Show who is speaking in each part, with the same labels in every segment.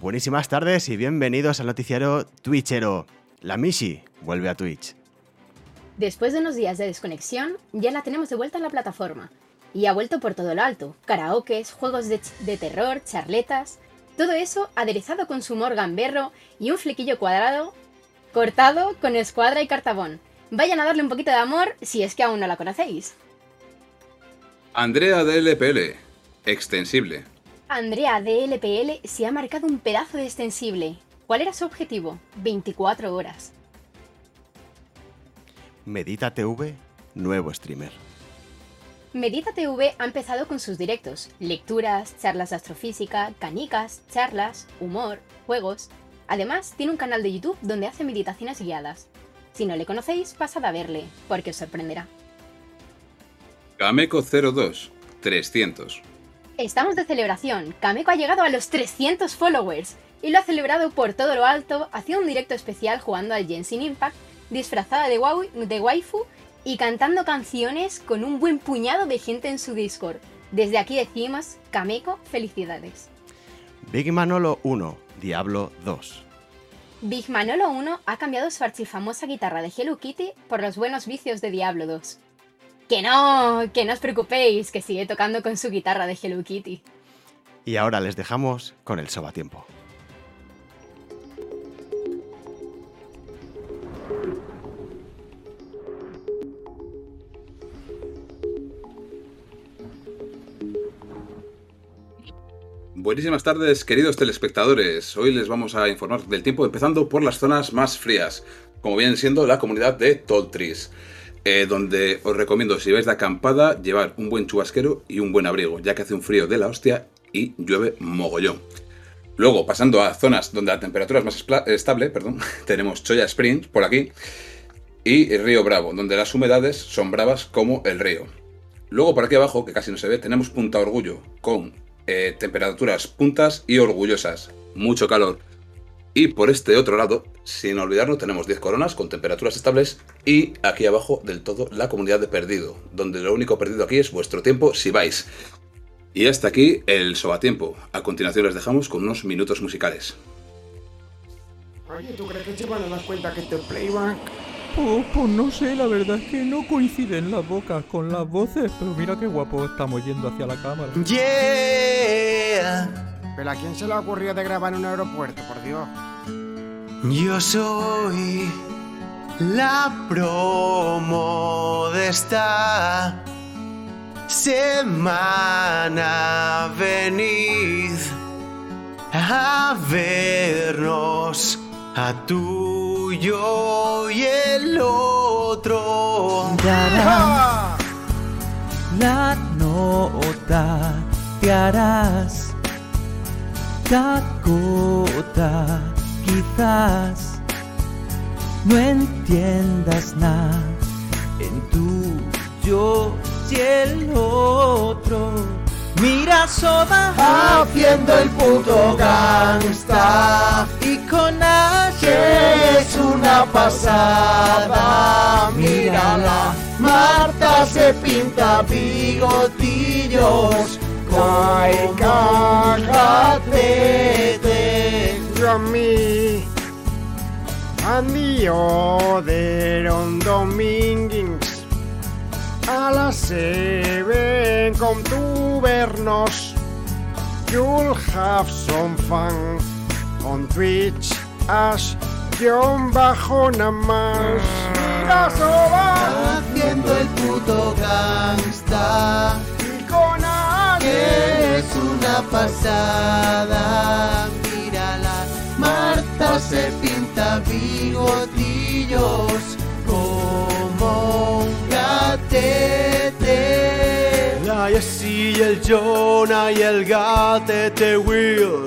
Speaker 1: Buenísimas tardes y bienvenidos al noticiero Twitchero. La Mishi vuelve a Twitch.
Speaker 2: Después de unos días de desconexión, ya la tenemos de vuelta en la plataforma. Y ha vuelto por todo lo alto. Karaokes, juegos de, ch- de terror, charletas. Todo eso aderezado con su humor gamberro y un flequillo cuadrado cortado con escuadra y cartabón. Vayan a darle un poquito de amor si es que aún no la conocéis.
Speaker 3: Andrea DLPL, extensible.
Speaker 2: Andrea de LPL se ha marcado un pedazo de extensible. ¿Cuál era su objetivo? 24 horas.
Speaker 1: Medita TV, nuevo streamer.
Speaker 2: Medita TV ha empezado con sus directos, lecturas, charlas de astrofísica, canicas, charlas, humor, juegos. Además, tiene un canal de YouTube donde hace meditaciones guiadas. Si no le conocéis, pasad a verle, porque os sorprenderá.
Speaker 3: Gameco 02, 300.
Speaker 2: Estamos de celebración. Kameko ha llegado a los 300 followers y lo ha celebrado por todo lo alto, haciendo un directo especial jugando al Genshin Impact, disfrazada de, wau- de waifu y cantando canciones con un buen puñado de gente en su Discord. Desde aquí decimos, Kameko, felicidades.
Speaker 1: Big Manolo 1, Diablo 2.
Speaker 2: Big Manolo 1 ha cambiado su archifamosa guitarra de Hello Kitty por los buenos vicios de Diablo 2. Que no, que no os preocupéis, que sigue tocando con su guitarra de Hello Kitty.
Speaker 1: Y ahora les dejamos con el sobatiempo.
Speaker 3: Buenísimas tardes, queridos telespectadores. Hoy les vamos a informar del tiempo empezando por las zonas más frías, como vienen siendo la comunidad de Toltris, eh, donde os recomiendo, si vais de acampada, llevar un buen chubasquero y un buen abrigo, ya que hace un frío de la hostia y llueve mogollón. Luego, pasando a zonas donde la temperatura es más espla- estable, perdón, tenemos Choya Springs por aquí y el Río Bravo, donde las humedades son bravas como el río. Luego por aquí abajo, que casi no se ve, tenemos Punta Orgullo, con eh, temperaturas puntas y orgullosas. Mucho calor. Y por este otro lado, sin olvidarnos, tenemos 10 coronas con temperaturas estables y aquí abajo del todo la comunidad de perdido, donde lo único perdido aquí es vuestro tiempo si vais. Y hasta aquí el sobatiempo. A continuación les dejamos con unos minutos musicales.
Speaker 4: Oye, ¿tú crees que se van a dar cuenta que esto es playback?
Speaker 5: Oh, pues no sé, la verdad es que no coinciden las bocas con las voces, pero mira qué guapo estamos yendo hacia la cámara.
Speaker 6: Yeah,
Speaker 4: Pero ¿a quién se le ocurrió de grabar en un aeropuerto, por Dios?
Speaker 6: yo soy la promo de esta semana. Venid a vernos a tuyo y el otro.
Speaker 4: ¡Ah!
Speaker 5: La nota te harás Dakota, quizás no entiendas nada en tu yo y el otro. Mira soba
Speaker 6: Haciendo el puto gangsta.
Speaker 5: y con H
Speaker 6: que es una pasada, mírala. Marta se pinta bigotillos
Speaker 4: Ay,
Speaker 6: cacatetes.
Speaker 4: Yomi. And the other on Domingos. A las seven come to vernos. You'll have some fun on Twitch as John Bajona más.
Speaker 6: Haciendo el puto gangsta,
Speaker 4: Y con
Speaker 6: que
Speaker 4: Ale.
Speaker 6: es una pasada, mírala. Marta se pinta bigotillos como un gatete. La Jessie y el Jonah y el gatete Will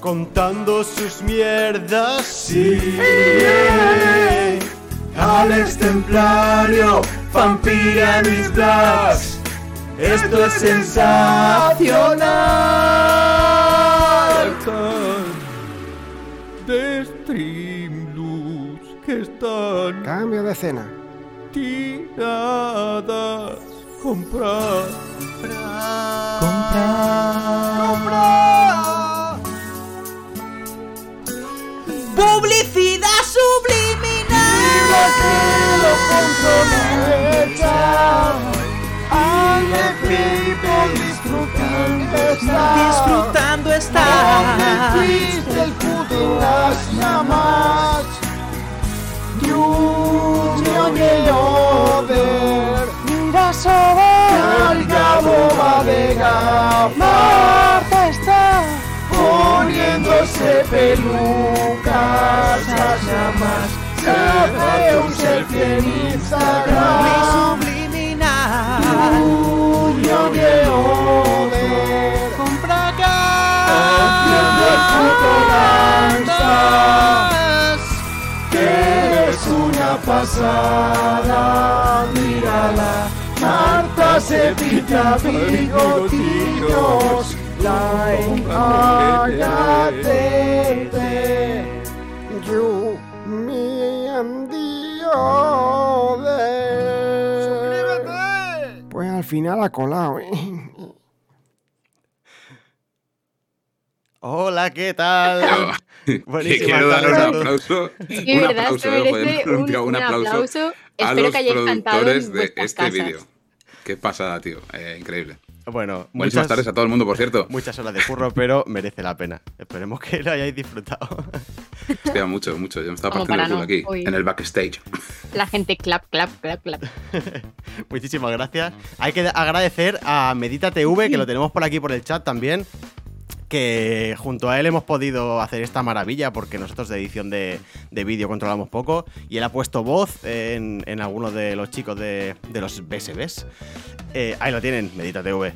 Speaker 6: contando sus mierdas. Sí. Alex Templario, Vampira mis Blacks. Esto es sensacional.
Speaker 5: de Streamlux que están
Speaker 4: Cambio de escena.
Speaker 5: tiradas. Comprar, comprar,
Speaker 6: Comprar.
Speaker 7: disfrutando está.
Speaker 4: Triste el puto las llamas de un over
Speaker 8: Mira sobre
Speaker 4: Carga boba de gafas
Speaker 8: Marta está
Speaker 4: Poniéndose pelucas Las llamas Se hace un selfie en Instagram
Speaker 7: Subliminal.
Speaker 4: Unión de over
Speaker 7: Compra
Speaker 4: Haciendo el puto danza Que eres una pasada Mírala Marta se pinta bigotillos Like agradece You, me and the other Pues al final ha colado, eh
Speaker 1: Hola, ¿qué tal? Buenísima
Speaker 3: Quiero dar un
Speaker 1: tarde.
Speaker 3: aplauso.
Speaker 2: Sí,
Speaker 3: un
Speaker 2: verdad,
Speaker 3: aplauso,
Speaker 2: se merece
Speaker 3: joder,
Speaker 2: un,
Speaker 3: digo,
Speaker 2: un aplauso. Espero que hayáis cantado en
Speaker 3: de
Speaker 2: vuestras
Speaker 3: este
Speaker 2: casas.
Speaker 3: vídeo. Qué pasada, tío. Eh, increíble.
Speaker 1: Bueno,
Speaker 3: Buenísimas
Speaker 1: muchas,
Speaker 3: tardes a todo el mundo, por cierto.
Speaker 1: muchas horas de curro, pero merece la pena. Esperemos que lo hayáis disfrutado.
Speaker 3: Hostia, mucho, mucho. Yo me estaba
Speaker 2: Como
Speaker 3: partiendo el culo
Speaker 2: para no,
Speaker 3: aquí,
Speaker 2: hoy.
Speaker 3: en el backstage.
Speaker 2: La gente clap, clap, clap, clap.
Speaker 1: Muchísimas gracias. Hay que agradecer a Medita TV, que lo tenemos por aquí por el chat también, que junto a él hemos podido hacer esta maravilla, porque nosotros de edición de, de vídeo controlamos poco, y él ha puesto voz en, en algunos de los chicos de, de los BSBs. Eh, ahí lo tienen, Medita TV.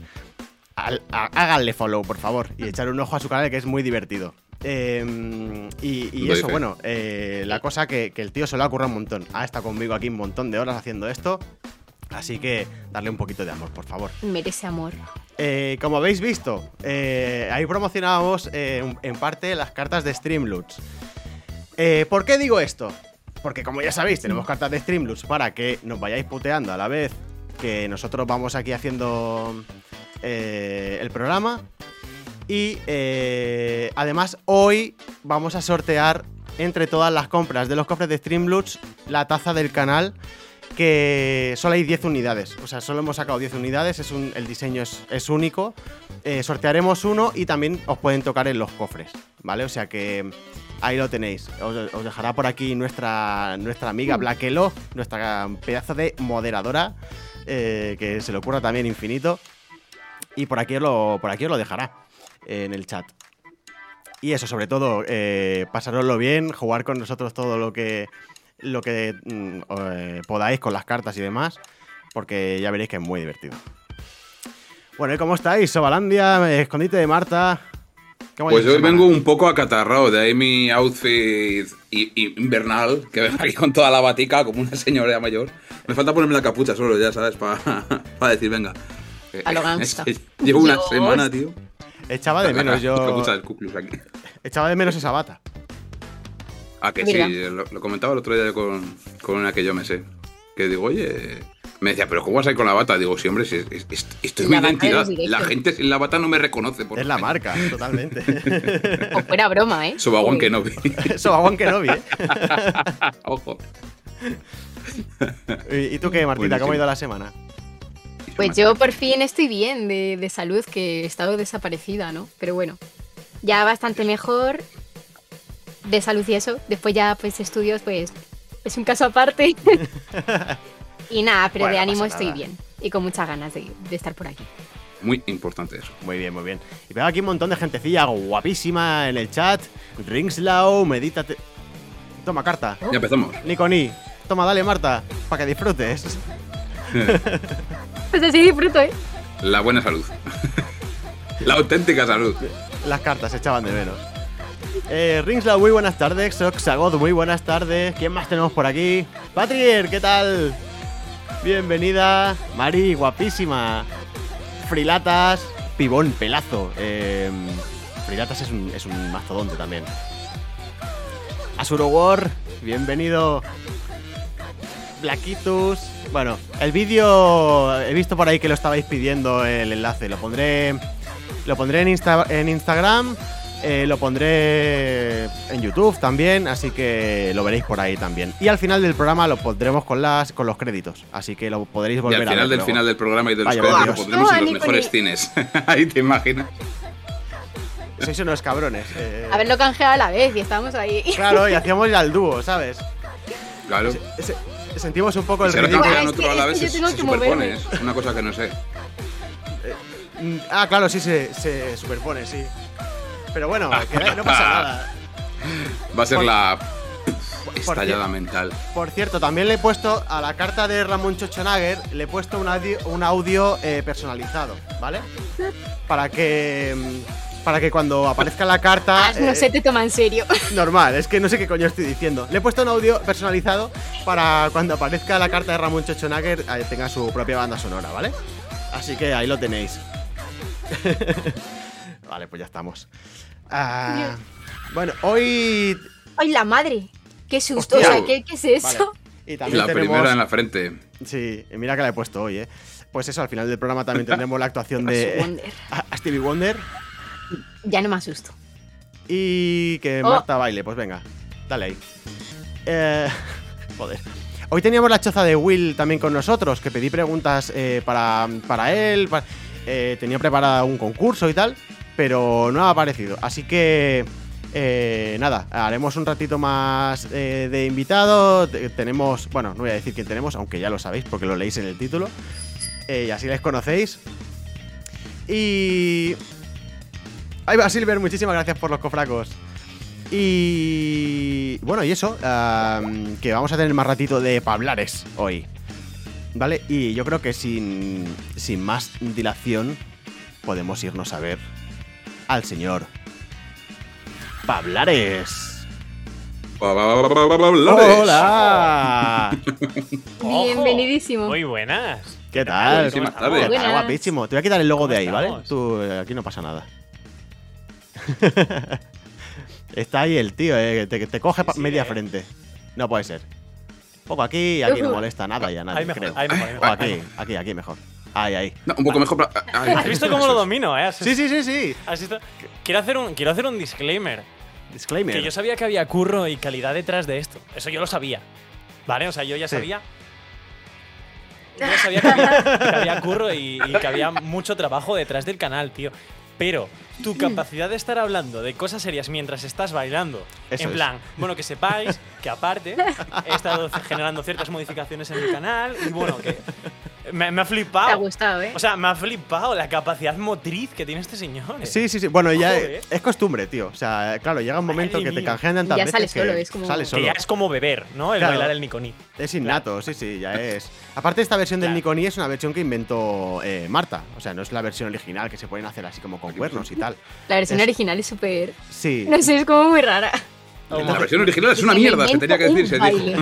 Speaker 1: Al- a- háganle follow, por favor, y echar un ojo a su canal, que es muy divertido.
Speaker 6: Em,
Speaker 1: Eh, y y
Speaker 3: Lo
Speaker 1: eso,
Speaker 3: dice.
Speaker 1: bueno, eh, la cosa que, que el tío se lo ha currado un montón. Ha estado conmigo aquí un montón de horas haciendo esto. Así que darle un poquito de amor, por favor.
Speaker 2: Merece amor.
Speaker 1: Eh, como habéis visto, eh, ahí promocionábamos eh, un- en parte las cartas de Streamloots. Eh, ¿Por qué digo esto? Porque como ya sabéis, tenemos cartas de Streamloots para que nos vayáis puteando a la vez que nosotros vamos aquí haciendo eh, el programa. Y eh, además hoy vamos a sortear entre todas las compras de los cofres de Streamloots la taza del canal que solo hay 10 unidades. O sea, solo hemos sacado 10 unidades, es un- el diseño es, es único. Eh, sortearemos uno y también os pueden tocar en los cofres, ¿vale? O sea que mm, ahí lo tenéis. Os, os dejará por aquí nuestra, nuestra amiga Blaquelo, nuestra pedazo de moderadora, eh, que se le ocurra también infinito. Y por aquí os lo, por aquí os lo dejará eh, en el chat. Y eso, sobre todo, eh, pasároslo bien, jugar con nosotros todo lo que, lo que mm, o, eh, podáis con las cartas y demás, porque ya veréis que es muy divertido. Bueno, ¿y cómo estáis? Sobalandia, eh, escondite de Marta. ¿Cómo
Speaker 3: Pues
Speaker 1: ha ido
Speaker 3: hoy
Speaker 1: esta
Speaker 3: vengo
Speaker 1: semana?
Speaker 3: un poco acatarrado, de ahí mi outfit i- i- invernal, que vengo aquí con toda la batica como una señora mayor. Me falta ponerme la capucha solo, ya sabes, para decir, venga. Eh,
Speaker 2: A lo
Speaker 3: Es
Speaker 2: gangsta.
Speaker 3: que Llevo una
Speaker 2: Dios.
Speaker 3: semana, tío.
Speaker 1: Echaba de menos
Speaker 3: La
Speaker 1: yo.
Speaker 3: capucha del Ku Klux aquí.
Speaker 1: Echaba de menos esa bata.
Speaker 3: Ah, que
Speaker 2: Mira.
Speaker 3: sí, lo, lo comentaba el otro día con, con una que yo me sé. Que digo, oye. Me decía, pero ¿cómo vas a ir con la bata? Digo, sí, hombre, si es- es- es- esto es mi
Speaker 2: La bata de
Speaker 3: identidad.
Speaker 2: los directos.
Speaker 3: La gente sin la bata no me reconoce. Por
Speaker 1: Es la
Speaker 3: favor.
Speaker 1: marca, totalmente.
Speaker 2: O fuera broma, ¿eh?
Speaker 3: Sobagón
Speaker 2: Uy.
Speaker 3: que no vi.
Speaker 1: Eso, Aguan Kenobi, ¿eh?
Speaker 3: Ojo.
Speaker 1: ¿Y y tú qué, Martita? ¿Cómo
Speaker 3: Buenísimo.
Speaker 1: ha ido la semana?
Speaker 2: Pues yo por fin estoy bien de, de salud, que he estado desaparecida, ¿no? Pero bueno, ya bastante mejor de salud y eso. Después ya, pues estudios, pues es un caso aparte. y nada, pero
Speaker 1: Bueno,
Speaker 2: de
Speaker 1: no
Speaker 2: ánimo
Speaker 1: pasa
Speaker 2: estoy
Speaker 1: nada.
Speaker 2: bien y con muchas ganas de, de estar por aquí.
Speaker 3: Muy importante eso.
Speaker 1: Muy bien, muy bien. Y veo aquí un montón de gentecilla guapísima en el chat. Ringslow, medítate. Toma carta.
Speaker 3: Ya empezamos.
Speaker 1: Niconi, toma, dale, Marta, para que disfrutes. ¿eh?
Speaker 2: Pues así disfruto, ¿eh?
Speaker 3: La buena salud. la auténtica salud.
Speaker 1: Las cartas se echaban de menos. Eh, Ringslow, muy buenas tardes. Oxagod, muy buenas tardes. ¿Quién más tenemos por aquí? Patrier, ¿qué tal? Bienvenida. Mari, guapísima. Frilatas, pibón, pelazo. Eh, Frilatas es un, es un mastodonte también. Asuro War, bienvenido. Blaquitus. Bueno, el vídeo he visto por ahí que lo estabais pidiendo el enlace. Lo pondré. Lo pondré en, Insta- en Instagram. eh, lo pondré en YouTube también. Así que lo veréis por ahí también. Y al final del programa lo pondremos con las. con los créditos. Así que lo podréis
Speaker 3: Y
Speaker 1: volver
Speaker 3: al
Speaker 1: a ver
Speaker 3: final del
Speaker 1: luego.
Speaker 3: final del programa y de los
Speaker 1: Vaya,
Speaker 3: créditos lo
Speaker 1: vamos.
Speaker 3: pondremos en
Speaker 2: No,
Speaker 3: los
Speaker 2: Nico,
Speaker 3: mejores
Speaker 2: ni-
Speaker 3: cines. Ahí te imaginas.
Speaker 1: sois unos cabrones. eh.
Speaker 2: Haberlo canjeado a la vez y estábamos ahí.
Speaker 1: Claro, y hacíamos ya el dúo, ¿sabes?
Speaker 3: Claro.
Speaker 1: Se- sentimos un poco el
Speaker 3: Si ahora
Speaker 1: ridículo.
Speaker 3: cambian
Speaker 2: Guau, es
Speaker 3: otro
Speaker 2: que-
Speaker 3: a la vez,
Speaker 2: es que yo
Speaker 3: se,
Speaker 2: tengo
Speaker 3: se
Speaker 2: que
Speaker 3: superpone.
Speaker 2: moverme.
Speaker 3: Es una cosa que no sé.
Speaker 1: Mm, Ah, claro, sí, se, se superpone, sí. Pero bueno,
Speaker 3: Ah.
Speaker 1: que Eh, no pasa nada.
Speaker 3: Va a ser
Speaker 1: Por-
Speaker 3: la
Speaker 1: por
Speaker 3: estallada
Speaker 1: cierto.
Speaker 3: mental.
Speaker 1: Por cierto, también le he puesto a la carta de Ramón Chochonager, le he puesto un audio, un audio eh, personalizado, ¿vale? Para que. mm, Para que cuando aparezca la carta.
Speaker 2: Ah, no
Speaker 1: eh,
Speaker 2: se te toma en serio.
Speaker 1: Normal, es que no sé qué coño estoy diciendo. Le he puesto un audio personalizado para cuando aparezca la carta de Ramón Chochonager eh, tenga su propia banda sonora, ¿vale? Así que ahí lo tenéis. vale, pues ya estamos. Ah, bueno, hoy.
Speaker 2: ¡Ay, la madre! ¡Qué susto!
Speaker 3: Hostia.
Speaker 2: O sea, ¿qué, qué es eso?
Speaker 1: vale, y también
Speaker 3: La
Speaker 1: tenemos-
Speaker 3: primera en la frente.
Speaker 1: Sí, mira que la he puesto hoy, ¿eh? Pues eso, al final del programa también tendremos la actuación de
Speaker 2: Wonder.
Speaker 1: a a Stevie Wonder
Speaker 2: Ya no me asusto.
Speaker 1: y que
Speaker 2: Oh.
Speaker 1: Marta baile. Pues venga, dale ahí. Eh, joder. Hoy teníamos la choza de Will también con nosotros, que pedí preguntas eh, para, para él. pa- eh, tenía preparada un concurso y tal, pero no ha aparecido. Así que, eh, nada, haremos un ratito más eh, de invitado. Te- Tenemos, bueno, no voy a decir quién tenemos, aunque ya lo sabéis porque lo leéis en el título. Eh, y así les conocéis. Y... Ahí va Silver, muchísimas gracias por los cofracos. Y bueno, y eso, am, que vamos a tener más ratito de pablares hoy. ¿Vale? Y yo creo que sin, sin más dilación podemos irnos a ver al señor Pablares. ¡Hola!
Speaker 9: Ojo.
Speaker 2: Bienvenidísimo.
Speaker 9: Muy buenas.
Speaker 1: ¿Qué tal?
Speaker 9: ¿Cómo
Speaker 3: Buenísimas
Speaker 9: estamos?
Speaker 1: ¿Qué
Speaker 3: tardes.
Speaker 1: tal?
Speaker 2: Buenas.
Speaker 1: Guapísimo. Te voy a quitar el logo
Speaker 9: ¿Cómo
Speaker 1: de ahí, ¿vale?
Speaker 9: estamos?
Speaker 1: Tú, eh, aquí no pasa nada. Está ahí el tío, eh, que te, te coge pa-
Speaker 9: Sí, sí,
Speaker 1: media
Speaker 9: eh.
Speaker 1: frente. No puede ser. Un poco aquí y aquí no molesta nada ya nadie,
Speaker 9: Ah, Ahí mejor,
Speaker 1: creo.
Speaker 9: ahí mejor, ahí
Speaker 1: O
Speaker 9: mejor.
Speaker 1: aquí, aquí, aquí mejor. Ahí, ahí.
Speaker 3: No, un poco mejor. pla- ay,
Speaker 9: ¿Has visto cómo lo domino, eh? ¿Has-
Speaker 1: Sí, sí, sí, sí.
Speaker 9: has visto? Quiero hacer un, quiero hacer un disclaimer.
Speaker 1: Disclaimer.
Speaker 9: Que yo sabía que había curro y calidad detrás de esto. Eso yo lo sabía. ¿Vale? O sea, yo ya
Speaker 1: Sí.
Speaker 9: sabía. Yo ya sabía que había, que había curro y, y que había mucho trabajo detrás del canal, tío. Pero tu capacidad de estar hablando de cosas serias mientras estás bailando,
Speaker 1: Eso
Speaker 9: en
Speaker 1: es.
Speaker 9: plan, bueno, que sepáis que aparte he estado generando ciertas modificaciones en el canal y bueno, que me, me ha flipado.
Speaker 2: Te ha gustado, ¿eh?
Speaker 9: O sea, me ha flipado la capacidad motriz que tiene este señor. eh.
Speaker 1: Sí, sí, sí. Bueno, ya
Speaker 9: Joder.
Speaker 1: es, es costumbre, tío. O sea, claro, llega un momento
Speaker 9: Madre
Speaker 1: que te
Speaker 9: mía.
Speaker 1: canjean tantas
Speaker 2: Ya
Speaker 1: veces
Speaker 2: sale
Speaker 1: que
Speaker 2: solo, es como-
Speaker 1: sale
Speaker 9: Que
Speaker 1: solo.
Speaker 9: ya es como beber, ¿no? El
Speaker 1: Claro.
Speaker 9: bailar el Niconí.
Speaker 1: Es innato, sí, sí, ya es. Aparte, esta versión del
Speaker 9: Claro.
Speaker 1: Nikoni es una versión que inventó eh, Marta. O sea, no es la versión original que se pueden hacer así como con cuernos y tal.
Speaker 2: La versión
Speaker 1: es-
Speaker 2: original es súper.
Speaker 1: Sí.
Speaker 2: No sé, es como muy rara.
Speaker 3: La versión original es una mierda, se tenía que decir, se dijo.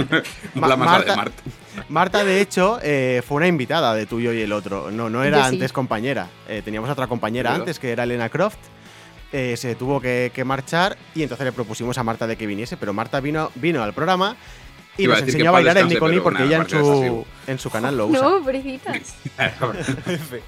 Speaker 1: Ma-
Speaker 3: La más
Speaker 1: Marta-
Speaker 3: de Mart.
Speaker 1: Marta, de hecho, eh, fue una invitada de tuyo y el otro. No, no era
Speaker 2: Yo sí.
Speaker 1: antes compañera. Eh, teníamos otra compañera
Speaker 3: ¿Verdad?
Speaker 1: antes, que era Elena Croft. Eh, se tuvo que, que marchar y entonces le propusimos a Marta de que viniese, pero Marta vino, vino al programa y
Speaker 3: Iba a
Speaker 1: nos
Speaker 3: decir que
Speaker 1: enseñó a
Speaker 3: paz
Speaker 1: bailar el Nikoni
Speaker 3: descanse, pero
Speaker 1: porque
Speaker 3: nada,
Speaker 1: ella en
Speaker 3: Marta es
Speaker 1: su, en su canal lo usa.
Speaker 2: No, pobrecitas.
Speaker 3: pues,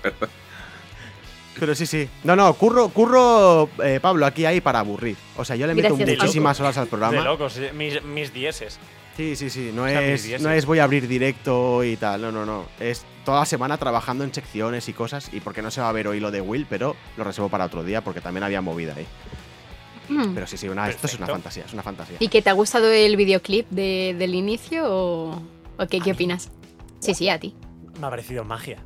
Speaker 1: Pero sí, sí. No, no, curro, curro eh, Pablo aquí ahí para aburrir. O sea, yo le meto
Speaker 2: Gracias,
Speaker 1: muchísimas horas al programa.
Speaker 9: De locos, eh, mis, mis dieces.
Speaker 1: Sí, sí, sí. No
Speaker 9: O sea, mis
Speaker 1: es,
Speaker 9: dieces.
Speaker 1: no es voy a abrir directo y tal. No, no, no. Es toda la semana trabajando en secciones y cosas. Y porque no se va a ver hoy lo de Will, pero lo reservo para otro día porque también había movida ahí.
Speaker 2: Mm.
Speaker 1: Pero sí, sí, una, esto es una
Speaker 9: Perfecto.
Speaker 1: fantasía, es una fantasía.
Speaker 2: ¿Y que te ha gustado el videoclip de- del inicio o, o qué, qué opinas? Sí, sí, a ti.
Speaker 9: Me ha parecido magia.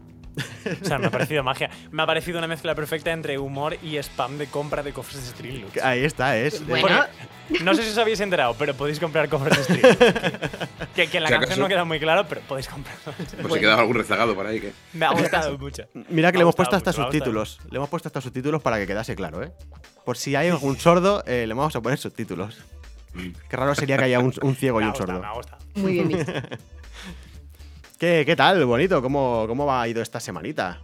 Speaker 9: O sea, me ha parecido magia. Me ha parecido una mezcla perfecta entre humor y spam de compra de cofres de Street Loot.
Speaker 1: Ahí está, es.
Speaker 2: Bueno.
Speaker 9: Porque- no sé si os habéis enterado, pero podéis comprar cofres de Street Loot. Que, que en la
Speaker 3: Si acaso-
Speaker 9: canción no queda muy claro, pero podéis
Speaker 3: Por
Speaker 9: comprarlos.
Speaker 3: Pues si quedaba algún rezagado por ahí. que
Speaker 9: Me ha gustado mucho.
Speaker 1: Mira que
Speaker 9: Me
Speaker 1: le
Speaker 9: ha
Speaker 1: hemos
Speaker 9: gustado
Speaker 1: puesto hasta
Speaker 9: mucho, me ha
Speaker 1: subtítulos. Le hemos puesto hasta subtítulos para que quedase claro, ¿eh? Por si hay algún sordo, eh, le vamos a poner subtítulos. Qué raro sería que haya un, un ciego
Speaker 9: Mm.
Speaker 1: y
Speaker 9: Me ha
Speaker 1: un
Speaker 9: gustado,
Speaker 1: sordo.
Speaker 9: me ha gustado.
Speaker 2: Muy bien visto.
Speaker 1: ¿Qué, qué tal, bonito? ¿Cómo, ¿Cómo ha ido esta semanita?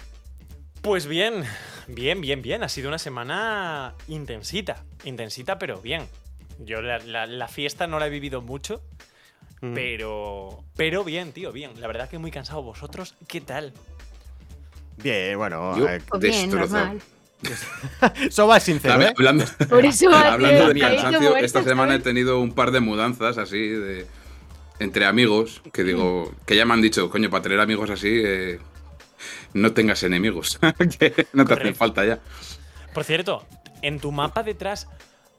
Speaker 9: Pues bien, bien, bien, bien. Ha sido una semana intensita. Intensita, pero bien. Yo la, la- la fiesta no la he vivido mucho, pero. Pero bien, tío, bien. La verdad que muy cansado. ¿Vosotros qué tal?
Speaker 1: Bien, bueno.
Speaker 3: Yo-
Speaker 1: eh,
Speaker 2: Pues bien,
Speaker 3: Destrozado.
Speaker 2: normal.
Speaker 1: Soba es sincero,
Speaker 3: Habla-
Speaker 1: ¿eh?
Speaker 3: Hablando,
Speaker 2: Por eso ha
Speaker 3: hablando
Speaker 2: sido
Speaker 3: de
Speaker 2: el
Speaker 3: mi
Speaker 2: carrito
Speaker 3: cansancio,
Speaker 2: muerto,
Speaker 3: esta semana he
Speaker 2: ¿sabes?
Speaker 3: tenido un par de mudanzas así de, entre amigos que digo que ya me han dicho, coño, para tener amigos así eh, no tengas enemigos, que no te hacen
Speaker 9: Correcto.
Speaker 3: falta ya.
Speaker 9: Por cierto, en tu mapa detrás,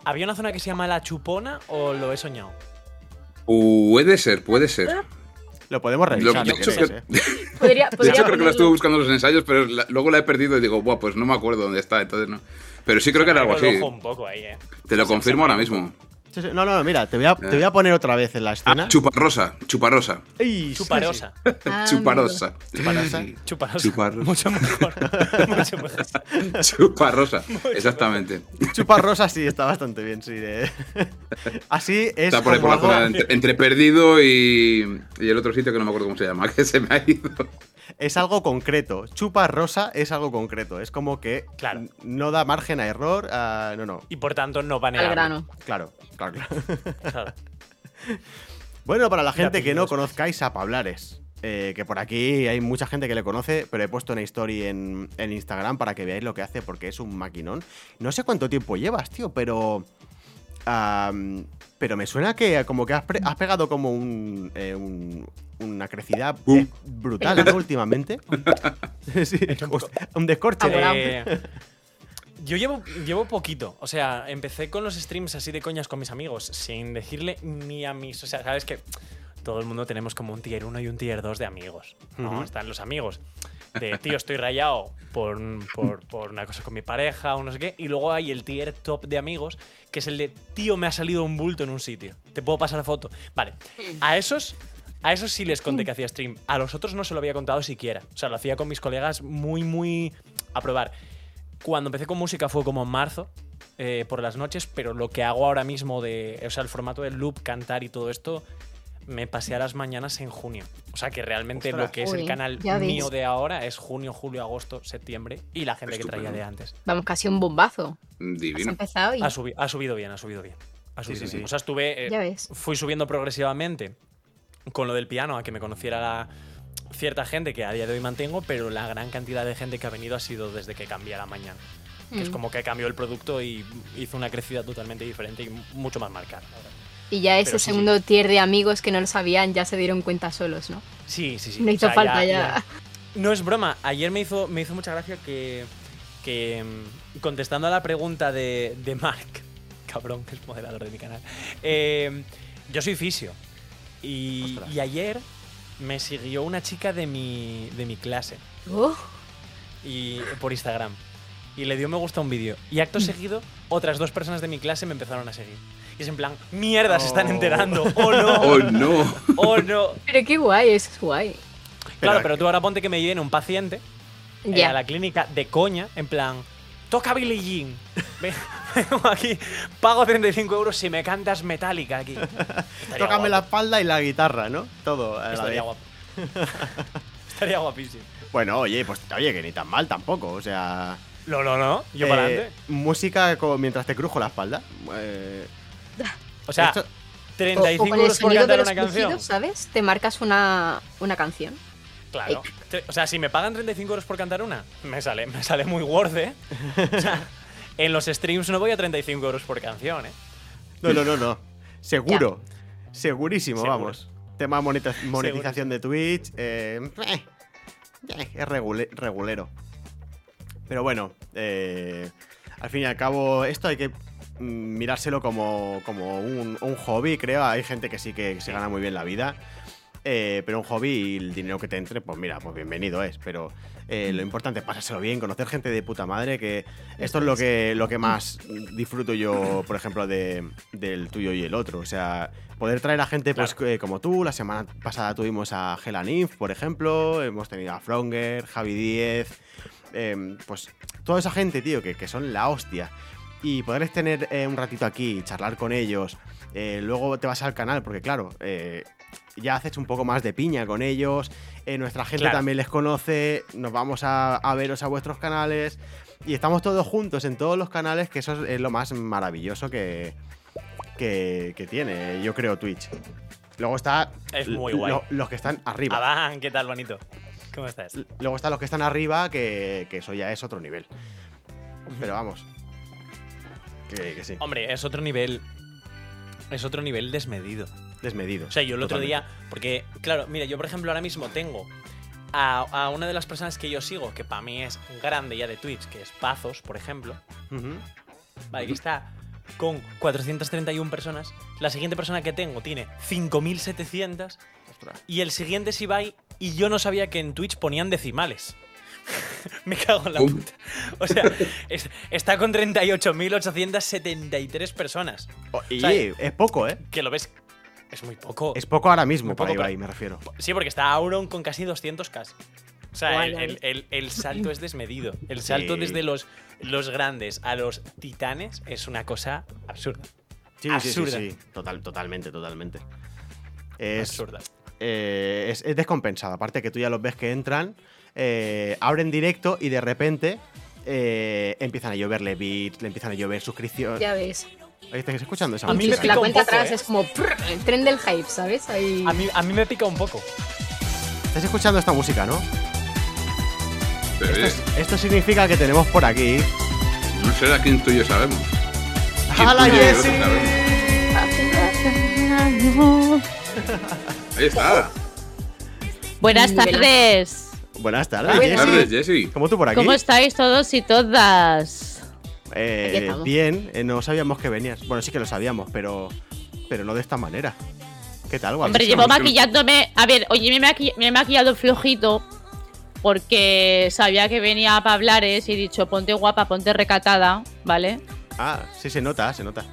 Speaker 9: ¿había una zona que se llama La Chupona o lo he soñado?
Speaker 3: Puede ser, puede
Speaker 2: Ah.
Speaker 3: ser.
Speaker 1: Lo podemos
Speaker 3: Lo-
Speaker 1: revisar.
Speaker 3: de
Speaker 1: si
Speaker 3: hecho,
Speaker 1: queréis,
Speaker 3: creo-
Speaker 1: ¿eh?
Speaker 2: Podría,
Speaker 3: de hecho, creo
Speaker 2: podría
Speaker 3: que
Speaker 2: ponerlo.
Speaker 3: la estuve buscando en los ensayos, pero la- luego la he perdido y digo, Buah, pues no me acuerdo dónde está, entonces no. Pero sí creo que era algo
Speaker 9: Tengo el
Speaker 3: así.
Speaker 9: ojo un poco ahí, eh.
Speaker 3: Te lo confirmo ahora mismo.
Speaker 1: Sí, sí. No, no, mira, te voy a, te voy a poner otra vez en la escena.
Speaker 3: Ah, chuparrosa, chuparrosa.
Speaker 1: Ey, sí, sí.
Speaker 9: Chuparosa.
Speaker 2: Ah,
Speaker 3: Chuparosa.
Speaker 1: Chuparosa.
Speaker 9: Chuparosa.
Speaker 3: Chuparrosa.
Speaker 9: Mucho mejor. Mucho mejor.
Speaker 3: Chuparrosa. Exactamente.
Speaker 1: Chuparrosa sí está bastante bien, sí. de- Así es.
Speaker 3: Está por ahí por la
Speaker 1: como
Speaker 3: zona
Speaker 1: hago-
Speaker 3: entre, entre perdido y, y el otro sitio que no me acuerdo cómo se llama, que se me ha ido.
Speaker 1: es algo concreto. Chupa rosa es algo concreto. Es como que
Speaker 9: Claro.
Speaker 1: n- no da margen a error. a- no, no.
Speaker 9: Y por tanto no van
Speaker 2: Al grano.
Speaker 1: Claro, claro, claro. Bueno, para la gente que no conozcáis a Pablares, eh, que por aquí hay mucha gente que le conoce, pero he puesto una story en, en Instagram para que veáis lo que hace porque es un maquinón. No sé cuánto tiempo llevas, tío, pero. am, pero me suena que como que has, pre- has pegado como un, eh, un- una crecida eh, brutal ¿no? últimamente. sí, un descorche.
Speaker 9: Eh, yo llevo, llevo poquito, o sea, empecé con los streams así de coñas con mis amigos, sin decirle ni a mis. O sea, sabes que todo el mundo tenemos como un tier 1 y un tier 2 de amigos. ¿no?
Speaker 1: Ujú.
Speaker 9: Están los amigos de tío, estoy rayado por, por, por una cosa con mi pareja o no sé qué. Y luego hay el tier top de amigos, que es el de tío, me ha salido un bulto en un sitio. Te puedo pasar la foto. Vale, a esos. A esos sí les
Speaker 2: Mm.
Speaker 9: conté que hacía stream. A los otros no se lo había contado siquiera. O sea, lo hacía con mis colegas muy, muy a probar cuando empecé con música fue como en marzo, eh, por las noches, pero lo que hago ahora mismo de, o sea, el formato del loop, cantar y todo esto, me pasé a las mañanas en junio. O sea que realmente
Speaker 1: Ostras.
Speaker 9: lo que es
Speaker 2: Uy,
Speaker 9: el canal
Speaker 2: ya ves.
Speaker 9: mío de ahora es junio, julio, agosto, septiembre y la gente que traía
Speaker 3: Estupendo.
Speaker 9: de antes.
Speaker 2: Vamos, casi un bombazo. Has
Speaker 3: Divino.
Speaker 2: empezado y
Speaker 9: Ha, subi- ha subido bien, ha subido bien. Ha
Speaker 1: Sí,
Speaker 9: subido
Speaker 1: sí,
Speaker 9: bien.
Speaker 1: sí.
Speaker 9: O sea, estuve, eh,
Speaker 2: ya ves.
Speaker 9: fui subiendo progresivamente con lo del piano a que me conociera la- cierta gente que a día de hoy mantengo, pero la gran cantidad de gente que ha venido ha sido desde que cambié a la mañana. Que es
Speaker 2: Mm.
Speaker 9: como que cambió el producto y hizo una crecida totalmente diferente y mucho más marcada. la verdad.
Speaker 2: Y ya ese
Speaker 9: Pero sí, sí.
Speaker 2: segundo tier de amigos que no lo sabían ya se dieron cuenta solos, ¿no?
Speaker 9: Sí, sí, sí.
Speaker 2: No
Speaker 9: O
Speaker 2: hizo
Speaker 9: sea,
Speaker 2: falta ya.
Speaker 9: No es broma. Ayer me hizo, me hizo mucha gracia que, que, mm, contestando a la pregunta de, de Mark, cabrón, que es moderador de mi canal, eh, yo soy fisio. Y, y ayer me siguió una chica de mi, de mi clase
Speaker 2: Oh,
Speaker 9: y, por Instagram. Y le dio me gusta a un vídeo. Y
Speaker 2: Mm.
Speaker 9: acto seguido, otras dos personas de mi clase me empezaron a seguir. Y es en plan, mierda, se están
Speaker 1: Oh.
Speaker 9: enterando. Oh no,
Speaker 3: Oh, no.
Speaker 9: oh no.
Speaker 2: pero qué guay, eso es guay.
Speaker 9: Claro, pero tú ahora ponte que me lleven un paciente eh,
Speaker 2: Ya.
Speaker 9: a la clínica de coña, en plan, toca Billie Jean. Ve- Vengo aquí, pago 35 euros si me cantas metálica aquí. Estaría
Speaker 1: Tócame la
Speaker 9: guapo,
Speaker 1: espalda y la guitarra, ¿no? Todo. a la
Speaker 9: Estaría
Speaker 1: vez.
Speaker 9: guapo. Estaría guapísimo.
Speaker 1: Bueno, oye, pues oye, que ni tan mal tampoco. O sea.
Speaker 9: No, no, no. Yo
Speaker 1: eh,
Speaker 9: para adelante.
Speaker 1: Música co- mientras te crujo la espalda. Eh,
Speaker 9: O sea,
Speaker 1: esto-
Speaker 9: 35
Speaker 2: o con el
Speaker 9: euros por
Speaker 2: sonido de
Speaker 9: cantar
Speaker 2: los
Speaker 9: una canción.
Speaker 2: crujidos, ¿sabes? Te marcas una, una canción.
Speaker 9: Claro. Tre- O sea, si me pagan 35 euros por cantar una, me sale, me sale muy worth, ¿eh? O sea, en los streams no voy a 35 euros por canción, ¿eh?
Speaker 1: No, no, no, no. Seguro. Segurísimo,
Speaker 9: Seguro.
Speaker 1: vamos. Tema moneta- monetización de Twitch. eh, eh, eh, es regule- regulero. Pero bueno, eh, al fin y al cabo, esto hay que mm, mirárselo como, como un, un hobby, creo. Hay gente que sí que se gana muy bien la vida. eh, pero un hobby y el dinero que te entre, pues mira, pues bienvenido es. Pero eh, lo importante es pasárselo bien, conocer gente de puta madre, que esto es lo que, lo que más disfruto yo, por ejemplo, de, del tuyo y el otro. O sea, poder traer a gente pues, eh, como tú. La semana pasada tuvimos a Gelanif, por ejemplo. Hemos tenido a Fronger, Javi 10. pues toda esa gente, tío, que, que son la hostia. Y poderles tener eh, un ratito aquí, charlar con ellos. eh, luego te vas al canal, porque claro, eh, ya haces un poco más de piña con ellos. eh, nuestra gente
Speaker 9: Claro.
Speaker 1: también les conoce. Nos vamos a, a veros a vuestros canales. Y estamos todos juntos en todos los canales, que eso es- es lo más maravilloso que, que, que tiene, yo creo, Twitch. Luego está.
Speaker 9: Es muy
Speaker 1: lo-
Speaker 9: guay.
Speaker 1: los que están arriba.
Speaker 9: Adán, ¿qué tal, bonito? ¿Cómo estás?
Speaker 1: Luego están los que están arriba, que, que eso ya es otro nivel. Pero vamos. Que, que sí.
Speaker 9: Hombre, es otro nivel. Es otro nivel desmedido.
Speaker 1: Desmedido.
Speaker 9: O sea, yo el otro día. Porque, claro, mira, yo por ejemplo ahora mismo tengo a, a una de las personas que yo sigo, que para mí es grande ya de Twitch, que es Pazos, por ejemplo. Vale, que está con 431 personas. La siguiente persona que tengo tiene 5700. Y el siguiente es Ibai. Y yo no sabía que en Twitch ponían decimales. Me cago en la
Speaker 3: ¿Cómo?
Speaker 9: puta. O sea, es- está con 38.873 personas.
Speaker 1: Oh, Y
Speaker 9: O sea,
Speaker 1: es poco, ¿eh?
Speaker 9: que lo ves. Es muy poco.
Speaker 1: Es poco ahora mismo
Speaker 9: Muy
Speaker 1: para
Speaker 9: poco,
Speaker 1: Ibai,
Speaker 9: pero-
Speaker 1: me refiero.
Speaker 9: Sí, porque está Auron con casi 200k. O sea, el,
Speaker 2: Guay,
Speaker 9: el- el- el salto es desmedido. El
Speaker 1: Sí.
Speaker 9: salto desde los, los grandes a los titanes es una cosa absurda.
Speaker 1: Sí,
Speaker 9: Absurda.
Speaker 1: sí, sí, sí. Total, totalmente, totalmente. Es,
Speaker 9: Absurda.
Speaker 1: eh, es, es descompensado. Aparte que tú ya los ves que entran, eh, abren directo y de repente eh, empiezan a lloverle bits, le empiezan a llover suscripciones.
Speaker 2: Ya ves.
Speaker 1: Ahí ¿Estáis escuchando esa
Speaker 9: A mí me
Speaker 1: música?
Speaker 2: Incluso la
Speaker 9: pica un
Speaker 2: cuenta
Speaker 9: poco,
Speaker 2: atrás
Speaker 9: ¿eh?
Speaker 2: es como prr, el tren del hype, ¿sabes? Ahí...
Speaker 9: A mí, a mí me pica un poco.
Speaker 1: Estáis escuchando esta música, ¿no?
Speaker 3: Pero
Speaker 1: Esto,
Speaker 3: es,
Speaker 1: es- esto significa que tenemos por aquí...
Speaker 3: no será quién tú y yo sabemos. ¿Quién
Speaker 1: ¡Hala,
Speaker 3: tú y yo
Speaker 1: Jessy!
Speaker 3: sabemos? Ahí está.
Speaker 10: Buenas tardes.
Speaker 1: Buenas tardes,
Speaker 3: Buenas tardes,
Speaker 1: Jessy.
Speaker 3: Jessy.
Speaker 1: ¿Cómo tú por aquí?
Speaker 10: ¿Cómo estáis todos y todas?
Speaker 1: Eh,
Speaker 2: Aquí estamos.
Speaker 1: bien, eh, no sabíamos que venías. Bueno, sí que lo sabíamos, pero, pero no de esta manera. ¿Qué tal, Guapo?
Speaker 10: Hombre, llevo maquillándome. A ver, oye, me, he maqui- me he maquillado flojito porque sabía que venía para hablares y he dicho, ponte guapa, ponte recatada, ¿vale?
Speaker 1: Ah, sí, se nota, se nota.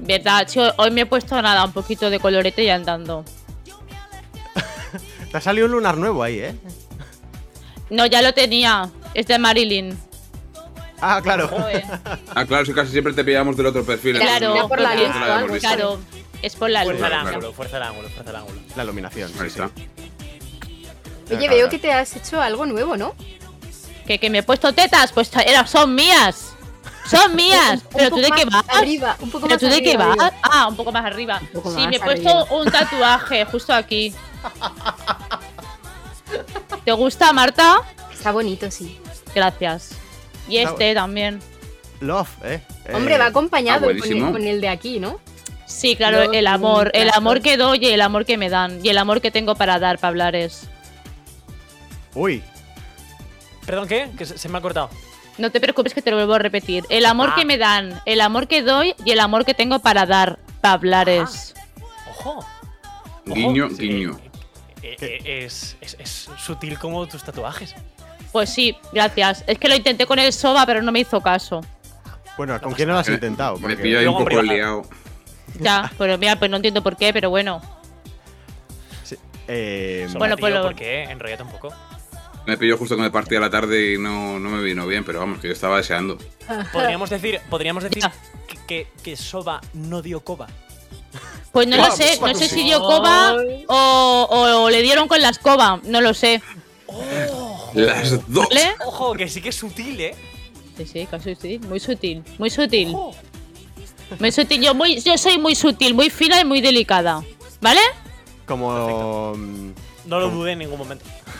Speaker 10: Verdad, sí, hoy me he puesto nada, un poquito de colorete y andando.
Speaker 1: Te ha salido un lunar nuevo ahí, ¿eh?
Speaker 10: No, ya lo tenía. Es de Marilyn.
Speaker 1: Ah, claro.
Speaker 10: Joder.
Speaker 3: Ah, claro, si casi siempre te pillamos del otro perfil. entonces
Speaker 10: Claro,
Speaker 2: por la
Speaker 3: entonces
Speaker 2: luz
Speaker 3: no
Speaker 2: o
Speaker 3: la
Speaker 2: algo,
Speaker 3: hemos visto.
Speaker 10: Claro, es por la luz.
Speaker 9: Fuerza al
Speaker 3: claro.
Speaker 9: ángulo, fuerza al ángulo, fuerza al ángulo.
Speaker 1: La iluminación. sí,
Speaker 3: Ahí está.
Speaker 1: sí.
Speaker 2: Oye, veo que te has hecho algo nuevo, ¿no?
Speaker 10: Que, que me he puesto tetas, pues era- son mías. Son mías.
Speaker 2: Un- un
Speaker 10: Pero tú
Speaker 2: poco
Speaker 10: de qué vas.
Speaker 2: más Arriba, un poco
Speaker 10: Pero
Speaker 2: más
Speaker 10: tú de qué
Speaker 2: arriba,
Speaker 10: vas.
Speaker 2: arriba.
Speaker 10: Ah, un poco más arriba.
Speaker 2: Un poco
Speaker 10: sí,
Speaker 2: más
Speaker 10: me he
Speaker 2: arriba.
Speaker 10: puesto un tatuaje justo aquí. ¿Te gusta, Marta?
Speaker 2: Está bonito, sí.
Speaker 10: Gracias. Y
Speaker 1: Está
Speaker 10: este también.
Speaker 1: Love, ¿eh? Eh,
Speaker 2: Hombre, va acompañado con, el,
Speaker 3: ah, buenísimo.
Speaker 2: con el de aquí, ¿no?
Speaker 10: Sí, claro,
Speaker 2: No,
Speaker 10: el amor. El
Speaker 2: gracias.
Speaker 10: amor que doy y el amor que me dan. Y el amor que tengo para dar, para hablar es.
Speaker 1: Uy,
Speaker 9: Perdón, ¿qué? Que se se me ha cortado.
Speaker 10: No te preocupes que te lo vuelvo a repetir. El amor
Speaker 9: Ah.
Speaker 10: que me dan, el amor que doy y el amor que tengo para dar, para hablar
Speaker 4: Ah.
Speaker 10: es.
Speaker 9: Ojo. ojo.
Speaker 3: Guiño,
Speaker 9: Sí,
Speaker 3: guiño.
Speaker 9: eh, eh, eh, es, es- es sutil como tus tatuajes.
Speaker 10: Pues sí, gracias. Es que lo intenté con el soba, pero no me hizo caso.
Speaker 1: bueno, ¿con quién no lo has intentado?
Speaker 3: Me
Speaker 1: Porque-
Speaker 3: pillo ahí un
Speaker 9: Luego
Speaker 3: poco
Speaker 9: privado.
Speaker 3: liado.
Speaker 10: Ya, pero mira, pues no entiendo por qué, pero bueno.
Speaker 1: eh,
Speaker 9: Solo,
Speaker 10: Bueno,
Speaker 9: tío,
Speaker 10: pues lo-
Speaker 9: Porque enrollate un poco.
Speaker 3: Me pilló justo cuando me partía la tarde y no, no me vino bien, pero vamos, que yo estaba deseando.
Speaker 9: Podríamos decir, podríamos decir
Speaker 10: Ya.
Speaker 9: que, que, que Soba no dio coba.
Speaker 10: Pues no
Speaker 4: Ah,
Speaker 10: lo sé, no
Speaker 4: pues
Speaker 10: sé
Speaker 4: sí.
Speaker 10: si dio coba o, o le dieron con la escoba, no lo sé.
Speaker 3: Las dos.
Speaker 10: ¿Vale?
Speaker 9: Ojo, que sí que es sutil, ¿eh?
Speaker 10: Sí, sí, casi sí, muy sutil, muy sutil. Muy sutil, yo, muy, yo soy muy sutil, muy fina y muy delicada. ¿Vale?
Speaker 1: como. mm,
Speaker 9: No lo dudé en ningún momento.
Speaker 4: Pues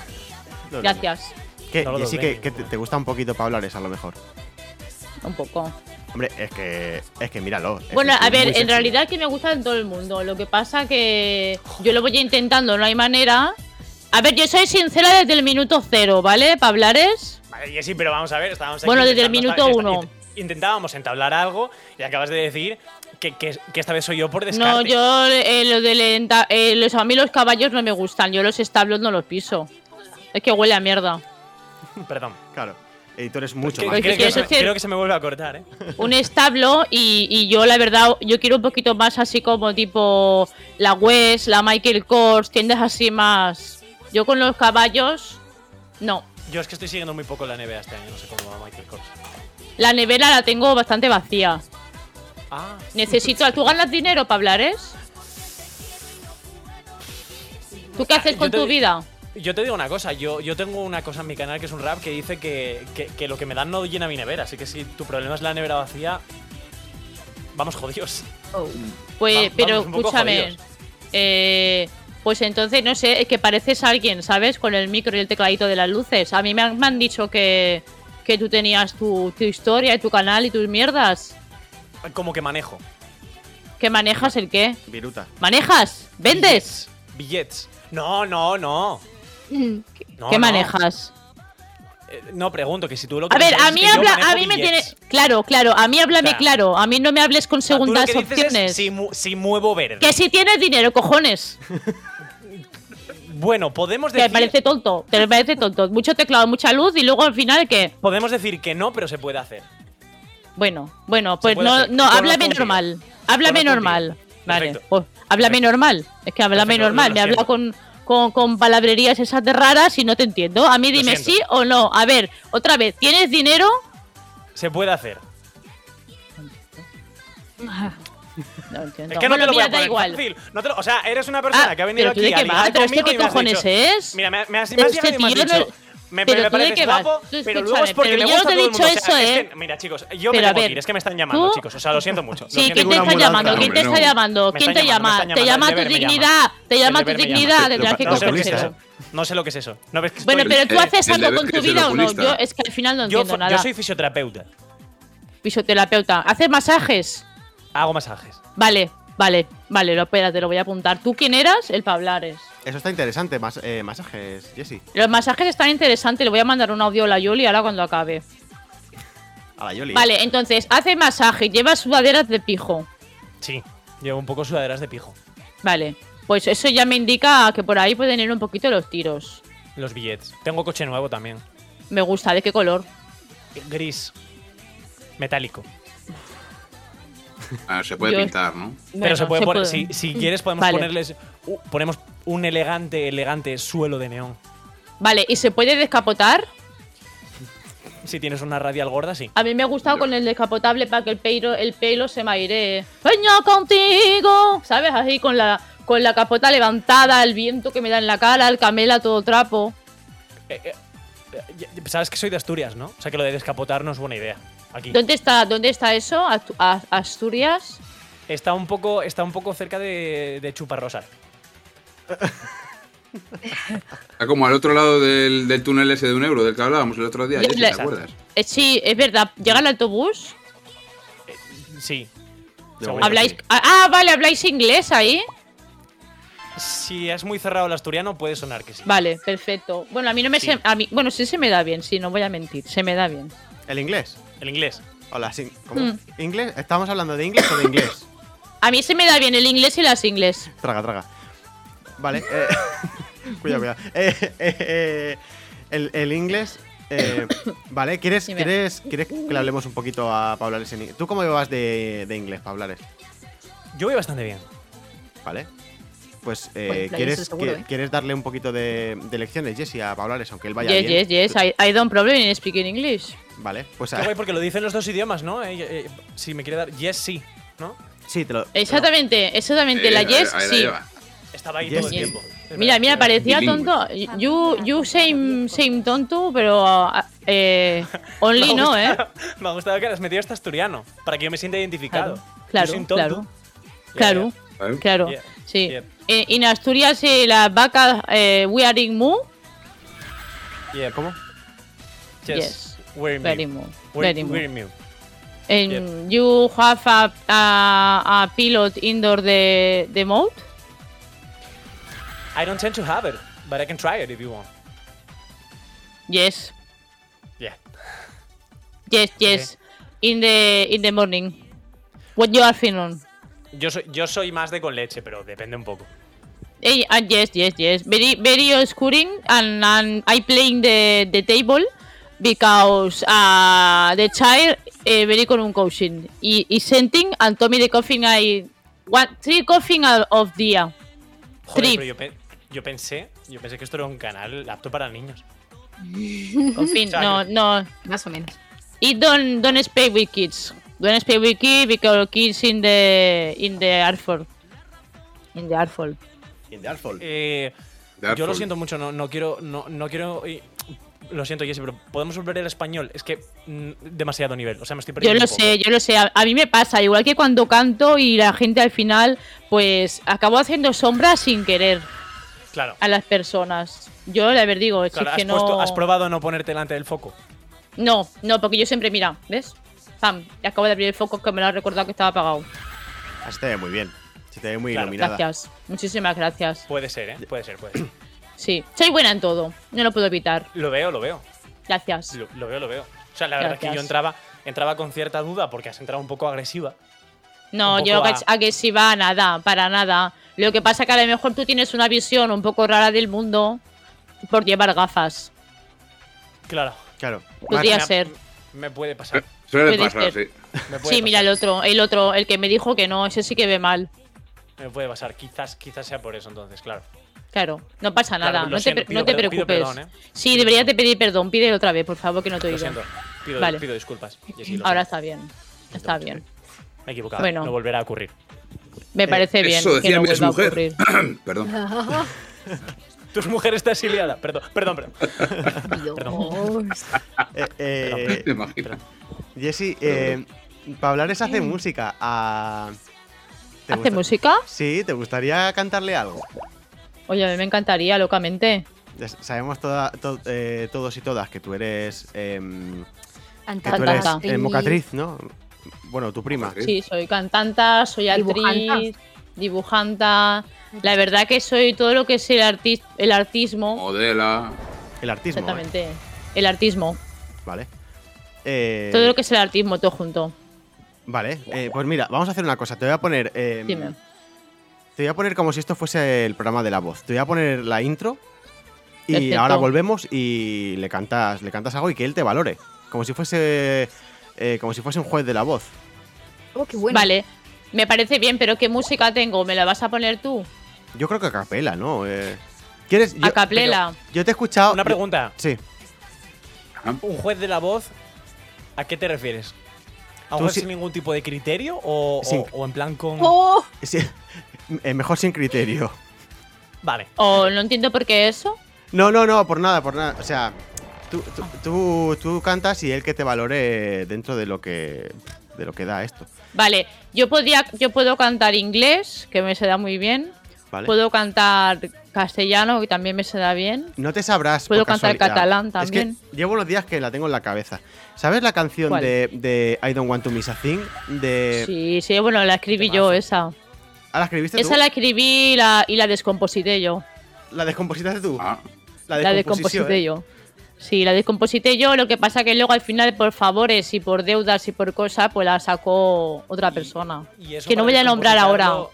Speaker 1: no, no,
Speaker 10: Gracias,
Speaker 1: no. Que,
Speaker 9: No lo
Speaker 1: y sí
Speaker 9: dudé
Speaker 1: que,
Speaker 9: en
Speaker 1: que te,
Speaker 9: ningún
Speaker 1: te gusta un poquito para hablar, es a lo mejor.
Speaker 10: un poco.
Speaker 1: Hombre, es que. Es que míralo. es
Speaker 10: Bueno,
Speaker 1: que es
Speaker 10: a ver,
Speaker 1: muy
Speaker 10: en
Speaker 1: sexy.
Speaker 10: realidad que me gusta en todo el mundo. Lo que pasa que yo lo voy intentando, no hay manera. A ver, yo soy sincera desde el minuto cero, ¿vale? Para hablares.
Speaker 9: Vale, Jessy, pero vamos a ver, estábamos aquí
Speaker 10: Bueno, desde el
Speaker 9: intentando-
Speaker 10: minuto
Speaker 9: esta-
Speaker 10: uno.
Speaker 9: int- Intentábamos entablar algo y acabas de decir que, que- que esta vez soy yo por descarte.
Speaker 10: No, yo eh, lo del enta- eh, los, a mí los caballos no me gustan, yo los establos no los piso. Es que huele a mierda.
Speaker 9: Perdón.
Speaker 1: Claro. Y tú eres mucho
Speaker 9: Que-
Speaker 1: más.
Speaker 10: Oye,
Speaker 9: creo, que
Speaker 10: ¿quieres
Speaker 9: se,
Speaker 10: decir?
Speaker 9: creo que se me vuelve a cortar, ¿eh?
Speaker 10: Un establo y, y yo la verdad, yo quiero un poquito más así como tipo la West, la Michael Kors, tiendas así más. Yo con los caballos, no.
Speaker 9: Yo es que estoy siguiendo muy poco la NBA este año, no sé cómo va Michael Kors.
Speaker 10: La nevera la tengo bastante vacía.
Speaker 9: Ah,
Speaker 10: Necesito. ¿Tú ganas dinero para hablar, eh? es? ¿Tú qué haces
Speaker 9: Ah, Yo
Speaker 10: con
Speaker 9: te-
Speaker 10: tu vida?
Speaker 9: yo te digo una cosa, yo, yo tengo una cosa en mi canal que es un rap que dice que, que- que lo que me dan no llena mi nevera, así que si tu problema es la nevera vacía, vamos jodidos.
Speaker 10: Pues,
Speaker 9: Va-
Speaker 10: pero
Speaker 9: vamos un poco
Speaker 10: escúchame.
Speaker 9: jodidos.
Speaker 10: eh, pues entonces, no sé, es que pareces alguien, ¿sabes? Con el micro y el tecladito de las luces. A mí me han, me han dicho que, que tú tenías tu, tu historia y tu canal y tus mierdas.
Speaker 9: Como que manejo.
Speaker 10: ¿Que manejas el qué?
Speaker 1: Viruta.
Speaker 10: ¿Manejas? ¿Vendes?
Speaker 9: Billets. No, no, no.
Speaker 2: Mm.
Speaker 9: No,
Speaker 10: ¿Qué
Speaker 9: no.
Speaker 10: manejas?
Speaker 9: eh, no, pregunto que si tú lo que
Speaker 10: A ver,
Speaker 9: dices
Speaker 10: a
Speaker 9: es
Speaker 10: mí,
Speaker 9: que yo
Speaker 10: habla,
Speaker 9: manejo
Speaker 10: a mí me tiene.
Speaker 9: billetes.
Speaker 10: Claro, claro, a mí háblame
Speaker 9: O sea,
Speaker 10: claro. A mí no me hables con
Speaker 9: Tú lo
Speaker 10: segundas
Speaker 9: que dices es
Speaker 10: opciones.
Speaker 9: si, mu- si muevo verde.
Speaker 10: Que si tienes dinero, cojones.
Speaker 9: Bueno, podemos
Speaker 10: Te
Speaker 9: decir, Ah.
Speaker 10: parece tonto. Te parece tonto. Mucho teclado, mucha luz y luego al final que.
Speaker 9: podemos decir que no, pero se puede hacer.
Speaker 10: Bueno, bueno, pues
Speaker 9: puede
Speaker 10: no,
Speaker 9: hacer.
Speaker 10: no,
Speaker 9: Ponlo
Speaker 10: háblame
Speaker 9: contigo.
Speaker 10: normal. Háblame
Speaker 9: Ponlo
Speaker 10: normal. Vale,
Speaker 9: Perfecto.
Speaker 10: pues háblame normal. Es que háblame
Speaker 9: Perfecto, lo-
Speaker 10: normal.
Speaker 9: lo
Speaker 10: Me habla
Speaker 9: siento.
Speaker 10: con, con, con palabrerías esas de raras y no te entiendo. A mí
Speaker 9: Lo
Speaker 10: dime
Speaker 9: siento.
Speaker 10: sí o no. A ver, otra vez, ¿tienes dinero?
Speaker 9: Se puede hacer.
Speaker 10: No entiendo.
Speaker 9: Es que
Speaker 10: Bueno,
Speaker 9: no te lo voy
Speaker 10: mira,
Speaker 9: a
Speaker 10: da
Speaker 9: poner
Speaker 10: igual.
Speaker 9: fácil. No te lo- o sea, eres una persona
Speaker 10: Ah,
Speaker 9: que ha venido
Speaker 10: pero tú
Speaker 9: aquí
Speaker 10: de qué
Speaker 9: a
Speaker 10: vas,
Speaker 9: ligar
Speaker 10: pero este
Speaker 9: conmigo
Speaker 10: qué
Speaker 9: y me has
Speaker 10: cojones
Speaker 9: dicho-
Speaker 10: es.
Speaker 9: Mira, me, me has, me
Speaker 10: Pero
Speaker 9: has llegado
Speaker 10: este
Speaker 9: y me has
Speaker 10: tío no-
Speaker 9: dicho, me,
Speaker 10: pero
Speaker 9: me
Speaker 10: tú de
Speaker 9: pareces
Speaker 10: qué vas.
Speaker 9: guapo,
Speaker 10: Tú
Speaker 9: pero luego
Speaker 10: escúchame,
Speaker 9: es porque
Speaker 10: pero
Speaker 9: me
Speaker 10: yo no
Speaker 9: gusta
Speaker 10: te he
Speaker 9: todo el mundo.
Speaker 10: dicho
Speaker 9: O sea,
Speaker 10: eso,
Speaker 9: es
Speaker 10: ¿eh?
Speaker 9: que- mira, chicos, yo
Speaker 10: Pero
Speaker 9: me
Speaker 10: a
Speaker 9: tengo que
Speaker 10: ver,
Speaker 9: ir, es que me están llamando,
Speaker 10: tú-
Speaker 9: chicos. O sea, lo siento mucho. lo
Speaker 10: Sí,
Speaker 9: siento
Speaker 10: ¿quién te
Speaker 9: mucho.
Speaker 10: está llamando? ¿Quién te está llamando?
Speaker 9: Me
Speaker 10: ¿Quién
Speaker 9: están
Speaker 10: te llama?
Speaker 9: llamando, me están
Speaker 10: Te
Speaker 9: llamando,
Speaker 10: llama
Speaker 9: el
Speaker 10: tu
Speaker 9: deber me llama.
Speaker 10: dignidad. Te
Speaker 9: El
Speaker 10: llama tu
Speaker 9: deber me llama.
Speaker 10: dignidad. Tendrás que
Speaker 1: lo- lo
Speaker 9: No sé lo que es
Speaker 1: Populista,
Speaker 10: cogérselo.
Speaker 9: eso. No sé lo que es eso. No, es que
Speaker 10: Bueno,
Speaker 9: estoy-
Speaker 10: pero tú
Speaker 3: eh,
Speaker 10: haces
Speaker 3: el
Speaker 10: algo
Speaker 3: deber
Speaker 10: con
Speaker 3: que
Speaker 10: tu
Speaker 3: es el
Speaker 10: vida o no.
Speaker 3: populista.
Speaker 10: Yo es que al final no
Speaker 9: yo,
Speaker 10: entiendo
Speaker 9: fo-
Speaker 10: nada.
Speaker 9: yo soy fisioterapeuta.
Speaker 10: Fisioterapeuta. ¿Haces masajes?
Speaker 9: Hago masajes.
Speaker 10: Vale, vale, vale. Lo, espérate, lo voy a apuntar. ¿Tú quién eras? El Pablares.
Speaker 1: Eso está interesante, mas- eh, masajes, Jesse.
Speaker 10: Los masajes están interesantes. Le voy a mandar un audio a la Yoli ahora cuando acabe.
Speaker 1: A la Yoli. ¿eh?
Speaker 10: Vale, entonces, hace masaje. Lleva sudaderas de pijo.
Speaker 9: Sí. Llevo un poco sudaderas de pijo.
Speaker 10: Vale. Pues eso ya me indica que por ahí pueden ir un poquito los tiros.
Speaker 9: Los billetes. Tengo coche nuevo también.
Speaker 10: Me gusta. ¿De qué color?
Speaker 9: Gris. Metálico.
Speaker 3: Ah, se puede
Speaker 10: Yo-
Speaker 3: pintar, ¿no?
Speaker 9: Pero se
Speaker 10: Bueno,
Speaker 9: puede poner.
Speaker 10: puede. Mm.
Speaker 9: Si, si quieres, podemos
Speaker 10: Vale.
Speaker 9: ponerles. u- ponemos un elegante, elegante suelo de neón.
Speaker 10: Vale, ¿y se puede descapotar?
Speaker 9: Si tienes una radial gorda, sí.
Speaker 10: A mí me ha gustado con el descapotable para que el pelo, el pelo se me airee. ¡Sueño contigo! ¿Sabes? Así con la, con la capota levantada, el viento que me da en la cara, el camela todo trapo.
Speaker 9: Eh, eh, eh, ya- ya- Sabes que soy de Asturias, ¿no? O sea que lo de descapotar no es buena idea. Aquí.
Speaker 10: ¿Dónde está, dónde está eso? Astu- a- Asturias.
Speaker 9: Está un poco, está un poco cerca de, de Chuparrosar.
Speaker 3: Está Ah, como al otro lado del, del túnel ese de un euro del que hablábamos el otro día,
Speaker 10: Ya,
Speaker 3: Jessy,
Speaker 10: la-
Speaker 3: ¿te acuerdas?
Speaker 10: Eh, sí, es verdad. Llega el autobús.
Speaker 9: Sí.
Speaker 1: momento
Speaker 9: Seguro.
Speaker 10: Habláis. Ah, ah, vale, habláis inglés ahí.
Speaker 9: Si es muy cerrado el asturiano, puede sonar que sí.
Speaker 10: Vale, perfecto. Bueno, a mí no me
Speaker 9: Sí.
Speaker 10: se- a mí, bueno, sí se me da bien, sí, no voy a mentir, se me da bien.
Speaker 1: ¿El inglés?
Speaker 9: El inglés.
Speaker 1: Hola, sí. ¿Cómo?
Speaker 10: Mm.
Speaker 1: ¿Inglés? ¿Estamos hablando de inglés o de inglés?
Speaker 10: A mí se me da bien el inglés y las inglés.
Speaker 1: Traga, traga. Vale. eh, cuidado, cuidado. Eh, eh, eh, el, el inglés. eh, vale, ¿quieres,
Speaker 10: Dime.
Speaker 1: ¿quieres, ¿quieres que le hablemos un poquito a Pablares en inglés? ¿Tú cómo vas de, de inglés, Pablares?
Speaker 9: Yo voy bastante bien.
Speaker 1: ¿Vale? Pues, eh,
Speaker 2: Bueno, eso
Speaker 1: ¿quieres,
Speaker 2: seguro,
Speaker 1: que-
Speaker 2: ¿eh?
Speaker 1: ¿quieres darle un poquito de, de lecciones, Jesse, a Pablares, aunque él vaya
Speaker 10: Yes,
Speaker 1: bien?
Speaker 10: yes, yes. I, I don't problem in speaking English.
Speaker 1: Vale, pues
Speaker 9: Qué
Speaker 1: ah,
Speaker 9: guay, porque lo dicen los dos idiomas, ¿no? Eh, eh, si me quiere dar yes, sí, ¿no?
Speaker 1: sí, te lo. te lo-
Speaker 10: Exactamente, exactamente.
Speaker 3: Eh,
Speaker 10: la
Speaker 3: ahí-
Speaker 10: yes,
Speaker 3: ahí la
Speaker 10: sí.
Speaker 3: lleva.
Speaker 9: Estaba ahí
Speaker 1: Yes,
Speaker 9: todo el
Speaker 1: yes.
Speaker 9: tiempo. Es
Speaker 10: Mira,
Speaker 9: verdad.
Speaker 10: mira, parecía
Speaker 3: Bilingüe.
Speaker 10: tonto. You, you same, same tonto, pero ah, eh,
Speaker 9: Me
Speaker 10: only
Speaker 9: ha
Speaker 10: no, ¿eh?
Speaker 9: gustado- Me ha gustado que lo has metido hasta asturiano, para que yo me sienta identificado.
Speaker 10: Claro, claro,
Speaker 9: Yo soy un tonto.
Speaker 10: claro, claro,
Speaker 3: ¿Vale?
Speaker 10: claro,
Speaker 9: Yeah,
Speaker 10: sí.
Speaker 9: yeah.
Speaker 10: Eh, en Asturias eh, las vacas eh, wearing moo,
Speaker 9: Yeah, yeah.
Speaker 1: ¿Cómo?
Speaker 9: Yes.
Speaker 10: Yes.
Speaker 9: We're
Speaker 10: very
Speaker 9: me.
Speaker 10: moo,
Speaker 9: We're,
Speaker 10: very moo.
Speaker 9: we're me.
Speaker 10: And you have a, a, a pilot indoor the the mode.
Speaker 9: I don't tend to have it, but I can try it if you want.
Speaker 10: Yes,
Speaker 9: Yeah.
Speaker 10: yes, yes. In the in the morning. What you are feeling?
Speaker 9: Yo soy, yo soy más de con leche, pero depende un poco.
Speaker 10: Eh, ah, yes, yes, yes. Very, very obscuring, and, and I playing the the table because uh, the child eh, very con un coaching. He, he sending and Tommy the coffin. I one three coffin of- of dia.
Speaker 9: Joder,
Speaker 10: Trip.
Speaker 9: pero yo, pe- yo pensé, yo pensé que esto era un canal apto para niños.
Speaker 10: Coffin. no, no.
Speaker 2: Más o menos.
Speaker 10: It don't don't speak with kids. Don't speak with kids because kids in the in the artful. In the artful.
Speaker 1: de Alfol.
Speaker 9: Eh,
Speaker 3: Dark
Speaker 9: yo lo
Speaker 3: Souls.
Speaker 9: siento mucho, no, no quiero, no, no quiero. y- lo siento, Jesse, pero podemos volver al español. Es que mm, demasiado nivel. O sea, me estoy
Speaker 10: Yo
Speaker 9: perdiendo.
Speaker 10: lo
Speaker 9: un poco.
Speaker 10: sé, yo lo sé. A, a mí me pasa, igual que cuando canto y la gente al final, pues acabo haciendo sombras sin querer
Speaker 9: Claro.
Speaker 10: a las personas. Yo la verdad digo, es
Speaker 9: claro, has,
Speaker 10: que no.
Speaker 9: puesto- has probado no ponerte delante del foco.
Speaker 10: no, no, porque yo siempre, mira, ¿ves? Pam, y acabo de abrir el foco que me lo ha recordado que estaba apagado.
Speaker 1: Así te ve muy bien. Se te ve muy
Speaker 9: Claro,
Speaker 1: iluminada.
Speaker 10: Gracias, muchísimas gracias.
Speaker 9: Puede ser, ¿eh? Puede ser, puede ser.
Speaker 10: Sí, soy buena en todo, no lo puedo evitar.
Speaker 9: Lo veo, lo veo.
Speaker 10: Gracias.
Speaker 9: Lo, lo veo, lo veo. O sea, la verdad es que
Speaker 10: Gracias.
Speaker 9: yo entraba, entraba con cierta duda porque has entrado un poco agresiva.
Speaker 10: No,
Speaker 9: Un
Speaker 10: yo
Speaker 9: poco
Speaker 10: a...
Speaker 9: a-
Speaker 10: a que si va nada, para nada. Lo que pasa que a lo mejor tú tienes una visión un poco rara del mundo por llevar gafas.
Speaker 9: Claro.
Speaker 1: Claro.
Speaker 10: Podría
Speaker 9: Me-
Speaker 10: ser.
Speaker 9: Me puede pasar.
Speaker 3: Eh, Suele
Speaker 10: Puede ser.
Speaker 3: pasar, sí.
Speaker 9: Me puede
Speaker 10: Sí, mira el otro, el otro, el que me dijo que no, ese sí que ve mal.
Speaker 9: Me puede pasar. Quizás, quizás sea por eso entonces, claro.
Speaker 10: Claro, no pasa
Speaker 9: Claro,
Speaker 10: nada,
Speaker 9: lo
Speaker 10: no, te,
Speaker 9: siento,
Speaker 10: pre-
Speaker 9: pido
Speaker 10: no te
Speaker 9: perdón, pido
Speaker 10: preocupes.
Speaker 9: perdón,
Speaker 10: Sí, deberías de pedir perdón, pídelo otra vez, por favor, que no te
Speaker 9: Lo
Speaker 10: oigo.
Speaker 9: siento. Pido,
Speaker 10: Vale.
Speaker 9: pido disculpas. Jessy, lo
Speaker 10: Ahora
Speaker 9: siento.
Speaker 10: está bien, está bien,
Speaker 9: Me he equivocado.
Speaker 10: Bueno.
Speaker 9: No volverá a ocurrir.
Speaker 10: me
Speaker 9: Eh,
Speaker 10: parece bien
Speaker 3: Eso
Speaker 10: que
Speaker 3: decía
Speaker 10: no
Speaker 3: mi ex
Speaker 10: vuelva a
Speaker 3: mujer.
Speaker 10: ocurrir.
Speaker 3: Perdón.
Speaker 9: Tu mujer está exiliada. Perdón, perdón, perdón.
Speaker 1: Eh, eh,
Speaker 3: Me imagino.
Speaker 1: Jessy, eh, Pablares hace música. ah, ¿te
Speaker 10: ¿Hace
Speaker 1: gusta-
Speaker 10: música?
Speaker 1: Sí, ¿te gustaría cantarle algo?
Speaker 10: Oye, a mí me encantaría, locamente.
Speaker 1: Ya s- Sabemos toda- to- eh, todos y todas que tú eres. em, que tú eres
Speaker 10: Cantata.
Speaker 1: eh, mocatriz, ¿no? Bueno, tu prima.
Speaker 10: Sí, soy cantanta, soy actriz,
Speaker 2: Dibujanta.
Speaker 10: dibujanta. La verdad que soy todo lo que es el, artis- el artismo.
Speaker 1: eh.
Speaker 3: Modela.
Speaker 1: El artismo. ¿eh?
Speaker 10: Exactamente. El artismo.
Speaker 1: Vale. Eh,
Speaker 10: Todo lo que es el artismo, todo junto.
Speaker 1: Vale, eh, pues mira, vamos a hacer una cosa. Te voy a poner. em,
Speaker 10: Dime.
Speaker 1: Te voy a poner como si esto fuese el programa de la voz. Te voy a poner la intro. Y
Speaker 10: Perfecto.
Speaker 1: ahora volvemos y le cantas, le cantas algo y que él te valore. Como si fuese. eh, como si fuese un juez de la voz.
Speaker 2: Oh, qué bueno.
Speaker 10: Vale. Me parece bien, pero ¿qué música tengo? ¿Me la vas a poner tú?
Speaker 1: Yo creo que a capela, ¿no? Eh, ¿Quieres? yo-
Speaker 10: A caplela.
Speaker 1: pero Yo te he escuchado.
Speaker 9: Una pregunta.
Speaker 1: Sí.
Speaker 9: ¿Un juez de la voz? ¿A qué te refieres? ¿A un
Speaker 1: Tú
Speaker 9: juez
Speaker 1: sí-
Speaker 9: sin ningún tipo de criterio? ¿O, o-
Speaker 1: Sin-
Speaker 9: o en plan con.?
Speaker 2: ¡Oh!
Speaker 1: sí, eh, mejor sin criterio.
Speaker 9: Vale.
Speaker 10: O no entiendo por qué eso.
Speaker 1: No, no, no, por nada, por nada. O sea, tú, tú, tú- tú cantas y él que te valore dentro de lo que. de lo que da esto.
Speaker 10: Vale. Yo podría, yo puedo cantar inglés, que me se da muy bien.
Speaker 1: ¿Vale?
Speaker 10: Puedo cantar castellano, que también me se da bien.
Speaker 1: No te sabrás.
Speaker 10: Puedo
Speaker 1: por
Speaker 10: cantar
Speaker 1: casualidad.
Speaker 10: catalán
Speaker 1: Es
Speaker 10: también.
Speaker 1: que llevo unos días que la tengo en la cabeza. ¿Sabes la canción
Speaker 10: ¿Cuál?
Speaker 1: de, de I Don't Want to Miss a Thing? De,
Speaker 10: Sí, sí, bueno, la escribí yo esa.
Speaker 1: ¿Ah, la escribiste
Speaker 10: Esa
Speaker 1: tú?
Speaker 10: la escribí y la, y la descomposité yo.
Speaker 1: ¿La descompositaste tú?
Speaker 3: Ah,
Speaker 10: La
Speaker 1: descomposición,
Speaker 10: descomposité
Speaker 1: ¿eh?
Speaker 10: yo. Sí, la descomposité yo, lo que pasa que luego al final por favores y por deudas y por cosas, pues la sacó otra persona.
Speaker 9: Y eso
Speaker 10: Que no
Speaker 9: para
Speaker 10: voy a nombrar
Speaker 9: descompositarlo-
Speaker 10: ahora.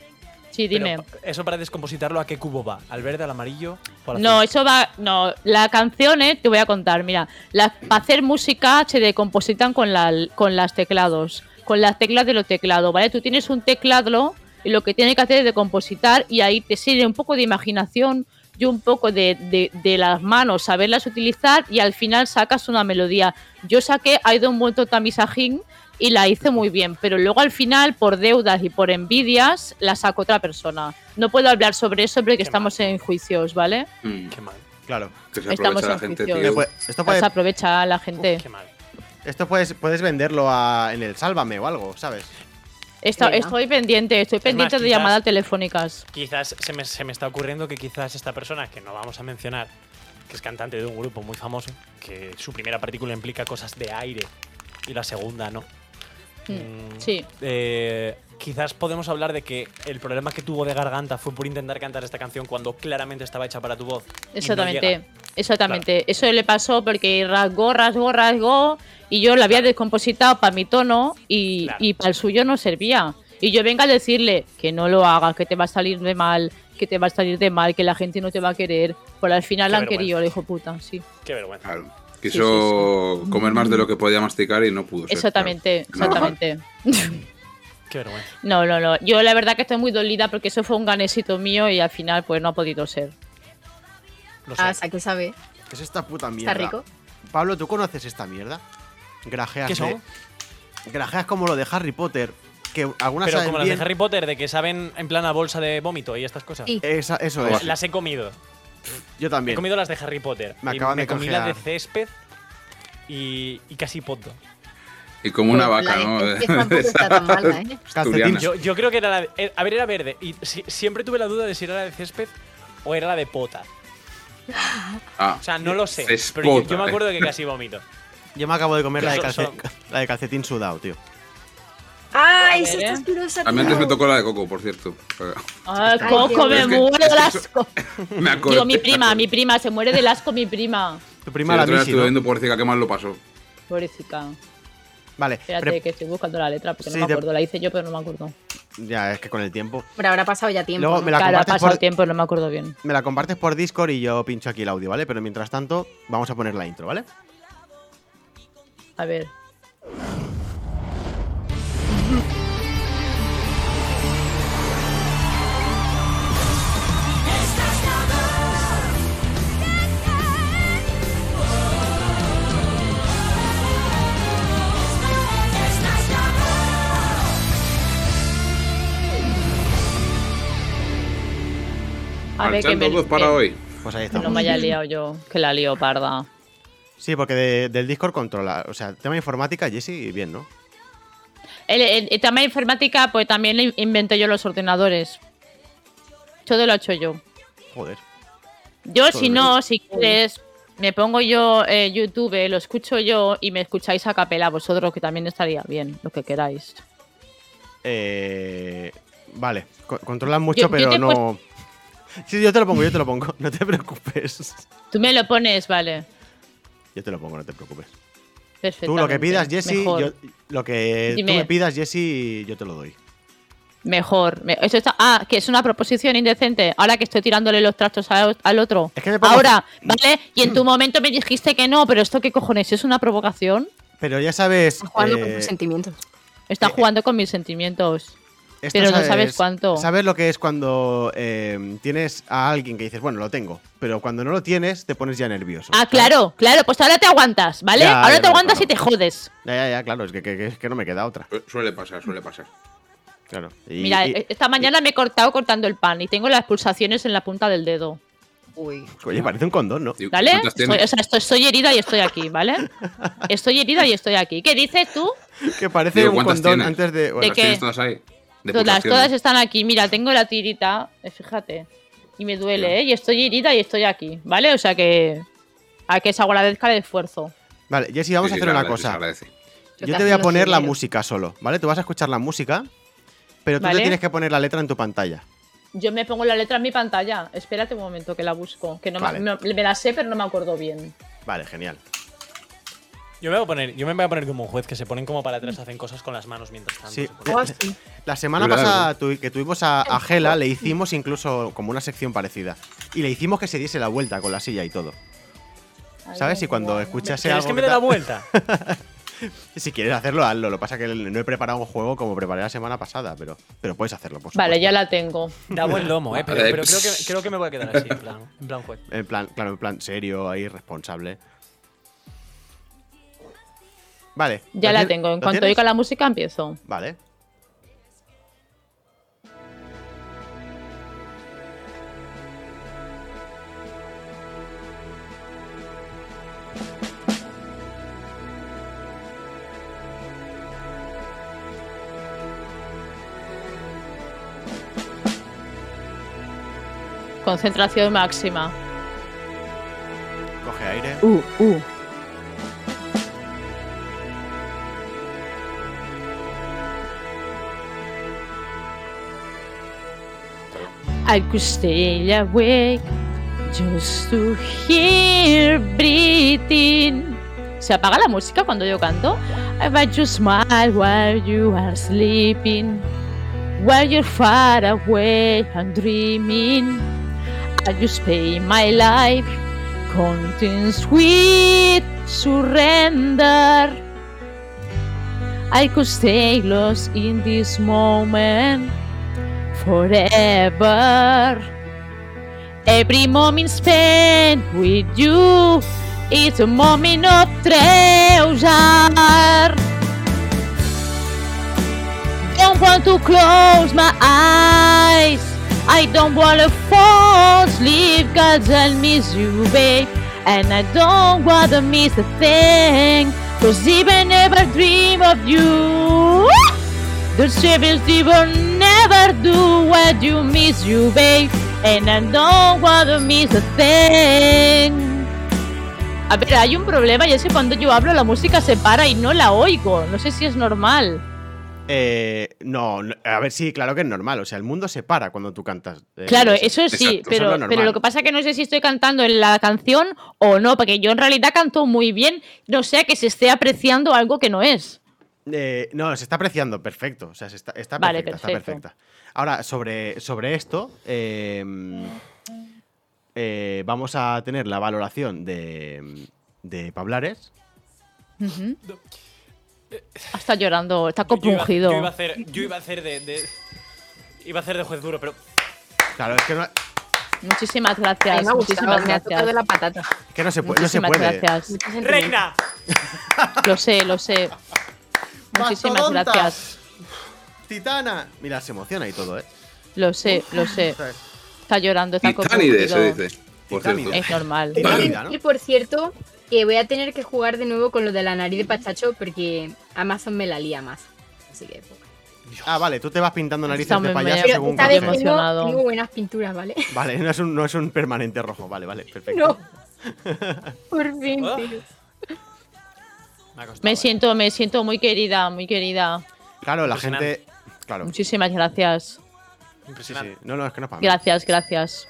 Speaker 10: Sí,
Speaker 9: pero
Speaker 10: dime.
Speaker 9: pa- ¿Eso para descompositarlo a qué cubo va? ¿Al verde, al amarillo? o al
Speaker 10: No,
Speaker 9: azul?
Speaker 10: eso va. No, las canciones, te voy a contar, mira. Las, para hacer música se decompositan con, la, con las teclados. Con las teclas de los teclados, ¿vale? Tú tienes un teclado y lo que tienes que hacer es decompositar y ahí te sirve un poco de imaginación y un poco de, de- de las manos, saberlas utilizar y al final sacas una melodía. Yo saqué I Don't Want to Tamisajín y la hice muy bien, pero luego al final, por deudas y por envidias, la sacó otra persona. No puedo hablar sobre eso porque estamos en juicios, ¿vale?
Speaker 3: mm,
Speaker 9: Qué mal.
Speaker 1: Claro.
Speaker 3: que se
Speaker 10: Estamos
Speaker 3: aprovecha la
Speaker 10: en
Speaker 3: gente,
Speaker 10: juicio.
Speaker 3: tío.
Speaker 1: Después- esto
Speaker 10: Las
Speaker 1: puede,
Speaker 10: aprovecha la gente.
Speaker 9: Qué mal.
Speaker 1: esto puedes, puedes venderlo a- en el Sálvame o algo, ¿sabes?
Speaker 10: Esto-
Speaker 2: Venga.
Speaker 10: estoy pendiente, estoy pendiente de
Speaker 9: quizás-
Speaker 10: llamadas telefónicas.
Speaker 9: Quizás se me, se me está ocurriendo que quizás esta persona, que no vamos a mencionar, que es cantante de un grupo muy famoso, que su primera partícula implica cosas de aire y la segunda no. Mm,
Speaker 10: Sí,
Speaker 9: eh, quizás podemos hablar de que el problema que tuvo de garganta fue por intentar cantar esta canción cuando claramente estaba hecha para tu voz. y no
Speaker 10: exactamente.
Speaker 9: llega.
Speaker 10: exactamente. Eso le pasó porque rasgó, rasgó, rasgó y yo la había descompositado para mi tono y,
Speaker 9: Claro.
Speaker 10: para el suyo no servía. Y yo venga a decirle que no lo hagas, que te va a salir de mal, que te va a salir de mal, que la gente no te va a querer. Por al final
Speaker 9: Qué
Speaker 10: la han
Speaker 9: vergüenza.
Speaker 10: querido, el hijo puta, sí.
Speaker 9: Qué vergüenza.
Speaker 3: Claro. Quiso comer más de lo que podía masticar y no pudo. ser,
Speaker 10: Exactamente,
Speaker 3: claro.
Speaker 10: exactamente.
Speaker 9: Qué vergüenza.
Speaker 10: No, no, no. Yo la verdad que estoy muy dolida porque eso fue un ganésito mío y al final pues no ha podido ser.
Speaker 9: Lo sé.
Speaker 2: Ah, o sea, que sabe.
Speaker 1: ¿Qué es esta puta mierda?
Speaker 2: Está rico.
Speaker 1: Pablo, ¿tú conoces esta mierda? Grajeas.
Speaker 9: ¿Qué
Speaker 1: de-
Speaker 9: son?
Speaker 1: Grajeas como lo de Harry Potter. Que algunas
Speaker 9: Pero
Speaker 1: saben
Speaker 9: como las de
Speaker 1: bien.
Speaker 9: Harry Potter, de que saben en plan a bolsa de vómito y estas cosas.
Speaker 2: Sí.
Speaker 1: Esa- eso
Speaker 3: Algo
Speaker 1: es.
Speaker 3: así.
Speaker 9: Las he comido.
Speaker 1: Yo
Speaker 9: He
Speaker 1: también.
Speaker 9: comido las de Harry Potter.
Speaker 1: Me
Speaker 9: y
Speaker 1: acaban
Speaker 9: me
Speaker 1: de
Speaker 9: comí las de
Speaker 1: congelar.
Speaker 9: césped y, y casi poto.
Speaker 3: Y como una
Speaker 2: Pues
Speaker 3: vaca,
Speaker 2: la
Speaker 3: ¿no?
Speaker 2: de Césped tampoco está tan mala, ¿eh?
Speaker 3: Asturiana.
Speaker 1: Calcetines.
Speaker 9: Yo, yo creo que era la. eh, A ver, era verde. Y si- siempre tuve la duda de si era la de césped o era la de pota.
Speaker 3: Ah,
Speaker 9: O sea, no lo sé.
Speaker 3: Céspota,
Speaker 9: pero yo, yo me
Speaker 3: eh.
Speaker 9: acuerdo que casi vomito.
Speaker 1: Yo me acabo de comer la de,
Speaker 9: Pero son-
Speaker 1: calce- la de calcetín sudado, tío.
Speaker 2: ¡Ay,
Speaker 10: ver,
Speaker 2: eso
Speaker 10: ¿eh?
Speaker 2: está asquerosa!
Speaker 3: a mí antes me
Speaker 2: tío.
Speaker 3: tocó la de coco, por cierto.
Speaker 10: Ay,
Speaker 2: Está
Speaker 10: Coco, Ah,
Speaker 2: bien.
Speaker 10: me
Speaker 3: Es que-
Speaker 10: muero
Speaker 3: es
Speaker 10: del
Speaker 3: que eso-
Speaker 10: asco.
Speaker 3: Me acordé.
Speaker 10: Digo, mi prima, mi prima, se muere del asco mi prima.
Speaker 1: Tu
Speaker 3: Sí,
Speaker 1: prima
Speaker 3: la
Speaker 1: la
Speaker 3: otra vez
Speaker 1: Missy,
Speaker 3: estuve
Speaker 1: ¿no?
Speaker 3: viendo pobrecita que mal lo pasó.
Speaker 10: Pobrecita.
Speaker 1: Vale,
Speaker 10: Espérate,
Speaker 1: pre-
Speaker 10: que estoy buscando la letra porque
Speaker 1: Eh, Sí,
Speaker 10: no me
Speaker 1: te-
Speaker 10: acuerdo. La hice yo, pero no me acuerdo.
Speaker 1: ya es que con el tiempo.
Speaker 2: Pero habrá pasado ya tiempo.
Speaker 1: Luego
Speaker 2: ¿no?
Speaker 1: me la
Speaker 10: claro, ha
Speaker 1: compartes
Speaker 10: pasado
Speaker 1: por-
Speaker 10: tiempo, no me acuerdo bien.
Speaker 1: Me la compartes por Discord y yo pincho aquí el audio, ¿vale? Pero mientras tanto, vamos a poner la intro, ¿vale?
Speaker 10: A ver. A ver, que
Speaker 3: Marchando
Speaker 10: me,
Speaker 3: dos para
Speaker 10: que-
Speaker 3: hoy.
Speaker 1: Pues ahí
Speaker 10: que
Speaker 1: estamos.
Speaker 10: no me haya liado yo, que la lío parda.
Speaker 1: Sí, porque de- del Discord controla. O sea, tema informática, Jesse, bien, ¿no?
Speaker 10: El, el- el tema de informática, pues también le inventé yo los ordenadores. Todo lo he hecho yo.
Speaker 1: Joder.
Speaker 10: Yo,
Speaker 1: Todo
Speaker 10: si
Speaker 1: el
Speaker 10: no, si quieres, me pongo yo eh, YouTube, lo escucho yo y me escucháis a capela vosotros, que también estaría bien, lo que queráis.
Speaker 1: Eh, vale, co- controlan mucho,
Speaker 10: Yo- yo
Speaker 1: pero
Speaker 10: te he
Speaker 1: no. Sí, yo te lo pongo, yo te lo pongo. No te preocupes.
Speaker 10: Tú me lo pones, vale.
Speaker 1: Yo te lo pongo, no te preocupes.
Speaker 10: Perfecto.
Speaker 1: Tú lo que pidas, Jesse,
Speaker 10: Mejor.
Speaker 1: yo- lo que
Speaker 10: Dime.
Speaker 1: tú me pidas, Jesse, yo te lo doy.
Speaker 10: mejor. Me- Eso está, ah, que es una proposición indecente. Ahora que estoy tirándole los trastos a- al otro.
Speaker 1: Es que me pongo-
Speaker 10: Ahora, ¿vale? Y en tu momento me dijiste que no, pero esto qué cojones, ¿es una provocación?
Speaker 1: Pero ya sabes.
Speaker 2: Jugando
Speaker 1: eh,
Speaker 2: con tus sentimientos.
Speaker 10: Está jugando con mis sentimientos.
Speaker 1: esto
Speaker 10: Pero no sabes cuánto.
Speaker 1: Sabes lo que es cuando eh, tienes a alguien que dices, bueno, lo tengo. Pero cuando no lo tienes, te pones ya nervioso.
Speaker 10: Ah, claro, claro, pues ahora te aguantas, ¿vale?
Speaker 1: Ya,
Speaker 10: ahora
Speaker 1: ya,
Speaker 10: te
Speaker 1: claro,
Speaker 10: aguantas
Speaker 1: claro.
Speaker 10: y te jodes.
Speaker 1: Ya, ya, ya, claro, es que, que- que- es que no me queda otra.
Speaker 3: Su- Eh, Suele pasar, suele pasar.
Speaker 1: Claro. Y-
Speaker 10: Mira, eh, e,
Speaker 1: y-
Speaker 10: esta mañana me he cortado cortando el pan y tengo las pulsaciones en la punta del dedo.
Speaker 2: Uy.
Speaker 1: Oye, parece un condón, ¿no?
Speaker 3: Digo,
Speaker 10: ¿Vale?
Speaker 3: ¿cuántas tienes?
Speaker 10: Estoy, o sea, estoy, estoy herida y estoy aquí, ¿vale? Estoy herida y estoy aquí. ¿Qué dices tú?
Speaker 1: Que parece
Speaker 3: Digo,
Speaker 1: un
Speaker 3: ¿cuántas
Speaker 1: condón
Speaker 3: tienes?
Speaker 1: antes de. bueno,
Speaker 10: ¿De
Speaker 3: ¿Las tienes
Speaker 10: qué? Pues
Speaker 3: todas ahí? De
Speaker 10: Todas,
Speaker 3: pulsaciones.
Speaker 10: todas están aquí. Mira, tengo la tirita, eh, fíjate. Y me duele, ¿eh? Y estoy herida y estoy aquí, ¿vale? O sea que. A que se agradezca el esfuerzo.
Speaker 1: Vale, Jesse, vamos a
Speaker 3: Sí, sí,
Speaker 1: hacer
Speaker 3: se
Speaker 1: una
Speaker 3: agradece, se
Speaker 1: cosa.
Speaker 3: agradece.
Speaker 1: Yo te
Speaker 10: Tocaste
Speaker 1: voy a
Speaker 10: los
Speaker 1: poner la
Speaker 10: primeros.
Speaker 1: música solo, ¿vale? Tú vas a escuchar la música, pero tú
Speaker 10: Vale.
Speaker 1: te tienes que poner la letra en tu pantalla.
Speaker 10: Yo me pongo la letra en mi pantalla. Espérate un momento que la busco. Que no me-
Speaker 1: Vale.
Speaker 10: me, me la sé, pero no me acuerdo bien.
Speaker 1: Vale, genial.
Speaker 9: Yo me voy a poner, yo me voy a poner como un juez que se ponen como para atrás, hacen cosas con las manos mientras tanto.
Speaker 1: Sí.
Speaker 9: se ponen-
Speaker 1: La, la semana
Speaker 3: Claro.
Speaker 1: pasada tu- que tuvimos a, a Gela, le hicimos incluso como una sección parecida. Y le hicimos que se diese la vuelta con la silla y todo. ¿Sabes? Y cuando escuchas
Speaker 9: ¿Quieres
Speaker 1: algo
Speaker 9: que me
Speaker 1: que
Speaker 9: dé la
Speaker 1: tal-
Speaker 9: vuelta?
Speaker 1: Si quieres hacerlo, hazlo. Lo que pasa es que no he preparado un juego como preparé la semana pasada, pero, pero puedes hacerlo, por supuesto.
Speaker 10: Vale, ya la tengo.
Speaker 9: Da buen lomo, eh. Pero,
Speaker 3: Vale.
Speaker 9: pero creo, que, creo que me voy a quedar así, en plan, en plan juez.
Speaker 1: En plan, claro, en plan serio, ahí, responsable. Vale.
Speaker 10: Ya
Speaker 1: ¿lo
Speaker 10: la
Speaker 1: tien-
Speaker 10: tengo. En
Speaker 1: lo
Speaker 10: cuanto
Speaker 1: tienes?
Speaker 10: oiga la música, empiezo.
Speaker 1: Vale.
Speaker 10: Concentración máxima.
Speaker 1: Coge aire.
Speaker 10: Uh, uh. I could stay awake just to hear breathing. ¿Se apaga la música cuando yo canto? But you smile while you are sleeping, while you're far away and dreaming. I just pay my life, contents with surrender. I could stay lost in this moment forever. Every moment spent with you is a moment of treasure. Don't want to close my eyes. I don't want to fall asleep cause I'll miss you, babe. And I don't want to miss a thing. Cause even if I dream of you, the shepherds they will never do what you miss, you babe. And I don't wanna miss a thing. A ver, hay un problema y es que cuando yo hablo la música se para y no la oigo. No sé si es normal.
Speaker 1: eh, no, no, a ver, sí, claro que es normal. O sea, el mundo se para cuando tú cantas. eh,
Speaker 10: Claro,
Speaker 1: Beyoncé.
Speaker 10: eso sí,
Speaker 1: Exacto.
Speaker 10: pero,
Speaker 1: Eso es
Speaker 10: pero lo
Speaker 1: normal.
Speaker 10: que pasa es que no sé si estoy cantando en la canción o no, porque yo en realidad canto muy bien, no sea que se esté apreciando algo que no es.
Speaker 1: Eh, no, se está apreciando, perfecto. O sea, se está, está
Speaker 10: Vale,
Speaker 1: perfecta,
Speaker 10: perfecto.
Speaker 1: está perfecta. Ahora, sobre, sobre esto, eh, eh, vamos a tener la valoración de, de Pablares.
Speaker 10: Ujú. Está llorando, está
Speaker 9: Yo iba,
Speaker 10: compungido.
Speaker 9: yo iba a hacer, yo iba a hacer de, de- Iba a hacer de juez duro, pero.
Speaker 1: Claro, es que no,
Speaker 10: Muchísimas
Speaker 11: Ay,
Speaker 10: gracias,
Speaker 11: me ha gustado,
Speaker 10: muchísimas
Speaker 11: me ha
Speaker 10: gracias.
Speaker 11: tocado la patata.
Speaker 1: es que no se, puede- no se
Speaker 10: Muchísimas
Speaker 1: puede.
Speaker 10: gracias.
Speaker 9: ¡Reina!
Speaker 10: Lo sé, lo sé. Muchísimas
Speaker 1: Mastodonta.
Speaker 10: gracias.
Speaker 1: ¡Titana! Mira, se emociona y todo, ¿eh?
Speaker 10: Lo sé, lo sé. Está llorando, está
Speaker 3: Titánide
Speaker 10: compungido.
Speaker 3: se dice. Por cierto.
Speaker 1: Titánide.
Speaker 10: Es normal.
Speaker 1: Ah,
Speaker 2: Y por cierto, que voy a tener que jugar de nuevo con lo de la nariz de pachacho porque Amazon me la lía más. Así que. pues,
Speaker 1: Ah, vale, tú te vas pintando narices
Speaker 10: Está
Speaker 1: de
Speaker 10: muy
Speaker 1: payaso
Speaker 10: medio-
Speaker 1: según
Speaker 2: Esta vez
Speaker 1: canciones.
Speaker 2: tengo, tengo buenas pinturas, ¿vale?
Speaker 1: Vale, no es, un, no es un permanente rojo, vale, vale, perfecto.
Speaker 2: No. Por fin, tío.
Speaker 9: eh.
Speaker 10: Me siento, me siento muy querida, muy querida.
Speaker 1: Claro, la gente. Claro.
Speaker 10: Muchísimas gracias.
Speaker 1: Impresionante. No, no, es que no es para mí.
Speaker 10: Gracias, gracias.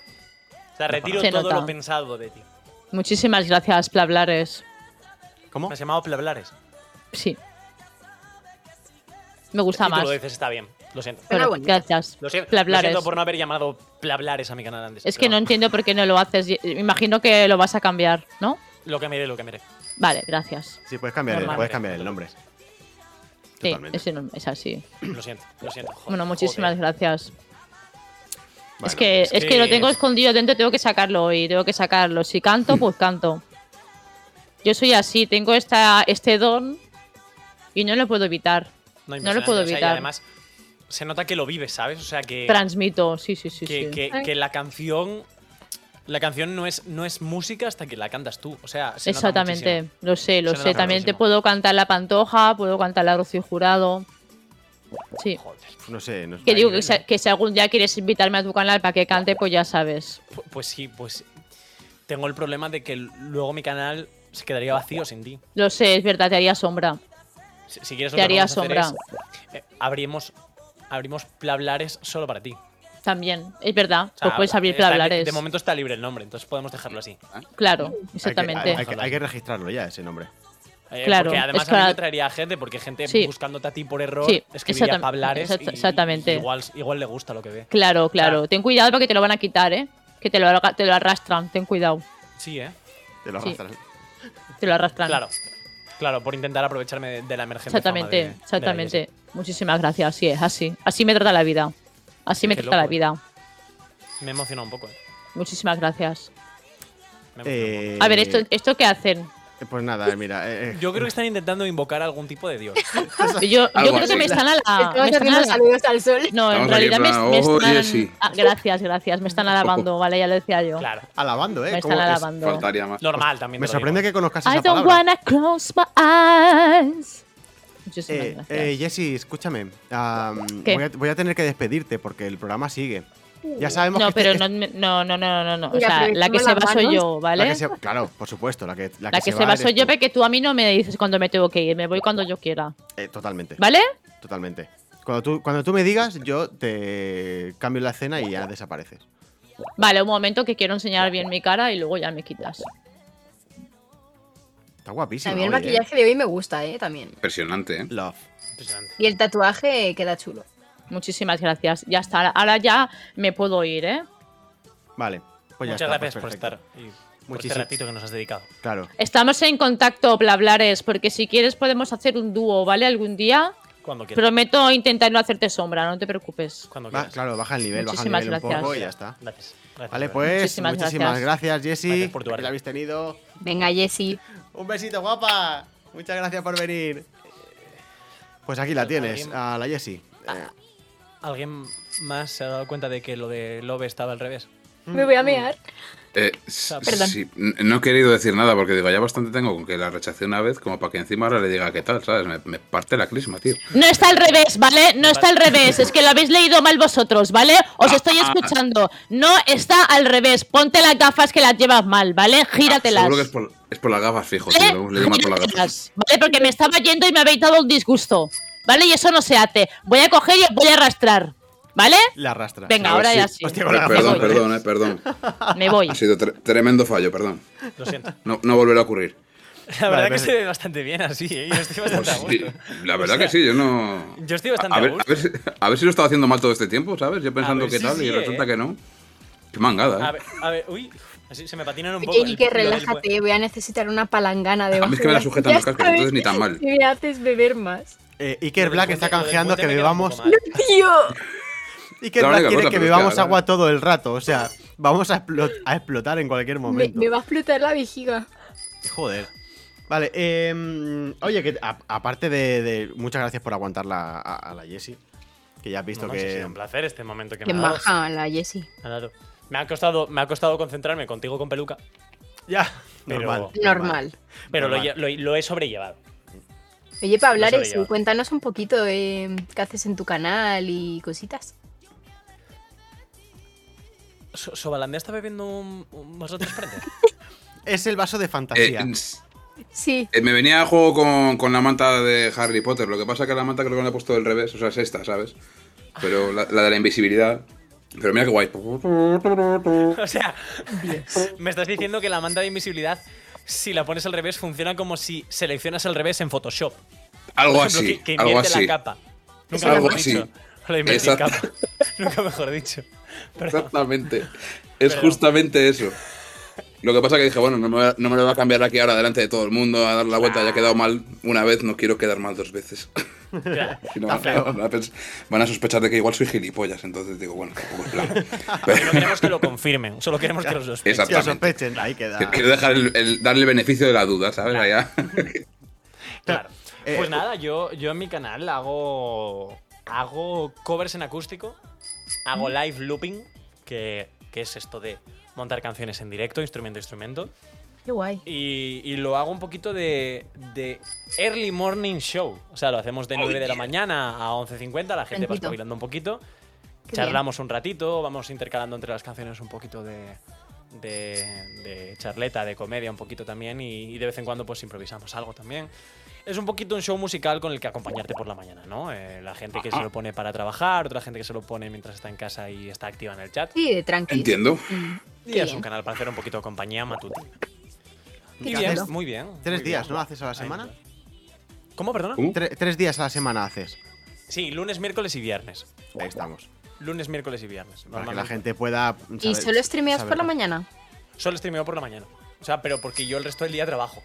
Speaker 9: O sea, retiro
Speaker 10: Se
Speaker 9: todo
Speaker 10: nota.
Speaker 9: lo pensado de ti.
Speaker 10: Muchísimas gracias, Plablares.
Speaker 1: ¿Cómo?
Speaker 9: Me has llamado Plablares.
Speaker 10: Sí. Me gusta
Speaker 9: Y tú
Speaker 10: más.
Speaker 9: lo dices, está bien. Lo siento.
Speaker 10: Pero gracias.
Speaker 9: Lo siento, lo
Speaker 10: Plablares.
Speaker 9: siento por no haber llamado Plablares a mi canal antes.
Speaker 10: Es que no entiendo por qué no lo haces. y- Imagino que lo vas a cambiar, ¿no?
Speaker 9: Lo que miré, lo que miré.
Speaker 10: Vale, gracias.
Speaker 1: Sí, puedes cambiar, el,
Speaker 10: Normal.
Speaker 1: puedes cambiar el nombre.
Speaker 10: Sí,
Speaker 1: Totalmente.
Speaker 10: es, enorm- es así.
Speaker 9: Lo siento, lo siento. Joder,
Speaker 10: Bueno, muchísimas
Speaker 9: joder.
Speaker 10: gracias.
Speaker 1: Bueno,
Speaker 10: es que
Speaker 9: es
Speaker 10: es que lo
Speaker 9: que-
Speaker 10: tengo escondido dentro, tengo que sacarlo hoy, tengo que sacarlo. Si canto, pues canto. Yo soy así, tengo esta este don y no lo puedo evitar. No, lo
Speaker 9: impresionante,
Speaker 10: puedo
Speaker 9: o sea, y
Speaker 10: evitar.
Speaker 9: además, se nota que lo vives, ¿sabes? O sea, que.
Speaker 10: Transmito, sí, sí, sí.
Speaker 9: que,
Speaker 10: sí.
Speaker 9: que- que la canción. La canción no es, no es música hasta que la cantas tú. O sea, se nota
Speaker 10: Exactamente,
Speaker 9: muchísimo.
Speaker 10: lo sé, lo
Speaker 9: Se
Speaker 10: sé.
Speaker 9: nota
Speaker 10: También te
Speaker 9: muchísimo.
Speaker 10: puedo cantar La Pantoja, puedo cantar La Rocío Jurado. Sí.
Speaker 1: Pues No sé, no sé.
Speaker 10: Que digo que si, que si algún día quieres invitarme a tu canal para que cante, pues ya sabes.
Speaker 9: Pu- Pues sí, pues. Tengo el problema de que luego mi canal se quedaría vacío sin ti.
Speaker 10: Lo sé, es verdad, te haría sombra.
Speaker 9: Si, si quieres,
Speaker 10: Te
Speaker 9: lo que
Speaker 10: haría
Speaker 9: vamos a hacer
Speaker 10: sombra.
Speaker 9: es, eh, abrimos, abrimos Plablares solo para ti. O
Speaker 10: También, es verdad.
Speaker 9: sea,
Speaker 10: pues puedes abrir
Speaker 9: está-
Speaker 10: Plablares.
Speaker 9: De momento está libre el nombre, entonces podemos dejarlo así.
Speaker 10: Claro,
Speaker 1: Hay que,
Speaker 10: exactamente.
Speaker 1: hay que- hay que registrarlo ya, ese nombre.
Speaker 9: Eh,
Speaker 10: Claro,
Speaker 9: porque además
Speaker 10: es para-
Speaker 9: a mí me traería gente, porque gente
Speaker 10: Sí.
Speaker 9: buscándote a ti por error
Speaker 10: Sí,
Speaker 9: escribiría
Speaker 10: exactam-
Speaker 9: Plablares.
Speaker 10: exact-
Speaker 9: y-
Speaker 10: exactamente.
Speaker 9: y igual, igual le gusta lo que ve.
Speaker 10: Claro, claro.
Speaker 9: O sea,
Speaker 10: Ten cuidado porque te lo van a quitar, ¿eh? Que te lo, arga- te lo arrastran, ten cuidado.
Speaker 9: sí, ¿eh?
Speaker 1: Te lo
Speaker 10: Sí.
Speaker 1: arrastran.
Speaker 10: Te lo arrastran.
Speaker 9: Claro. Claro, por intentar aprovecharme de, de la emergencia.
Speaker 10: exactamente,
Speaker 9: fama de- de la
Speaker 10: exactamente. Muchísimas gracias, así es, así. Así me trata la vida. Así me
Speaker 9: Qué
Speaker 10: trata la
Speaker 9: loco, ¿eh?
Speaker 10: vida.
Speaker 9: Jessie. Me emociona un poco. eh.
Speaker 10: Muchísimas gracias.
Speaker 9: Me emociona un
Speaker 1: Eh,
Speaker 10: A ver, ¿esto, esto qué hacen?
Speaker 1: Pues nada, mira. eh, eh,
Speaker 9: poco. Yo creo que están intentando invocar algún tipo de dios.
Speaker 10: Yo, yo
Speaker 3: Algo
Speaker 10: creo que
Speaker 3: así.
Speaker 10: me están a la.
Speaker 2: Estamos
Speaker 10: me están a
Speaker 2: haciendo
Speaker 10: la-
Speaker 2: saludos al sol.
Speaker 10: No, en
Speaker 3: Estamos aquí en
Speaker 10: realidad me,
Speaker 3: plan,
Speaker 10: me
Speaker 3: "Ojo,
Speaker 10: están.
Speaker 3: Jessy".
Speaker 10: Ah, gracias, gracias. Me están alabando, vale, ya lo decía yo.
Speaker 9: Claro.
Speaker 1: Alabando, ¿eh?
Speaker 10: Me están
Speaker 1: ¿Cómo es?
Speaker 10: alabando.
Speaker 3: Faltaría más.
Speaker 9: Normal también.
Speaker 1: Me
Speaker 9: te lo
Speaker 1: sorprende que conozcas
Speaker 10: I
Speaker 1: esa
Speaker 10: don't
Speaker 1: palabra.
Speaker 10: wanna close my eyes. Muchísimas
Speaker 1: Eh,
Speaker 10: gracias.
Speaker 1: eh, Jessy, escúchame. ah,
Speaker 10: ¿Qué?
Speaker 1: voy, a, voy a tener que despedirte porque el programa sigue. Ya sabemos
Speaker 10: No,
Speaker 1: que
Speaker 10: pero
Speaker 1: este-
Speaker 10: no, me- no, no, no, no, no. O
Speaker 2: Mira,
Speaker 10: sea, la que
Speaker 2: aprovechemos
Speaker 10: se
Speaker 2: las
Speaker 10: va soy
Speaker 2: manos.
Speaker 10: yo,
Speaker 1: la que
Speaker 10: ¿vale?
Speaker 1: se- claro, por supuesto, la que, la
Speaker 10: La que se va soy
Speaker 1: eres
Speaker 10: yo,
Speaker 1: tú.
Speaker 10: porque tú a mí no me dices cuando me tengo que ir, me voy cuando yo quiera.
Speaker 1: Eh, totalmente,
Speaker 10: ¿Vale?
Speaker 1: totalmente. Cuando tú, cuando tú me digas, yo te cambio la escena y ya desapareces.
Speaker 10: Vale, un momento que quiero enseñar bien mi cara y luego ya me quitas.
Speaker 1: Está guapísimo.
Speaker 2: También el
Speaker 1: hoy, eh.
Speaker 2: maquillaje de hoy me gusta, ¿eh? También.
Speaker 3: Impresionante, ¿eh?
Speaker 1: Love.
Speaker 9: digo. Impresionante.
Speaker 2: Y el tatuaje queda chulo.
Speaker 10: Muchísimas gracias. Ya está, ahora ya me puedo ir, ¿eh?
Speaker 1: Vale. Pues ya
Speaker 9: Muchas
Speaker 1: está, pues
Speaker 9: gracias por
Speaker 1: perfecto.
Speaker 9: estar y por este
Speaker 1: Muchísimo-
Speaker 9: ratito que nos has dedicado.
Speaker 1: Claro.
Speaker 10: Estamos en contacto, Blablares, porque si quieres podemos hacer un dúo, ¿vale? Algún día.
Speaker 9: Cuando quieras.
Speaker 10: Prometo intentar no hacerte sombra, no te preocupes.
Speaker 9: Cuando
Speaker 1: Va-
Speaker 9: quieras.
Speaker 1: claro, baja el nivel, baja el
Speaker 10: Muchísimas
Speaker 1: nivel un poco
Speaker 10: gracias.
Speaker 1: y ya está.
Speaker 9: Gracias. gracias,
Speaker 1: Vale,
Speaker 9: Albert.
Speaker 1: pues muchísimas,
Speaker 10: Muchísimas
Speaker 1: gracias, Jessy.
Speaker 9: Gracias por
Speaker 1: Por
Speaker 9: tu
Speaker 1: que
Speaker 9: arte.
Speaker 1: la habéis tenido.
Speaker 2: Venga, Jessy.
Speaker 1: Un besito, guapa. Muchas gracias por venir. Pues aquí la tienes,
Speaker 9: ¿Alguien?
Speaker 1: a la Jessy.
Speaker 10: Ah.
Speaker 9: ¿Alguien más se ha dado cuenta de que lo de Love estaba al revés? Mm.
Speaker 2: Me voy a mear.
Speaker 3: Eh, s-
Speaker 9: Perdón.
Speaker 3: sí, n- no he querido decir nada porque digo, ya bastante tengo con que la rechacé una vez, como para que encima ahora le diga qué tal, ¿sabes? Me, me parte la clisma, tío.
Speaker 10: No está al revés, ¿vale? No está al revés. Es que lo habéis leído mal vosotros, ¿vale? Os estoy
Speaker 3: Ah.
Speaker 10: escuchando. No está al revés. Ponte las gafas que las llevas mal, ¿vale? Gíratelas. ¿Eh?
Speaker 3: Seguro que es por, es por las gafas, fijo,
Speaker 10: ¿Vale?
Speaker 3: tío. Le digo mal por las gafas.
Speaker 10: Gíratelas, ¿Vale? Porque me estaba yendo y me habéis dado un disgusto. ¿Vale? Y eso no se hace. Voy a coger y os voy a arrastrar. ¿Vale?
Speaker 1: La arrastra.
Speaker 10: Venga, ahora ya sí.
Speaker 1: Hostia,
Speaker 3: Eh,
Speaker 1: con la
Speaker 3: perdón,
Speaker 1: gafa.
Speaker 3: perdón, eh, perdón.
Speaker 10: Me voy.
Speaker 3: Ha sido tre- tremendo fallo, perdón.
Speaker 9: Lo siento.
Speaker 3: No, no volverá a ocurrir.
Speaker 9: La verdad
Speaker 1: Vale, pues
Speaker 9: que
Speaker 1: pero-
Speaker 9: se ve bastante bien así, ¿eh? Yo estoy bastante a
Speaker 3: Pues Sí,
Speaker 9: gusto.
Speaker 3: la verdad
Speaker 9: O sea,
Speaker 3: que sí, yo no.
Speaker 9: Yo estoy bastante
Speaker 3: a,
Speaker 9: a
Speaker 3: ver,
Speaker 9: gusto.
Speaker 3: a ver si, a ver si lo estaba haciendo mal todo este tiempo, ¿sabes? Yo pensando
Speaker 9: A ver,
Speaker 3: que
Speaker 9: sí,
Speaker 3: tal
Speaker 9: sí,
Speaker 3: y
Speaker 9: eh.
Speaker 3: resulta que no. Qué mangada,
Speaker 9: A
Speaker 3: ¿eh?
Speaker 9: ver, a ver, uy, así se me patinan un poco.
Speaker 2: Oye, que
Speaker 9: el- lo del-
Speaker 2: relájate, voy a necesitar una palangana de
Speaker 3: A mí Ah, es que me la sujetan los cascos, entonces ni tan mal.
Speaker 2: Y me haces beber más.
Speaker 1: Eh, Iker Black está canjeando que
Speaker 9: me queda un poco
Speaker 1: bebamos.
Speaker 9: mal.
Speaker 2: Tío,
Speaker 1: Iker
Speaker 3: La
Speaker 1: Black quiere
Speaker 3: única cosa,
Speaker 1: que
Speaker 3: pero es que
Speaker 1: bebamos
Speaker 3: ahora-
Speaker 1: agua todo el rato. O sea, vamos a, explo- a explotar en cualquier
Speaker 2: me,
Speaker 1: momento.
Speaker 2: me va a explotar la vejiga.
Speaker 1: Joder. Vale, eh, oye, que a- aparte de, de- Muchas gracias por aguantarla a, a la Jessie. Que ya has visto
Speaker 9: No, no, sí, ha
Speaker 1: que.
Speaker 9: sido un placer este momento que
Speaker 2: Que
Speaker 9: me ha dado.
Speaker 2: baja la Jessie.
Speaker 9: Claro. Me ha costado, me ha costado concentrarme contigo con peluca,
Speaker 1: Ya,
Speaker 9: Pero-
Speaker 1: normal.
Speaker 2: Normal.
Speaker 9: pero lo,
Speaker 1: Normal.
Speaker 9: lle- lo- lo he sobrellevado.
Speaker 2: Oye, para hablar
Speaker 9: No se le
Speaker 2: eso,
Speaker 9: lleva.
Speaker 2: cuéntanos un poquito eh, qué haces en tu canal y cositas.
Speaker 9: So- Sobalandea está bebiendo un, un vaso transparente.
Speaker 1: Es el vaso de
Speaker 3: Eh,
Speaker 1: fantasía.
Speaker 3: s-
Speaker 2: Sí,
Speaker 3: eh, me venía a juego con, con la manta de Harry Potter. Lo que pasa que la manta creo que la he puesto del revés. O sea, es esta, ¿sabes? Pero la, la de la invisibilidad. Pero mira qué guay.
Speaker 9: o sea, me estás diciendo que la manta de invisibilidad, si la pones al revés, funciona como si seleccionas al revés en Photoshop.
Speaker 3: Algo
Speaker 9: Por ejemplo,
Speaker 3: así.
Speaker 9: que, que
Speaker 3: Algo
Speaker 9: invierte
Speaker 3: así.
Speaker 9: la capa.
Speaker 2: Es
Speaker 9: Nunca mejor
Speaker 3: algo así.
Speaker 9: dicho. Lo de invertir
Speaker 3: Exacto.
Speaker 9: capa. Nunca mejor dicho. Pero,
Speaker 3: Exactamente. Es
Speaker 9: Pero-
Speaker 3: justamente eso. Lo que pasa que dije, bueno, no me, va- no me lo va a cambiar aquí ahora delante de todo el mundo a dar la vuelta. Ya he quedado mal una vez, no quiero quedar mal dos veces.
Speaker 9: claro,
Speaker 3: Si no, van, a, van a pens- van a sospechar de que igual soy gilipollas, entonces digo, bueno, tampoco es plan. Pero-
Speaker 9: no queremos que lo confirmen, solo queremos que los dos.
Speaker 1: que lo
Speaker 3: exactamente.
Speaker 1: sospechen, ahí queda.
Speaker 3: Quiero dejar el, el- darle el beneficio de la duda, ¿sabes? Allá.
Speaker 9: Claro.
Speaker 1: Eh,
Speaker 9: Pues nada, yo, yo en mi canal hago. Hago covers en acústico. Hago live looping, que, que es esto de montar canciones en directo, instrumento a instrumento.
Speaker 2: qué guay.
Speaker 9: Y, y lo hago un poquito de, de early morning show. O sea, lo hacemos de 9 de la mañana a 11.50, la gente va
Speaker 2: Tranquito.
Speaker 9: espabilando un poquito.
Speaker 2: Qué
Speaker 9: charlamos un ratito, vamos intercalando entre las canciones un poquito de, de, de charleta, de comedia un poquito también y, y de vez en cuando pues improvisamos algo también. Es un poquito un show musical con el que acompañarte por la mañana, ¿no? Eh, la gente que se lo pone para trabajar, otra gente que se lo pone mientras está en casa y está activa en el chat.
Speaker 2: Sí, de tranqui.
Speaker 3: Entiendo.
Speaker 2: Mm,
Speaker 9: Y
Speaker 2: qué
Speaker 9: es un
Speaker 2: bien.
Speaker 9: canal para hacer un poquito de compañía matutina.
Speaker 2: Qué
Speaker 9: Y bien,
Speaker 2: chulo.
Speaker 9: muy bien.
Speaker 1: Tres
Speaker 9: muy
Speaker 1: días,
Speaker 9: bien.
Speaker 1: ¿no? ¿Haces a la
Speaker 9: Ahí
Speaker 1: semana?
Speaker 9: está. ¿Cómo, perdona?
Speaker 3: ¿Cómo?
Speaker 1: Tre- tres días a la semana haces.
Speaker 9: Sí, lunes, miércoles y viernes.
Speaker 1: Ahí estamos.
Speaker 9: Lunes, miércoles y viernes.
Speaker 1: Para que
Speaker 9: Normalmente.
Speaker 1: la gente pueda.
Speaker 2: ¿Y
Speaker 1: saber-
Speaker 2: solo streameas por la
Speaker 1: saberlo.
Speaker 2: mañana?
Speaker 9: Solo streameo por la mañana. O sea, pero porque yo el resto del día trabajo.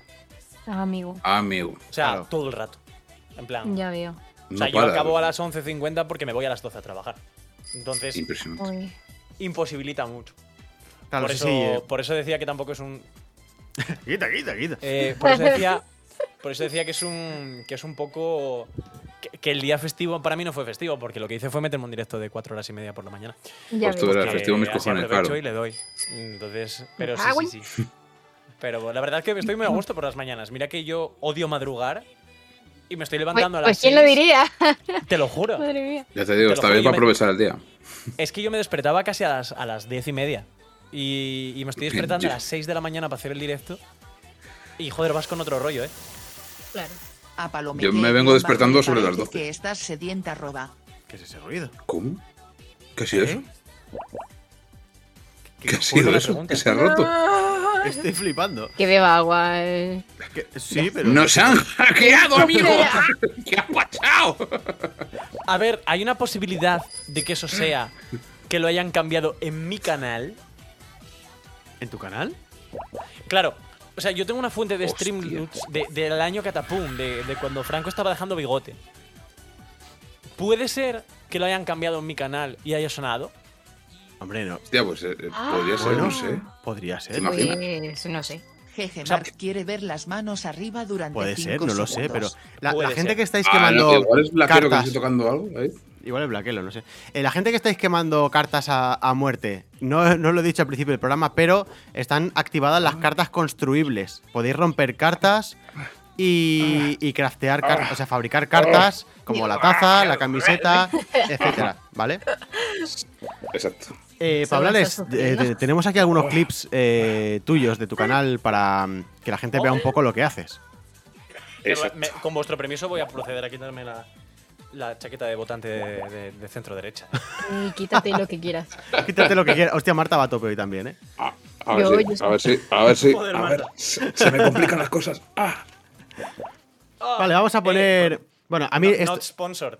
Speaker 2: Ah, amigo,
Speaker 3: Amigo.
Speaker 9: O sea,
Speaker 1: Claro.
Speaker 9: todo el rato. En plan.
Speaker 2: ya veo.
Speaker 9: o
Speaker 3: no
Speaker 9: sea, yo
Speaker 3: para.
Speaker 9: acabo a las 11.50 porque me voy a las 12 a trabajar. Entonces,
Speaker 3: Impresionante.
Speaker 2: Uy.
Speaker 9: imposibilita mucho.
Speaker 1: Claro,
Speaker 9: por,
Speaker 1: sí,
Speaker 9: eso,
Speaker 1: sí, eh.
Speaker 9: por eso decía que tampoco es un.
Speaker 1: Quita, quita, quita.
Speaker 9: eh, por eso decía. Por eso decía que es un. que es un poco. Que, que el día festivo para mí no fue festivo, porque lo que hice fue meterme un directo de 4 horas y media por la mañana.
Speaker 2: Ya
Speaker 3: Pues tú verás.
Speaker 2: veo.
Speaker 3: Claro,
Speaker 9: que
Speaker 3: festivo mis
Speaker 9: así
Speaker 3: cojones,
Speaker 9: aprovecho
Speaker 3: claro.
Speaker 9: y le doy. Entonces, pero sí,
Speaker 2: Ah,
Speaker 9: sí, sí. Pero la verdad es que me estoy muy a gusto por las mañanas. Mira que yo odio madrugar y me estoy
Speaker 2: Pues,
Speaker 9: levantando a las
Speaker 2: pues, ¿quién lo
Speaker 9: seis.
Speaker 2: diría?
Speaker 9: Te lo juro.
Speaker 2: Madre mía.
Speaker 3: Ya te digo,
Speaker 9: Te lo
Speaker 3: está
Speaker 9: juro,
Speaker 3: bien
Speaker 9: yo
Speaker 3: para
Speaker 9: me-
Speaker 3: aprovechar el día.
Speaker 9: Es que yo me despertaba casi a las, a las diez y media. Y, y me estoy despertando a
Speaker 3: Yo-
Speaker 9: las 6 de la mañana para hacer el directo. Y joder, vas con otro rollo, ¿eh?
Speaker 2: Claro.
Speaker 7: A Palomé.
Speaker 3: Yo me vengo despertando sobre las doce.
Speaker 7: Que estás sedienta, arroba.
Speaker 1: ¿Qué es ese ruido?
Speaker 3: ¿Cómo? ¿Qué ha sido
Speaker 1: ¿Eh?
Speaker 3: eso? ¿Qué ha
Speaker 9: Buena
Speaker 3: sido eso?
Speaker 9: pregunta.
Speaker 3: ¿Qué
Speaker 9: Ah,
Speaker 3: se ha roto?
Speaker 1: Estoy flipando.
Speaker 2: Que beba agua. eh.
Speaker 1: Que- Sí, pero.
Speaker 3: ¡Nos han hackeado, amigo! ¿Qué ha pasado?
Speaker 9: A ver, hay una posibilidad de que eso sea que lo hayan cambiado en mi canal.
Speaker 1: ¿En tu canal?
Speaker 9: Claro. O sea, yo tengo una fuente de
Speaker 3: Hostia.
Speaker 9: Streamloots de- del año Catapum, de, de cuando Franco estaba dejando bigote. ¿Puede ser que lo hayan cambiado en mi canal y haya sonado?
Speaker 1: Hombre, no.
Speaker 3: Hostia, pues eh, eh,
Speaker 2: Ah.
Speaker 3: podría ser,
Speaker 1: Bueno,
Speaker 3: no sé.
Speaker 1: podría ser.
Speaker 3: ¿Te imaginas?
Speaker 2: Pues no sé.
Speaker 7: Jeje,
Speaker 9: sea,
Speaker 7: Mark quiere ver las manos arriba durante
Speaker 1: Puede ser,
Speaker 7: cinco
Speaker 1: no lo sé,
Speaker 7: segundos.
Speaker 1: pero la, la
Speaker 9: Puede
Speaker 1: gente
Speaker 9: ser.
Speaker 1: que estáis
Speaker 3: Ah,
Speaker 1: quemando
Speaker 3: no, igual es Blaquero que
Speaker 1: cartas,
Speaker 3: estoy tocando algo. ¿eh?
Speaker 1: igual es Blaquelo, no sé. Eh, la gente que estáis quemando cartas a, a muerte, no, no lo he dicho al principio del programa, pero están activadas
Speaker 3: Ah.
Speaker 1: las cartas construibles. Podéis romper cartas y, y craftear cartas, o sea, fabricar cartas como la taza, la camiseta, etcétera, ¿vale?
Speaker 3: Exacto.
Speaker 1: Eh,
Speaker 2: Se
Speaker 1: Pablales,
Speaker 2: lo está sufriendo.
Speaker 1: eh, te- tenemos aquí algunos clips eh, tuyos de tu canal para mm, que la gente vea un poco lo que haces.
Speaker 9: Pero
Speaker 3: Exacto.
Speaker 9: me- con vuestro permiso voy a proceder a quitarme la, la chaqueta de votante de, de- de centro derecha.
Speaker 2: Y quítate lo que quieras.
Speaker 1: Quítate lo que quieras. Hostia, Marta va a tope hoy también, ¿eh?
Speaker 3: Ah, A ver,
Speaker 2: Yo-
Speaker 3: si,
Speaker 2: yo-
Speaker 3: a ver si, a ver si,
Speaker 9: Joder,
Speaker 3: a
Speaker 9: Marta.
Speaker 3: ver, se, se me complican las cosas. Ah,
Speaker 1: Vale, vamos a poner. Bueno, a mí.
Speaker 9: Ah, eh, No-
Speaker 1: esto-
Speaker 9: Not sponsored.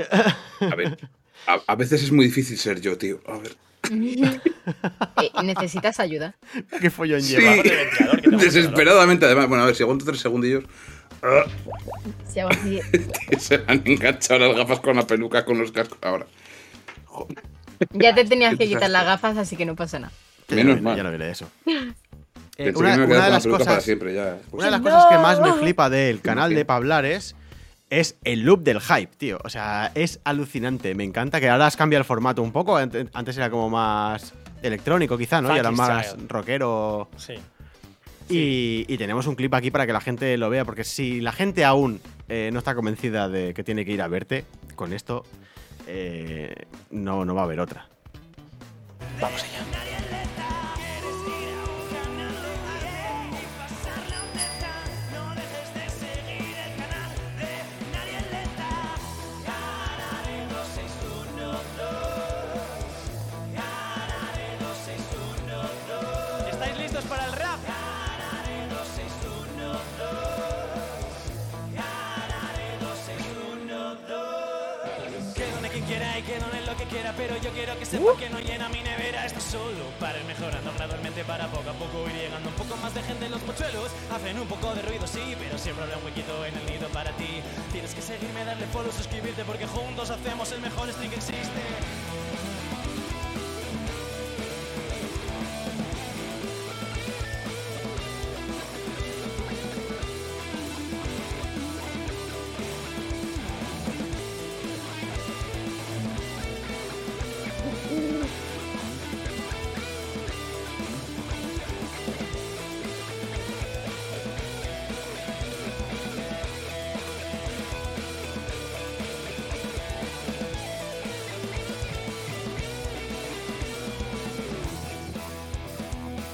Speaker 3: a ver. A, a veces es muy difícil ser yo, tío. A ver.
Speaker 2: Eh, necesitas ayuda.
Speaker 1: ¿Qué follón
Speaker 3: Sí,
Speaker 1: lleva?
Speaker 9: el ventilador, que tengo
Speaker 3: desesperadamente, además. Bueno, a ver, si aguanto tres segundillos. Ah,
Speaker 2: Si hago así,
Speaker 3: se me han enganchado las gafas con la peluca, con los cascos. Ahora,
Speaker 2: Eh, ya te tenías que quitar las gafas, así que no pasa nada.
Speaker 3: menos
Speaker 1: Ya no-
Speaker 3: mal.
Speaker 1: Ya no viene eso. Eh,
Speaker 3: Pensé
Speaker 1: una,
Speaker 3: que me iba a
Speaker 1: una de
Speaker 3: quedar con la
Speaker 1: las
Speaker 3: peluca para
Speaker 1: cosas,
Speaker 3: siempre, ya. Pues
Speaker 1: una de las
Speaker 2: No.
Speaker 1: cosas que más me flipa del canal de Pablares es el loop del hype, tío. O sea, es alucinante. Me encanta que ahora has cambiado el formato un poco. Ante- Antes era como más electrónico, quizá, ¿no? Y ahora
Speaker 9: Funky
Speaker 1: más
Speaker 9: style.
Speaker 1: rockero.
Speaker 9: Sí.
Speaker 1: Y, y tenemos un clip aquí para que la gente lo vea, porque si la gente aún eh, no está convencida de que tiene que ir a verte, con esto eh, no, no va a haber otra.
Speaker 9: ¿Estáis listos para el rap? Que done quien quiera y que done lo que quiera, pero yo quiero que sepa que no llena mi nevera. Esto es solo para ir mejorando gradualmente, para poco a poco ir llegando un poco más de gente. Los mochuelos hacen un poco de ruido, sí, pero siempre habrá un huequito en el nido para ti. Tienes que seguirme, darle follow, suscribirte, porque juntos hacemos el mejor stream que existe.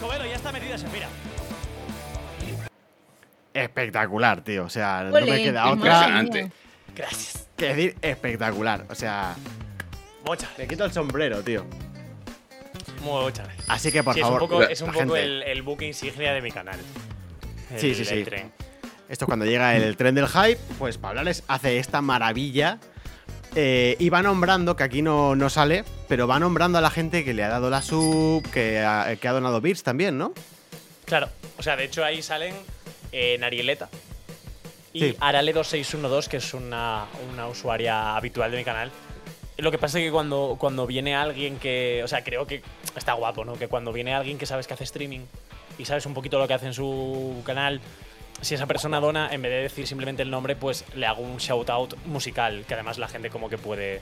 Speaker 9: Cobero, ya está metida Shakira.
Speaker 1: Espectacular, tío. O sea, no
Speaker 2: Ole,
Speaker 1: me queda
Speaker 2: qué
Speaker 1: otra
Speaker 3: impresionante.
Speaker 9: Gracias.
Speaker 1: que decir espectacular. O sea,
Speaker 9: Muchas
Speaker 1: me quito el sombrero, tío.
Speaker 9: Muchas gracias.
Speaker 1: Así que, por
Speaker 9: Sí,
Speaker 1: favor,
Speaker 9: es un poco, es un
Speaker 1: la
Speaker 9: poco
Speaker 1: gente,
Speaker 9: el, el buque insignia de mi canal.
Speaker 1: Sí,
Speaker 9: El-
Speaker 1: sí,
Speaker 9: el
Speaker 1: sí.
Speaker 9: tren.
Speaker 1: Esto cuando llega el tren del hype, pues Pablares hace esta maravilla. eh, y va nombrando, que aquí no, no sale, pero va nombrando a la gente que le ha dado la sub, que ha, que ha donado bits también, ¿no?
Speaker 9: Claro, o sea, de hecho ahí salen eh, Narieleta y
Speaker 1: Sí.
Speaker 9: Arale2612, que es una, una usuaria habitual de mi canal. Lo que pasa es que cuando, cuando viene alguien que. O sea, creo que está guapo, ¿no? Que cuando viene alguien que sabes que hace streaming y sabes un poquito lo que hace en su canal, si esa persona dona, en vez de decir simplemente el nombre, pues le hago un shout out musical, que además la gente como que puede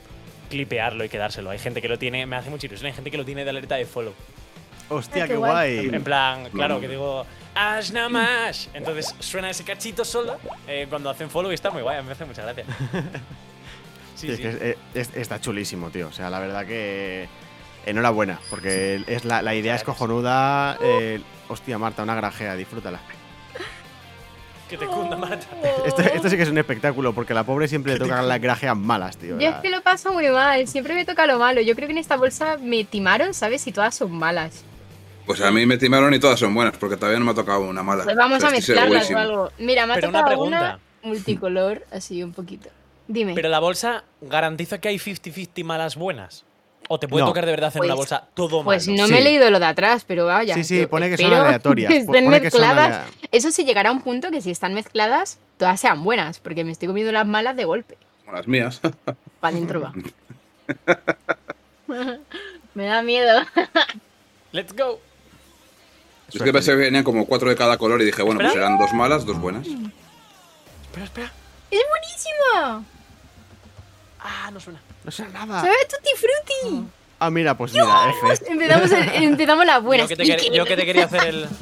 Speaker 9: clipearlo y quedárselo. Hay gente que lo tiene, me hace mucha ilusión, hay gente que lo tiene de alerta de follow.
Speaker 1: Hostia,
Speaker 2: Ah,
Speaker 1: qué,
Speaker 2: qué
Speaker 1: guay.
Speaker 2: guay.
Speaker 9: En plan, claro,
Speaker 3: no.
Speaker 9: que digo Ash Namash. Entonces suena ese cachito solo eh, cuando hacen follow y está muy guay, a mí me hace mucha gracia. Sí,
Speaker 1: Es
Speaker 9: sí.
Speaker 1: que es- eh, es- está chulísimo, tío. O sea, la verdad que. Enhorabuena, porque es la, la idea es cojonuda. eh, hostia, Marta, una grajea, disfrútala.
Speaker 9: Que te cunda, Marta.
Speaker 1: Esto, esto sí que es un espectáculo, porque a la pobre siempre le tocan las grajeas malas, tío.
Speaker 2: Yo es que lo paso muy mal, siempre me toca lo malo. Yo creo que en esta bolsa me timaron, ¿sabes? Y todas son malas.
Speaker 3: Pues a mí me timaron y todas son buenas, porque todavía no me ha tocado una mala.
Speaker 2: Pues vamos a
Speaker 3: Estoy
Speaker 2: mezclarlas o
Speaker 3: segurísimo.
Speaker 2: algo. Mira, me ha
Speaker 9: Pero una
Speaker 2: tocado
Speaker 9: pregunta.
Speaker 2: una multicolor, así un poquito. Dime.
Speaker 9: Pero la bolsa garantiza que hay 50-50 malas buenas. O te puede
Speaker 1: No.
Speaker 9: tocar de verdad hacer una
Speaker 2: Pues-
Speaker 9: bolsa todo
Speaker 2: Pues
Speaker 9: malo.
Speaker 2: no me he
Speaker 1: Sí.
Speaker 2: leído lo de atrás, pero vaya.
Speaker 1: Sí, sí,
Speaker 2: yo
Speaker 1: pone que son
Speaker 2: espero
Speaker 1: aleatorias.
Speaker 2: que
Speaker 1: po-
Speaker 2: estén
Speaker 1: pone que son
Speaker 2: mezcladas.
Speaker 1: alea-
Speaker 2: Eso sí llegará a un punto que si están mezcladas, todas sean buenas, porque me estoy comiendo las malas de golpe.
Speaker 3: Como las mías.
Speaker 2: Para adentro va. me da miedo.
Speaker 9: Let's go.
Speaker 3: es que pensé que venían como cuatro de cada color y dije, bueno, pues
Speaker 9: Espera.
Speaker 3: serán dos malas, dos buenas.
Speaker 9: Espera, espera.
Speaker 2: Mm. ¡Es buenísimo!
Speaker 9: Ah, no suena.
Speaker 1: No sé nada.
Speaker 2: ¿Sabes? Tutti frutti.
Speaker 1: Ah, mira, pues mira, F.
Speaker 2: Empezamos, el- empezamos las
Speaker 9: Yo
Speaker 2: buenas.
Speaker 9: que, te
Speaker 2: ¿Y
Speaker 9: quer-
Speaker 2: qué?
Speaker 9: yo que te quería hacer el.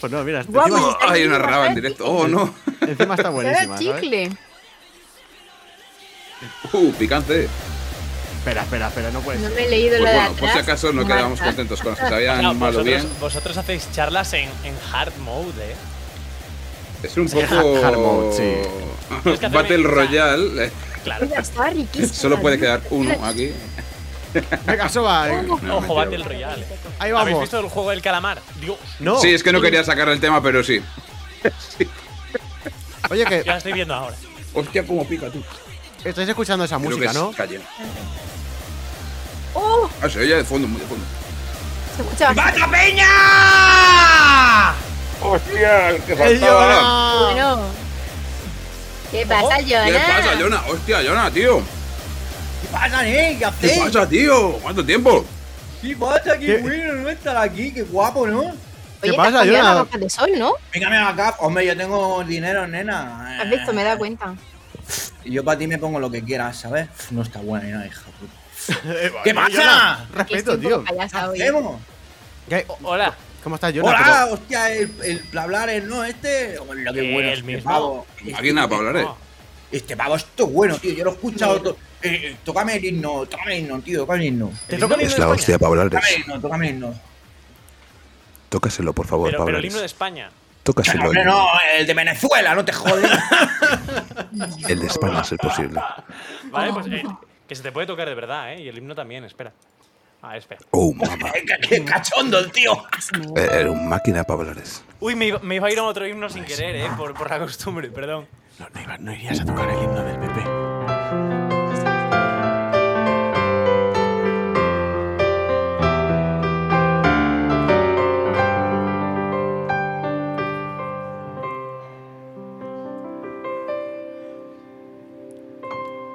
Speaker 1: Pues no, mira,
Speaker 2: Guau,
Speaker 1: encima,
Speaker 3: ¡Oh! hay una raba
Speaker 2: ¿eh?
Speaker 3: en directo. Oh, no.
Speaker 1: encima está
Speaker 2: Sabe a
Speaker 1: buenísima. ¿sabes?
Speaker 2: chicle.
Speaker 3: Uh, picante.
Speaker 1: Espera, espera, espera, no puede
Speaker 2: No
Speaker 1: ser.
Speaker 2: me he leído
Speaker 3: Pues
Speaker 2: lo de
Speaker 3: bueno,
Speaker 2: atrás.
Speaker 3: por si acaso no quedábamos
Speaker 2: Marta.
Speaker 3: contentos con las que
Speaker 9: O sea,
Speaker 3: sabían mal o bien.
Speaker 9: vosotros, vosotros hacéis charlas en, en hard mode, eh.
Speaker 3: Es un
Speaker 1: Sí, hard- hard mode,
Speaker 3: poco.
Speaker 1: sí.
Speaker 3: Battle Royale. eh,
Speaker 9: Claro.
Speaker 2: Está riquísimo.
Speaker 3: Solo puede quedar uno aquí.
Speaker 1: Venga,
Speaker 2: Oh,
Speaker 1: soba. eh.
Speaker 9: Ojo, Battle Royale.
Speaker 1: Ahí
Speaker 9: ¿Habéis
Speaker 1: vamos.
Speaker 9: visto el juego del calamar? Dios.
Speaker 1: No.
Speaker 3: Sí, es que no quería sacar el tema, pero sí.
Speaker 1: Oye,
Speaker 9: Ya
Speaker 1: que
Speaker 9: la estoy viendo ahora.
Speaker 3: Hostia, cómo pica tú.
Speaker 1: estáis escuchando esa
Speaker 3: Creo que
Speaker 1: música,
Speaker 3: es
Speaker 1: ¿no?
Speaker 3: calle.
Speaker 8: ¡Oh!
Speaker 3: Ah, se oye de fondo, muy de fondo.
Speaker 8: Se escucha bastante.
Speaker 3: ¡Hostia! el que
Speaker 1: ¡El
Speaker 3: faltaba.
Speaker 1: Yona!
Speaker 2: Bueno. ¿Qué pasa, Jonah?
Speaker 3: ¿Qué pasa, Jonah? Hostia, Jonah, tío.
Speaker 11: ¿Qué pasa, eh? ¿Qué
Speaker 3: ¿Qué
Speaker 11: hacéis?
Speaker 3: pasa, tío? ¿Cuánto tiempo?
Speaker 11: ¿Qué pasa? Qué
Speaker 1: ¿Qué?
Speaker 11: bueno no estar aquí, qué guapo, ¿no?
Speaker 1: ¿Qué
Speaker 2: Oye, te has
Speaker 1: pasa,
Speaker 2: cambiado
Speaker 1: Jonah?
Speaker 2: las gafas de sol, ¿no?
Speaker 11: Mírame la capa. Hombre, yo tengo dinero, nena.
Speaker 2: Has visto, me he dado cuenta.
Speaker 11: Y yo para ti me pongo lo que quieras, ¿sabes? No está buena, nena, hija. puta. ¿Qué pasa?
Speaker 2: Que
Speaker 1: Respeto,
Speaker 2: estoy un
Speaker 1: tío.
Speaker 2: poco payasa hoy.
Speaker 11: ¿Hacemos?
Speaker 1: ¿Qué-
Speaker 9: O- Hola.
Speaker 1: ¿Cómo estás, Jonah?
Speaker 11: Hola, hostia, el, el Plablares, ¿no? Este. Hola, qué
Speaker 9: El
Speaker 11: bueno. Este
Speaker 9: mismo.
Speaker 11: pavo.
Speaker 3: Aquí nada para hablar, eh.
Speaker 9: No.
Speaker 11: Este pavo, esto es bueno, tío. Yo lo he escuchado. to- eh, eh, tócame el himno, tócame el himno, tío, tócame el himno.
Speaker 9: ¿Te toca el himno de España?
Speaker 3: Pablo
Speaker 11: Tócame el himno, tócame el himno.
Speaker 3: Tócaselo, por favor,
Speaker 9: Pero, pero el himno de España.
Speaker 11: No,
Speaker 3: Tócaselo.
Speaker 11: hombre, no, el de Venezuela, no te jodes.
Speaker 3: El de España, es posible.
Speaker 9: Vale, pues eh, que se te puede tocar de verdad, ¿eh? Y el himno también, espera. Ah, espera.
Speaker 3: Oh, mamá.
Speaker 11: qué cachondo el tío.
Speaker 3: Era Eh, un máquina para hablares.
Speaker 9: Uy, me iba, me iba a ir a otro himno sin querer, ¿eh? Por, por la costumbre, perdón.
Speaker 1: No, no iba- no irías a tocar el himno del PP.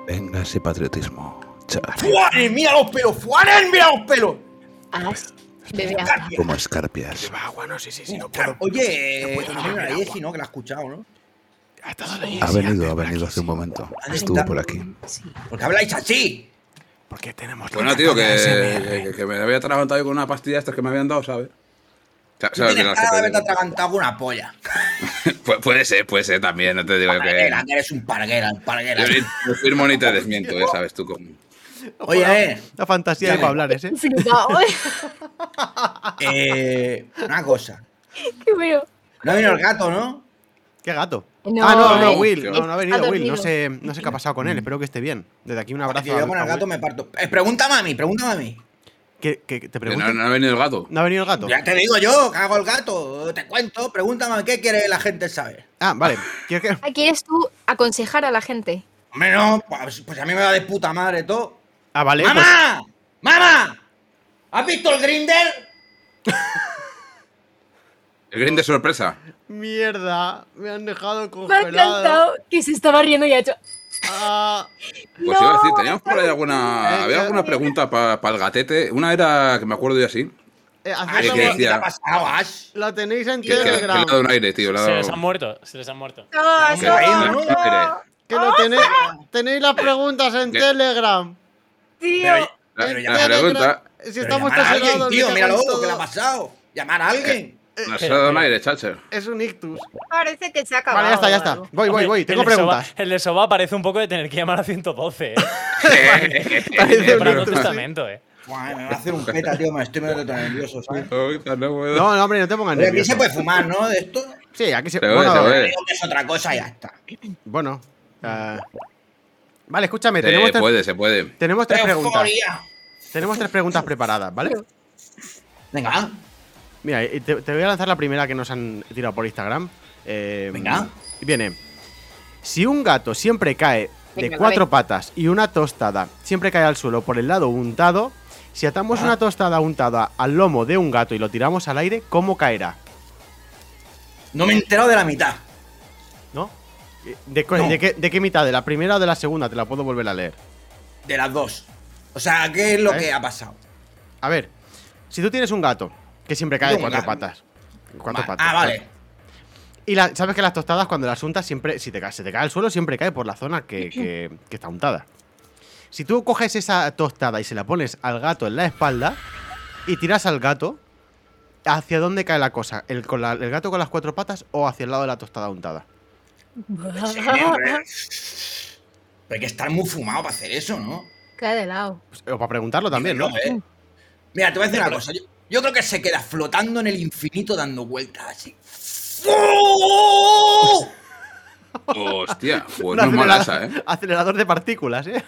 Speaker 6: Venga ese patriotismo.
Speaker 11: ¡Fuanen! ¡Mira los pelos! ¡Fuanen! ¡Mira los pelos!
Speaker 2: As, bebé, as.
Speaker 6: Como escarpias.
Speaker 1: Lleva agua, no, sí, sí, sí, no puedo.
Speaker 11: Oye,
Speaker 1: puedo
Speaker 11: no
Speaker 1: beber
Speaker 11: la
Speaker 1: agua.
Speaker 11: Jessy, ¿no? Que la has escuchado, ¿no?
Speaker 1: Ha estado la Jessy
Speaker 6: Ha venido,
Speaker 1: antes
Speaker 6: ha
Speaker 1: por
Speaker 6: venido
Speaker 1: aquí,
Speaker 6: hace
Speaker 1: sí.
Speaker 6: un momento.
Speaker 11: Ah,
Speaker 6: Estuvo
Speaker 11: está.
Speaker 6: por aquí.
Speaker 11: Porque habláis así.
Speaker 1: Porque tenemos
Speaker 3: Bueno,
Speaker 1: la
Speaker 3: tío,
Speaker 1: carta de
Speaker 3: que,
Speaker 1: ASMR.
Speaker 3: que- que- que me había atragantado yo con una pastilla estas que me habían dado, ¿sabes? O sea,
Speaker 11: Tú
Speaker 3: ¿sabes?
Speaker 11: tienes
Speaker 3: Las que
Speaker 11: cara de
Speaker 3: te-
Speaker 11: haberte atragantado con una polla.
Speaker 3: Pu- puede ser, puede ser también, no te digo yo que.
Speaker 11: Parguera, que eres un parguera, un parguera.
Speaker 3: Yo ni- no firmo ni te desmiento, ya sabes tú cómo.
Speaker 11: Oye, eh,
Speaker 1: La fantasía de
Speaker 11: Dale.
Speaker 1: Pablares, ¿eh?
Speaker 2: Flipao.
Speaker 11: eh, una cosa.
Speaker 2: Qué bueno.
Speaker 11: No vino el gato, ¿no?
Speaker 1: ¿Qué gato?
Speaker 2: No,
Speaker 1: ah, no, no,
Speaker 3: eh.
Speaker 1: Will. No, no ha
Speaker 2: Ha
Speaker 1: venido Will. No
Speaker 2: dormido.
Speaker 1: sé, no sé qué ha pasado con él. Espero que esté bien. Desde aquí un abrazo.
Speaker 11: Que yo
Speaker 1: a-
Speaker 11: con
Speaker 1: a
Speaker 11: el gato
Speaker 1: Will.
Speaker 11: me parto. Eh, pregúntame a mí, pregúntame a mí.
Speaker 1: ¿Qué- qué- qué te
Speaker 3: Que
Speaker 1: pregunto?
Speaker 3: No, no ha venido el gato.
Speaker 1: ¿No ha venido el gato?
Speaker 11: Ya te digo yo, cago el gato, te cuento, pregúntame a mí, qué quiere la gente saber.
Speaker 1: Ah, vale. ¿Quieres que.?
Speaker 2: Ah, ¿Quieres tú aconsejar a la gente?
Speaker 11: Hombre, no, pues, pues a mí me va de puta madre todo.
Speaker 1: Ah, vale. pues-
Speaker 11: ¡Mamá! ¡Mamá! ¿Has visto el grinder?
Speaker 3: El green de sorpresa.
Speaker 1: Mierda. Me han dejado
Speaker 2: Me ha
Speaker 1: congelado.
Speaker 2: encantado que se estaba riendo y ha hecho.
Speaker 1: Ah,
Speaker 3: Pues iba a decir, teníamos por ahí alguna.
Speaker 1: Eh,
Speaker 3: Había
Speaker 1: ya-
Speaker 3: alguna pregunta para el gatete. Una era que me acuerdo yo así.
Speaker 1: eh,
Speaker 11: Ash,
Speaker 1: hacedlo
Speaker 3: que
Speaker 11: ¿Qué
Speaker 1: vos-
Speaker 11: te
Speaker 3: decía-
Speaker 11: ha pasado, Ash?
Speaker 1: La tenéis en
Speaker 3: Que, que- que le ha
Speaker 1: Telegram.
Speaker 3: dado un aire, tío. Le ha
Speaker 9: Se les han
Speaker 3: dado,
Speaker 9: muerto, se les han muerto.
Speaker 3: Ah,
Speaker 11: Se ha ido, ¿no?
Speaker 3: le ha dado un aire.
Speaker 1: Que lo tenéis. Tenéis las preguntas en
Speaker 3: ¿Qué?
Speaker 1: Telegram.
Speaker 11: Pero,
Speaker 3: La-
Speaker 11: pero
Speaker 1: En
Speaker 11: llamar
Speaker 3: la
Speaker 1: Telegram.
Speaker 3: pregunta.
Speaker 1: Si
Speaker 11: pero
Speaker 1: estamos
Speaker 11: llamar a alguien,
Speaker 1: congelados,
Speaker 11: tío,
Speaker 1: me
Speaker 11: mira lo
Speaker 1: cago en
Speaker 11: otro que le ha
Speaker 1: todo.
Speaker 11: pasado. Llamar a alguien.
Speaker 3: Se le ha dado un aire, chacher.
Speaker 1: Es un ictus.
Speaker 8: Parece que se ha acabado.
Speaker 1: Vale, ya está, ya está. Voy, voy,
Speaker 9: Hombre,
Speaker 1: voy.
Speaker 9: el
Speaker 1: Tengo
Speaker 9: de Soba-
Speaker 1: preguntas.
Speaker 9: el de Soba parece un poco de tener que llamar a 112, ¿eh?
Speaker 1: Parece un
Speaker 9: Para otro
Speaker 1: ictus, sí.
Speaker 9: testamento, ¿eh?
Speaker 11: Buah, me va a hacer un peta, tío, me estoy medio nervioso, ¿sabes?
Speaker 3: Ahorita no puedo.
Speaker 1: No, no, hombre, no te pongas
Speaker 11: Oye, aquí
Speaker 1: nervioso.
Speaker 11: se puede fumar, ¿no? De esto.
Speaker 1: Sí, aquí se,
Speaker 3: Se ve,
Speaker 1: bueno,
Speaker 3: se ve.
Speaker 11: Creo que es otra cosa y ya está.
Speaker 1: Bueno. ah. vale, escúchame,
Speaker 3: Se
Speaker 1: tenemos, tres,
Speaker 3: Eh, puede, se puede.
Speaker 1: tenemos tres preguntas.
Speaker 11: Euforia.
Speaker 1: Tenemos tres preguntas preparadas, ¿vale?
Speaker 11: Venga,
Speaker 1: Mira, y te, te voy a lanzar la primera que nos han tirado por Instagram. Eh,
Speaker 11: Venga.
Speaker 1: Viene. Si un gato siempre cae de
Speaker 2: Venga,
Speaker 1: cuatro
Speaker 2: dale.
Speaker 1: patas y una tostada siempre cae al suelo por el lado untado, si atamos una tostada untada al lomo de un gato y lo tiramos al aire, ¿cómo caerá?
Speaker 11: no me he enterado de la mitad.
Speaker 1: ¿No? Eh, ¿De, cu-
Speaker 11: No.
Speaker 1: de qué, de qué mitad? ¿De la primera o de la segunda? Te la puedo volver a leer.
Speaker 11: De las dos. O sea, ¿qué es lo
Speaker 1: ¿Eh?
Speaker 11: que ha pasado?
Speaker 1: A ver, si tú tienes un gato que siempre cae de
Speaker 11: Un
Speaker 1: cuatro
Speaker 11: gato.
Speaker 1: patas. Cuatro
Speaker 11: Va-
Speaker 1: patas.
Speaker 11: ah, vale.
Speaker 1: Y la- sabes que las tostadas, cuando las untas, siempre, si te cae, se te cae al suelo, siempre cae por la zona que, que- que está untada. Si tú coges esa tostada y se la pones al gato en la espalda y tiras al gato, ¿hacia dónde cae la cosa? ¿El, con la- el gato con las cuatro patas o hacia el lado de la tostada untada?
Speaker 11: Sí, hombre. Pero hay que estar muy fumado para hacer eso, ¿no?
Speaker 2: Cae de lado.
Speaker 1: Pues, o para preguntarlo también, ¿no?
Speaker 11: No, eh. Mira, te voy a decir una cosa. Yo, yo creo que se queda
Speaker 3: Oh.
Speaker 11: flotando en el infinito dando vueltas así. ¡Fu!
Speaker 3: Hostia,
Speaker 1: Un
Speaker 3: pues no es mala
Speaker 1: acelerador-
Speaker 3: esa, ¿eh?
Speaker 1: Acelerador de partículas, ¿eh?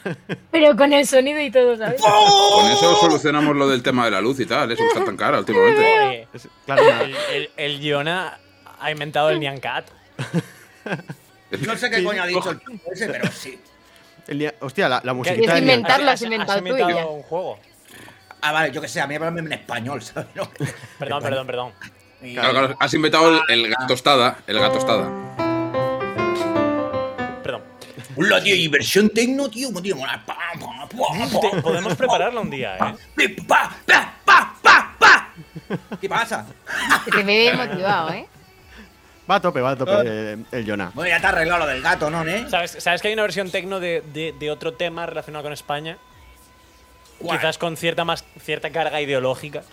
Speaker 2: Pero con el sonido y todo, ¿sabes?
Speaker 3: Con eso solucionamos lo del tema de la luz y tal, eso está tan cara últimamente.
Speaker 9: Oye,
Speaker 1: Claro, no.
Speaker 9: el, el, el Yona ha inventado el Nyan Cat.
Speaker 11: No sé qué coño ha dicho el tipo ese, pero sí.
Speaker 1: El día- hostia, la, la
Speaker 2: Es
Speaker 1: musiquita. de Neon Cat.
Speaker 2: inventarlo, has
Speaker 9: Has- has
Speaker 2: inventado tú y
Speaker 9: inventado
Speaker 2: ya.
Speaker 9: un juego.
Speaker 11: Ah, vale, yo qué sé, a mí háblame en español, ¿sabes? No.
Speaker 9: Perdón, perdón, perdón.
Speaker 3: Claro, claro, has inventado el, el gato tostada, el gato tostada.
Speaker 9: Perdón.
Speaker 11: Hola, tío, y versión tecno, tío, tío, mola. Pa, pa, pa,
Speaker 9: Te- podemos prepararlo un día, ¿eh?
Speaker 11: pa, pa, pa, pa, pa, pa. ¿Qué pasa?
Speaker 2: Te ve motivado, ¿eh?
Speaker 1: Va a tope, va a tope eh, el Jonah.
Speaker 11: Bueno, ya te has arreglado lo del gato, ¿no, eh?
Speaker 9: ¿Sabes, sabes que hay una versión tecno de, de- de otro tema relacionado con España?
Speaker 11: ¿Cuál?
Speaker 9: Quizás con cierta, más, cierta carga ideológica.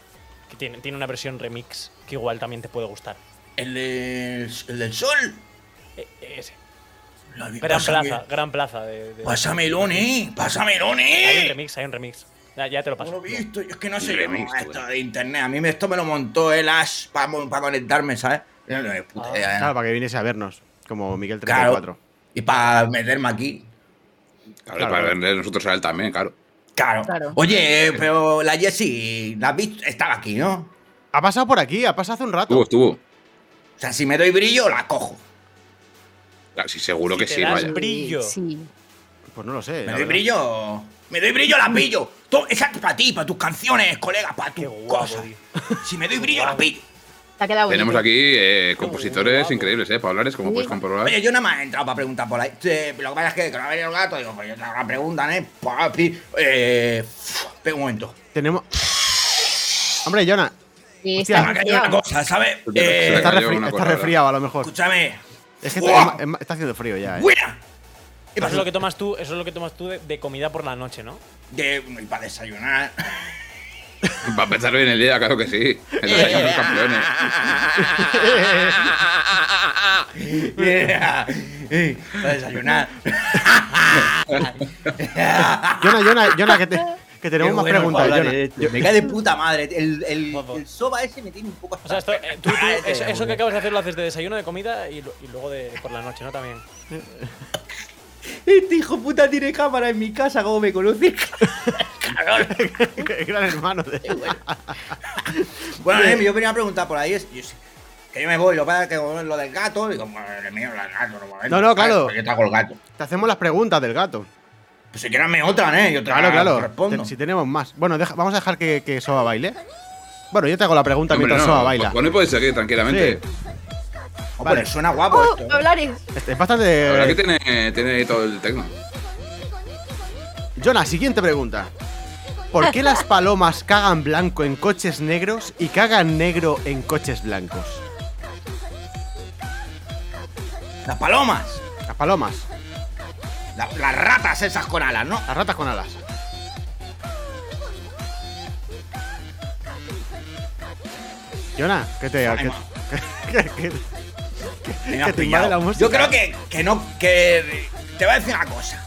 Speaker 9: Que tiene, tiene una versión remix que igual también te puede gustar.
Speaker 11: El, del- el del sol.
Speaker 9: E- ese.
Speaker 11: La-
Speaker 9: Gran
Speaker 11: pásame-
Speaker 9: plaza, gran plaza. De, de-
Speaker 11: Pásamelo, ¿eh? Pásamelo,
Speaker 9: Hay un
Speaker 11: ¿eh?
Speaker 9: remix, hay un remix. Ya, ya te lo
Speaker 11: No
Speaker 9: paso.
Speaker 11: lo he visto, yo es que no sé
Speaker 3: Remix,
Speaker 11: cómo va esto de internet. A mí me- esto me lo montó el Ash para conectarme, ¿sabes? No, no, puta idea, ¿eh?
Speaker 1: Claro, Ah, para que viniese a vernos, como Miguel
Speaker 11: Claro.
Speaker 1: 34.
Speaker 11: Y para meterme aquí.
Speaker 3: Claro, y para verle nosotros a él también, claro.
Speaker 11: Claro.
Speaker 10: Claro.
Speaker 11: Oye, eh, pero la Jessie, la has visto, estaba aquí, ¿no?
Speaker 1: Ha pasado por aquí, ha pasado hace un rato.
Speaker 3: Estuvo, estuvo.
Speaker 11: O sea, si me doy brillo, la cojo.
Speaker 3: Claro, sí, seguro
Speaker 9: Si
Speaker 3: que
Speaker 9: te
Speaker 3: sí,
Speaker 9: das
Speaker 3: vaya.
Speaker 9: brillo.
Speaker 2: Sí.
Speaker 1: Pues no lo sé.
Speaker 11: Me
Speaker 1: la
Speaker 11: doy
Speaker 1: verdad.
Speaker 11: brillo. Me doy brillo, la pillo. To- Esa para ti, para tus canciones, colega, para tus
Speaker 9: Qué guapo,
Speaker 11: cosas.
Speaker 9: tío.
Speaker 11: Si me doy brillo, la pillo.
Speaker 2: Te ha quedado bonito.
Speaker 3: Tenemos aquí eh, compositores
Speaker 9: guapo.
Speaker 3: increíbles, ¿eh? Paulares, como puedes comprobar.
Speaker 11: Oye, yo nada más he entrado para preguntar por ahí. Eh, Lo que pasa es que cuando ha venido el gato, digo, pues yo te hago la pregunta, ¿eh? Papi. Eh. Espera un momento.
Speaker 1: Tenemos. Hombre, Jonah,
Speaker 2: Sí,
Speaker 1: Hostia,
Speaker 11: Se
Speaker 2: está
Speaker 11: me ha caído una
Speaker 2: bloqueado.
Speaker 11: cosa, ¿sabes?
Speaker 3: Se te- se
Speaker 11: Eh,
Speaker 3: te
Speaker 1: está,
Speaker 3: cayó
Speaker 1: refri-
Speaker 3: una
Speaker 1: está
Speaker 3: cosa,
Speaker 1: resfriado a lo mejor.
Speaker 11: escúchame.
Speaker 1: Es que
Speaker 11: ¡Buah!
Speaker 1: es ma- está haciendo frío ya, eh.
Speaker 11: ¡Buena! ¿Qué
Speaker 9: Eso es
Speaker 11: pasó?
Speaker 9: lo que tomas tú, eso es lo que tomas tú de, de comida por la noche, ¿no?
Speaker 11: De, y para desayunar.
Speaker 3: Va a empezar bien el día, claro que sí. El desayuno de los campeones.
Speaker 11: Yeah. Eh, Para desayunar.
Speaker 1: Jonah, Jonah, Jonah, que, te- que tenemos
Speaker 11: Qué
Speaker 1: más
Speaker 11: bueno,
Speaker 1: preguntas,
Speaker 11: Pablo,
Speaker 1: Jonah.
Speaker 11: este. Me cae de puta madre. El, el,
Speaker 9: Guapo.
Speaker 11: el soba ese me tiene un poco.
Speaker 9: Oh. O sea, esto, eh, tú- tú-
Speaker 11: Ah,
Speaker 9: eso,
Speaker 11: este,
Speaker 9: eso que
Speaker 11: muy
Speaker 9: acabas de hacer lo haces de desayuno, de comida y, lo- y luego de por la noche, ¿no? También.
Speaker 11: bien. Este hijo puta tiene cámara en mi casa, ¿cómo me conoce?
Speaker 1: Gran hermano de.
Speaker 11: Bueno, eh, yo venía a preguntar por ahí. es- yo sé- que yo me voy, lo para que con lo del gato. Digo, madre mía, el gato.
Speaker 1: No, no, claro.
Speaker 11: Yo te hago el gato.
Speaker 1: Te hacemos las preguntas del gato.
Speaker 11: Pues si quieres, me otra, ¿eh? Yo te
Speaker 1: Claro,
Speaker 11: la
Speaker 1: claro.
Speaker 11: respondo.
Speaker 1: Te- si tenemos más. Bueno, deja- vamos a dejar que, que Soba baile. Bueno, yo te hago la pregunta
Speaker 3: Hombre,
Speaker 1: mientras
Speaker 3: no,
Speaker 1: Soba baila.
Speaker 3: Con él podéis seguir tranquilamente.
Speaker 1: Sí.
Speaker 11: Oh,
Speaker 1: Vale.
Speaker 11: pero suena guapo
Speaker 8: ¡Oh!
Speaker 11: esto. ¿eh?
Speaker 8: Hablares.
Speaker 1: Este Es
Speaker 3: La verdad que
Speaker 1: bastante.
Speaker 3: tiene, tiene ahí todo el tecno.
Speaker 1: Jonah, siguiente pregunta. ¿Por qué las palomas cagan blanco en coches negros y cagan negro en coches blancos?
Speaker 11: Las palomas.
Speaker 1: Las palomas,
Speaker 11: La- las ratas esas con alas, ¿no?
Speaker 1: las ratas con alas. Jonah, ¿qué te,
Speaker 11: Ay,
Speaker 1: qué-
Speaker 11: ma.
Speaker 1: qué- qué-
Speaker 11: Me has
Speaker 1: que te
Speaker 11: pillado.
Speaker 1: invade la música.
Speaker 11: Yo creo que, que no. que Te voy a decir una cosa.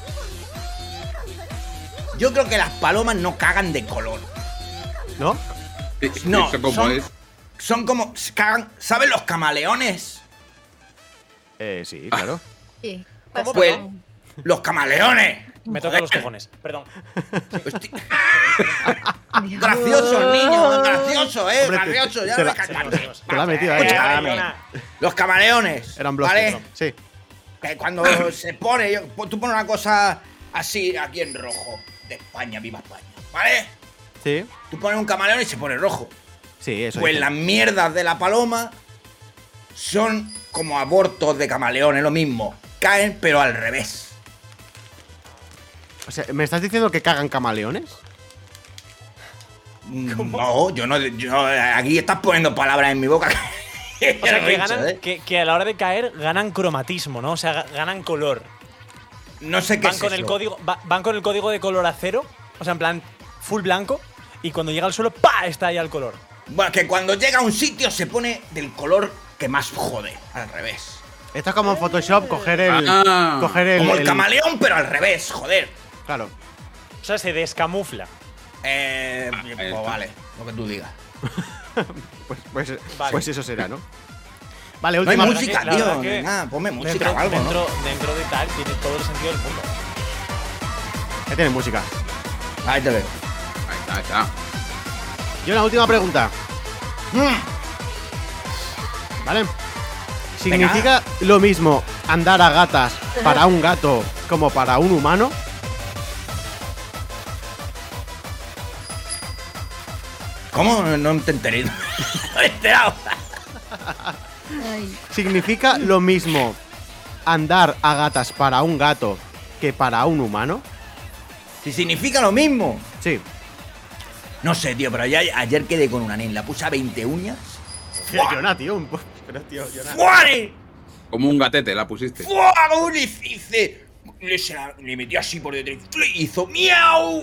Speaker 11: Yo creo que las palomas no cagan de color.
Speaker 1: ¿No?
Speaker 11: No,
Speaker 3: Eso como
Speaker 11: son-
Speaker 3: es.
Speaker 11: Son como. cagan. ¿Saben los camaleones?
Speaker 1: Eh, sí, claro.
Speaker 8: Sí.
Speaker 9: ¿Cómo?
Speaker 11: Pues.
Speaker 9: Perdón.
Speaker 11: Los camaleones.
Speaker 9: Me toca los cojones. Perdón.
Speaker 11: Hosti- gracioso, niño. Gracioso, eh.
Speaker 1: Hombre, te-
Speaker 11: gracioso. Ya
Speaker 1: te la-
Speaker 11: lo voy a cantar.
Speaker 1: Te la ha metido, eh.
Speaker 11: Escúchame.
Speaker 9: Perdona.
Speaker 11: Los camaleones.
Speaker 1: Eran bloques.
Speaker 11: ¿Vale?
Speaker 1: Sí.
Speaker 11: Que cuando se pone, yo- tú pones una cosa así aquí en rojo, de España, viva España, ¿vale?
Speaker 1: Sí.
Speaker 11: Tú pones un camaleón y se pone rojo.
Speaker 1: Sí, eso.
Speaker 11: Pues
Speaker 1: dicen.
Speaker 11: las mierdas de la paloma son como abortos de camaleón, es lo mismo. Caen, pero al revés.
Speaker 1: O sea, ¿me estás diciendo que cagan camaleones?
Speaker 11: Mm, No, yo no. yo- aquí estás poniendo palabras en mi boca.
Speaker 9: O sea,
Speaker 11: Lo
Speaker 9: que,
Speaker 11: he dicho,
Speaker 9: ganan,
Speaker 11: ¿eh?
Speaker 9: que, que a la hora de caer ganan cromatismo, ¿no? O sea, ga- ganan color.
Speaker 11: No sé qué
Speaker 9: Van
Speaker 11: es
Speaker 9: con, el
Speaker 11: eso.
Speaker 9: código, va- van con el código de color a cero, o sea, en plan full blanco, y cuando llega al suelo, ¡pa! Está ya el color.
Speaker 11: Bueno, que cuando llega a un sitio se pone del color que más jode, al revés.
Speaker 1: Esto es como en Photoshop coger el.
Speaker 3: Ah.
Speaker 1: coger el.
Speaker 11: Como el
Speaker 1: el-
Speaker 11: camaleón, pero al revés, joder.
Speaker 1: Claro.
Speaker 9: O sea, se descamufla.
Speaker 11: Eh,
Speaker 1: Ah,
Speaker 3: ahí
Speaker 11: pues
Speaker 3: está.
Speaker 11: vale, lo que tú digas.
Speaker 1: Pues, pues,
Speaker 9: Vale.
Speaker 1: pues eso será, ¿no? Vale,
Speaker 11: No hay
Speaker 1: última
Speaker 11: música,
Speaker 9: La verdad
Speaker 11: tío.
Speaker 9: que
Speaker 11: Nada, ponme música
Speaker 9: dentro,
Speaker 11: o algo, ¿no?
Speaker 9: dentro, dentro de tal tiene todo el sentido del mundo.
Speaker 1: Ya tiene música.
Speaker 11: Ahí te veo.
Speaker 3: Ahí está, ahí está.
Speaker 1: Y una última pregunta.
Speaker 11: Mm.
Speaker 1: ¿Vale? ¿Significa lo mismo andar a gatas para un gato como para un humano?
Speaker 11: ¿Cómo? No te he enterado. No he enterado.
Speaker 1: ¿Significa lo mismo andar a gatas para un gato que para un humano?
Speaker 11: Si significa lo mismo.
Speaker 1: Sí.
Speaker 11: No sé, tío, pero ya- ayer quedé con una nen. La puse a 20 uñas.
Speaker 1: Tío, Jonah, tío. un po- Pero, tío, Jonah.
Speaker 11: ¡Fuare!
Speaker 3: Como un gatete la pusiste.
Speaker 11: ¡Fua! Como un hice. Le, se la- le metió así por detrás. ¡fli! ¡Hizo miau!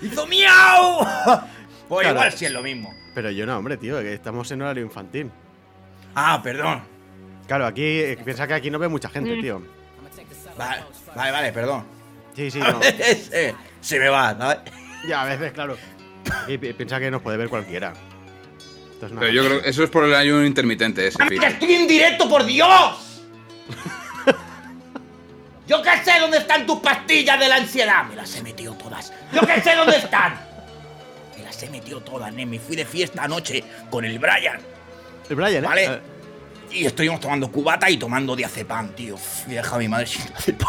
Speaker 11: ¡Hizo miau! Pues
Speaker 1: Claro.
Speaker 11: igual sí es lo mismo.
Speaker 1: Pero Jonah, hombre, tío, que estamos en horario infantil.
Speaker 11: Ah, perdón.
Speaker 1: Claro, aquí eh, piensa que aquí no ve mucha gente, tío.
Speaker 11: Vale, vale, vale, perdón.
Speaker 1: Sí, sí,
Speaker 11: A
Speaker 1: no.
Speaker 11: veces, eh, se me va, ¿sabes?
Speaker 1: Ya, a veces, claro. Aquí pi- piensa que nos puede ver cualquiera. Esto es una Ah,
Speaker 3: Pero yo creo que eso es por el ayuno intermitente ese,
Speaker 11: ¡Que
Speaker 3: Phil.
Speaker 11: estoy en directo, por Dios! Yo que sé dónde están tus pastillas de la ansiedad. Me las he metido todas. Yo que sé dónde están. Me las he metido todas, nen. Me fui de fiesta anoche con el Brian.
Speaker 1: El Brian, ¿eh?
Speaker 11: Vale.
Speaker 1: Eh,
Speaker 11: Y estuvimos tomando cubata y tomando diazepam, tío. Uf, Y he dejado a mi madre sin diazepam.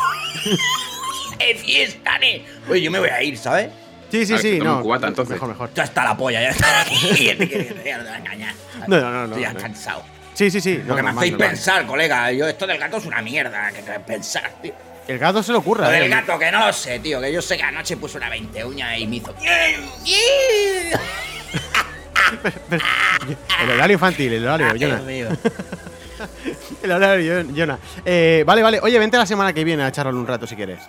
Speaker 11: ¡Es fiesta, nen! Oye, yo me voy a ir, ¿sabes?
Speaker 1: Sí, sí,
Speaker 3: A ver, que
Speaker 1: sí,
Speaker 3: tome
Speaker 1: no.
Speaker 3: un cubata, entonces.
Speaker 1: Mejor, mejor.
Speaker 11: Ya está la polla, ya está aquí. Ya te quiero- ya te voy a engañar.
Speaker 1: No, no, no, no,
Speaker 11: Estoy ya
Speaker 1: no.
Speaker 11: cansado.
Speaker 1: Sí, sí, sí.
Speaker 11: Lo que me
Speaker 1: normal,
Speaker 11: hacéis
Speaker 1: normal.
Speaker 11: pensar, colega. Yo, esto del gato es una mierda. Que te pensar, tío.
Speaker 1: El gato se lo ocurra,
Speaker 11: Lo del
Speaker 1: eh.
Speaker 11: gato, que no lo sé, tío. Que yo sé que anoche puse una 20 uña y me hizo.
Speaker 1: El horario infantil, el horario,
Speaker 11: Ah, Dios
Speaker 1: Jonah.
Speaker 11: mío.
Speaker 1: El horario, Jon- Jonah. Eh, vale, vale. Oye, vente la semana que viene a charlar un rato si quieres.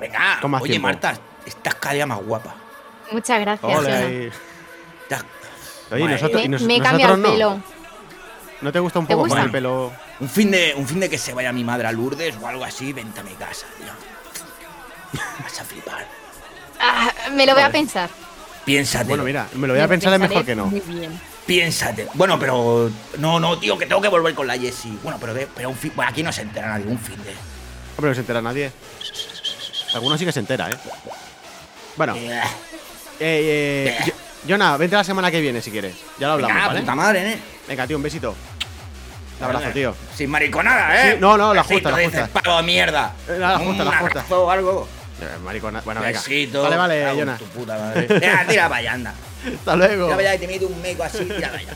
Speaker 11: Venga,
Speaker 1: Con más
Speaker 11: Ah, oye,
Speaker 1: tiempo.
Speaker 11: Marta, estás cada día más guapa.
Speaker 2: Muchas gracias,
Speaker 1: Hola,
Speaker 2: Jonah.
Speaker 1: y-
Speaker 11: Estás-
Speaker 1: Oye,
Speaker 11: Madre
Speaker 1: nosotros,
Speaker 2: Me,
Speaker 1: y nos-
Speaker 2: me he
Speaker 1: nosotros
Speaker 2: cambiado el
Speaker 1: no.
Speaker 2: pelo.
Speaker 1: ¿No te gusta un
Speaker 2: ¿Te
Speaker 1: poco más
Speaker 2: gusta?
Speaker 1: el pelo?
Speaker 11: Un fin, de, un fin de que se vaya mi madre a Lourdes o algo así, vente a mi casa, tío. Vas a flipar.
Speaker 2: Ah, me lo voy a pensar.
Speaker 11: Piénsate.
Speaker 1: Bueno, mira, me lo voy a pensar, es
Speaker 2: Pensaré
Speaker 1: mejor que no.
Speaker 2: Muy bien.
Speaker 11: Piénsate. Bueno, pero. No, no, tío, que tengo que volver con la Jessie. Bueno, pero, de- pero un fin. Bueno, aquí no se entera nadie, un fin de.
Speaker 1: Hombre, no se entera nadie. Algunos sí que se entera, ¿eh? Bueno, eh,
Speaker 11: Eh,
Speaker 1: eh,
Speaker 11: Eh.
Speaker 1: Jo- Jonah, vente la semana que viene si quieres. Ya lo hablamos,
Speaker 11: venga,
Speaker 1: ¿vale?
Speaker 11: puta madre, ¿eh?
Speaker 1: Venga, tío, un besito. Un abrazo, tío.
Speaker 11: Sin mariconada, ¿eh?
Speaker 1: Sí, no, no, la
Speaker 11: Besito,
Speaker 1: justa, la
Speaker 11: dices,
Speaker 1: justa.
Speaker 11: pavo de mierda.
Speaker 1: Eh, la justa,
Speaker 11: Un
Speaker 1: la justa.
Speaker 11: abrazo o algo.
Speaker 1: Eh, maricona- Bueno, venga.
Speaker 11: Besito.
Speaker 1: Vale, vale,
Speaker 11: Cago en
Speaker 1: Jonah.
Speaker 11: Tu puta madre. Venga, tira para allá, anda.
Speaker 1: Hasta luego.
Speaker 11: Tira para allá y te mete un meco así, tira para allá.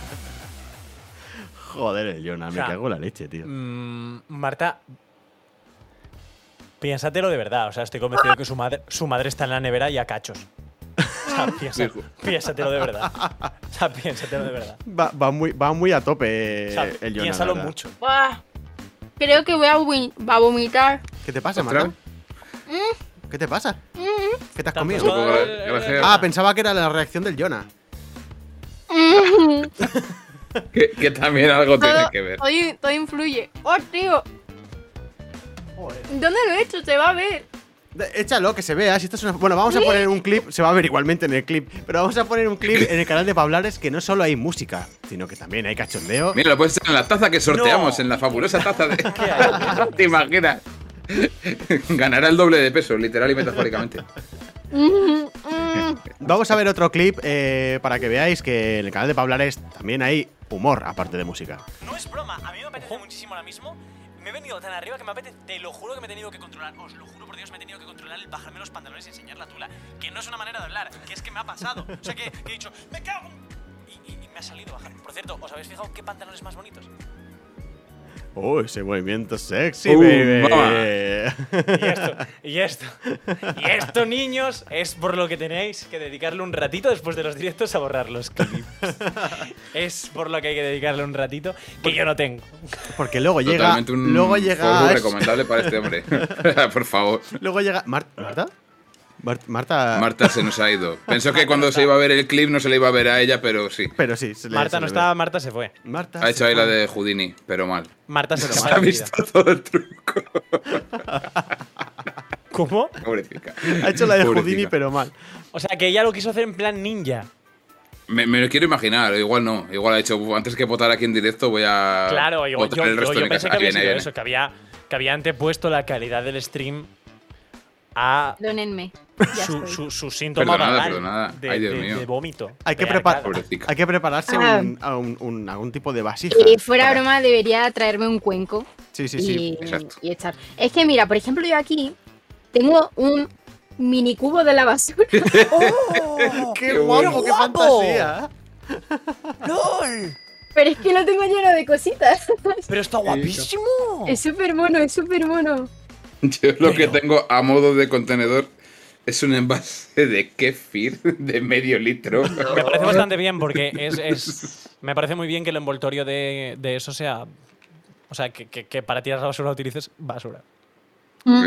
Speaker 1: Joder, el Jonah, me
Speaker 9: O sea,
Speaker 1: cago en la leche, tío.
Speaker 9: Mm, Marta, piénsatelo de verdad. O sea, estoy convencido que su madre, su madre está en la nevera y a cachos. O sea, piensa-
Speaker 3: Dijo.
Speaker 9: piénsatelo de verdad. O sea, piénsatelo de verdad.
Speaker 1: Va, va muy, va muy a tope
Speaker 9: O sea,
Speaker 1: el Jonah. la
Speaker 9: piénsalo
Speaker 1: verdad.
Speaker 9: mucho.
Speaker 2: Buah, Creo que voy a, vomi- va a vomitar.
Speaker 1: ¿Qué te pasa,
Speaker 3: Ostras.
Speaker 1: Marta?
Speaker 2: Mm,
Speaker 1: ¿Qué te pasa? ¿Qué te has
Speaker 9: Tanto
Speaker 1: comido?
Speaker 9: todo el-
Speaker 3: eh, Gracias.
Speaker 1: Ah, pensaba que era la reacción del Jonah.
Speaker 3: Que, que también algo tiene
Speaker 2: Todo,
Speaker 3: que ver.
Speaker 2: todo in- todo influye. ¡Oh, tío! ¿Dónde lo he hecho? Se va a ver.
Speaker 1: De- Échalo, que se vea. Si esto es una- Bueno, vamos a poner un clip, se va a ver igualmente en el clip, pero vamos a poner un clip en el canal de Pablares que no solo hay música, sino que también hay cachondeo.
Speaker 3: Mira, lo puedes echar en la taza que sorteamos,
Speaker 9: No.
Speaker 3: en la fabulosa taza de. ¿Te imaginas? Ganará el doble de peso, literal y metafóricamente.
Speaker 1: Vamos a ver otro clip eh, para que veáis que en el canal de Pablares también hay humor, aparte de música.
Speaker 9: No es broma, a mí me apetece muchísimo ahora mismo. Me he venido tan arriba que me apetece. Te lo juro que me he tenido que controlar. Os lo juro por Dios, me he tenido que controlar el bajarme los pantalones y enseñar la tula. Que no es una manera de hablar, que es que me ha pasado. O sea, que, que he dicho, ¡me cago! en-". Y, y- y me ha salido bajar. Por cierto, ¿os habéis fijado qué pantalones más bonitos?
Speaker 1: Oh, ese movimiento sexy,
Speaker 3: Uh,
Speaker 1: baby.
Speaker 9: Y esto, y esto, y esto, niños, es por lo que tenéis que dedicarle un ratito después de los directos a borrar los clips. Es por lo que hay que dedicarle un ratito que yo no tengo.
Speaker 1: Porque luego llega.
Speaker 3: Totalmente un
Speaker 1: Luego llega.
Speaker 3: polvo recomendable para este hombre. por favor.
Speaker 1: Luego llega. Mar- ¿Marta? Mar- Marta.
Speaker 3: Marta se nos ha ido. Pensó que cuando se iba a ver el clip no se le iba a ver a ella, pero sí.
Speaker 1: Pero sí, se le- se
Speaker 9: Marta no
Speaker 1: le ve.
Speaker 9: estaba, Marta se fue.
Speaker 1: Marta.
Speaker 3: Ha
Speaker 1: se
Speaker 3: hecho ahí la
Speaker 1: fue.
Speaker 3: de Houdini, pero mal.
Speaker 9: Marta se
Speaker 3: Se
Speaker 9: fue.
Speaker 3: ha
Speaker 9: de mi vida.
Speaker 3: visto todo el truco.
Speaker 9: ¿Cómo?
Speaker 3: Pobrecita.
Speaker 1: Ha hecho la de Houdini,
Speaker 3: Pobrecita.
Speaker 1: pero mal.
Speaker 9: O sea, que ella lo quiso hacer en plan ninja.
Speaker 3: Me, me lo quiero imaginar, igual no. Igual ha hecho. Antes que votar aquí en directo, voy a.
Speaker 9: Claro, yo,
Speaker 3: votar
Speaker 9: yo-
Speaker 3: Ah, el
Speaker 9: yo-
Speaker 3: resto
Speaker 9: yo
Speaker 3: de mi
Speaker 9: pensé
Speaker 3: casa.
Speaker 9: que
Speaker 3: Ahí viene,
Speaker 9: había sido
Speaker 3: ahí viene.
Speaker 9: eso, que había, que había antepuesto la calidad del stream a
Speaker 2: Perdónenme. Ya
Speaker 9: su,
Speaker 2: estoy.
Speaker 9: su- su síntoma
Speaker 3: Perdonada,
Speaker 9: vagal
Speaker 3: perdonada.
Speaker 9: de,
Speaker 3: Ay, Dios
Speaker 9: de-
Speaker 3: mío.
Speaker 9: de vómito.
Speaker 1: Hay que,
Speaker 9: de
Speaker 1: prepar-
Speaker 9: arcada.
Speaker 1: hay que prepararse
Speaker 2: Ah.
Speaker 1: un- a un- un- algún tipo de vasija.
Speaker 2: Y fuera
Speaker 1: para-
Speaker 2: broma, debería traerme un cuenco.
Speaker 1: Sí, sí, sí,
Speaker 2: y-
Speaker 1: exacto.
Speaker 2: y echar. Es que mira, por ejemplo, yo aquí tengo un mini cubo de la basura.
Speaker 1: ¡Qué guapo, qué fantasía!
Speaker 2: ¡Lol! Pero es que lo tengo lleno de cositas.
Speaker 9: Pero está
Speaker 3: guapísimo.
Speaker 2: Es súper mono, es súper mono.
Speaker 3: Yo lo que tengo a modo de contenedor es un envase de kefir de medio litro.
Speaker 9: Me parece bastante bien porque es, es- me parece muy bien que el envoltorio de, de eso sea, o sea, que, que- que para tirar la basura utilices basura.
Speaker 2: Mm.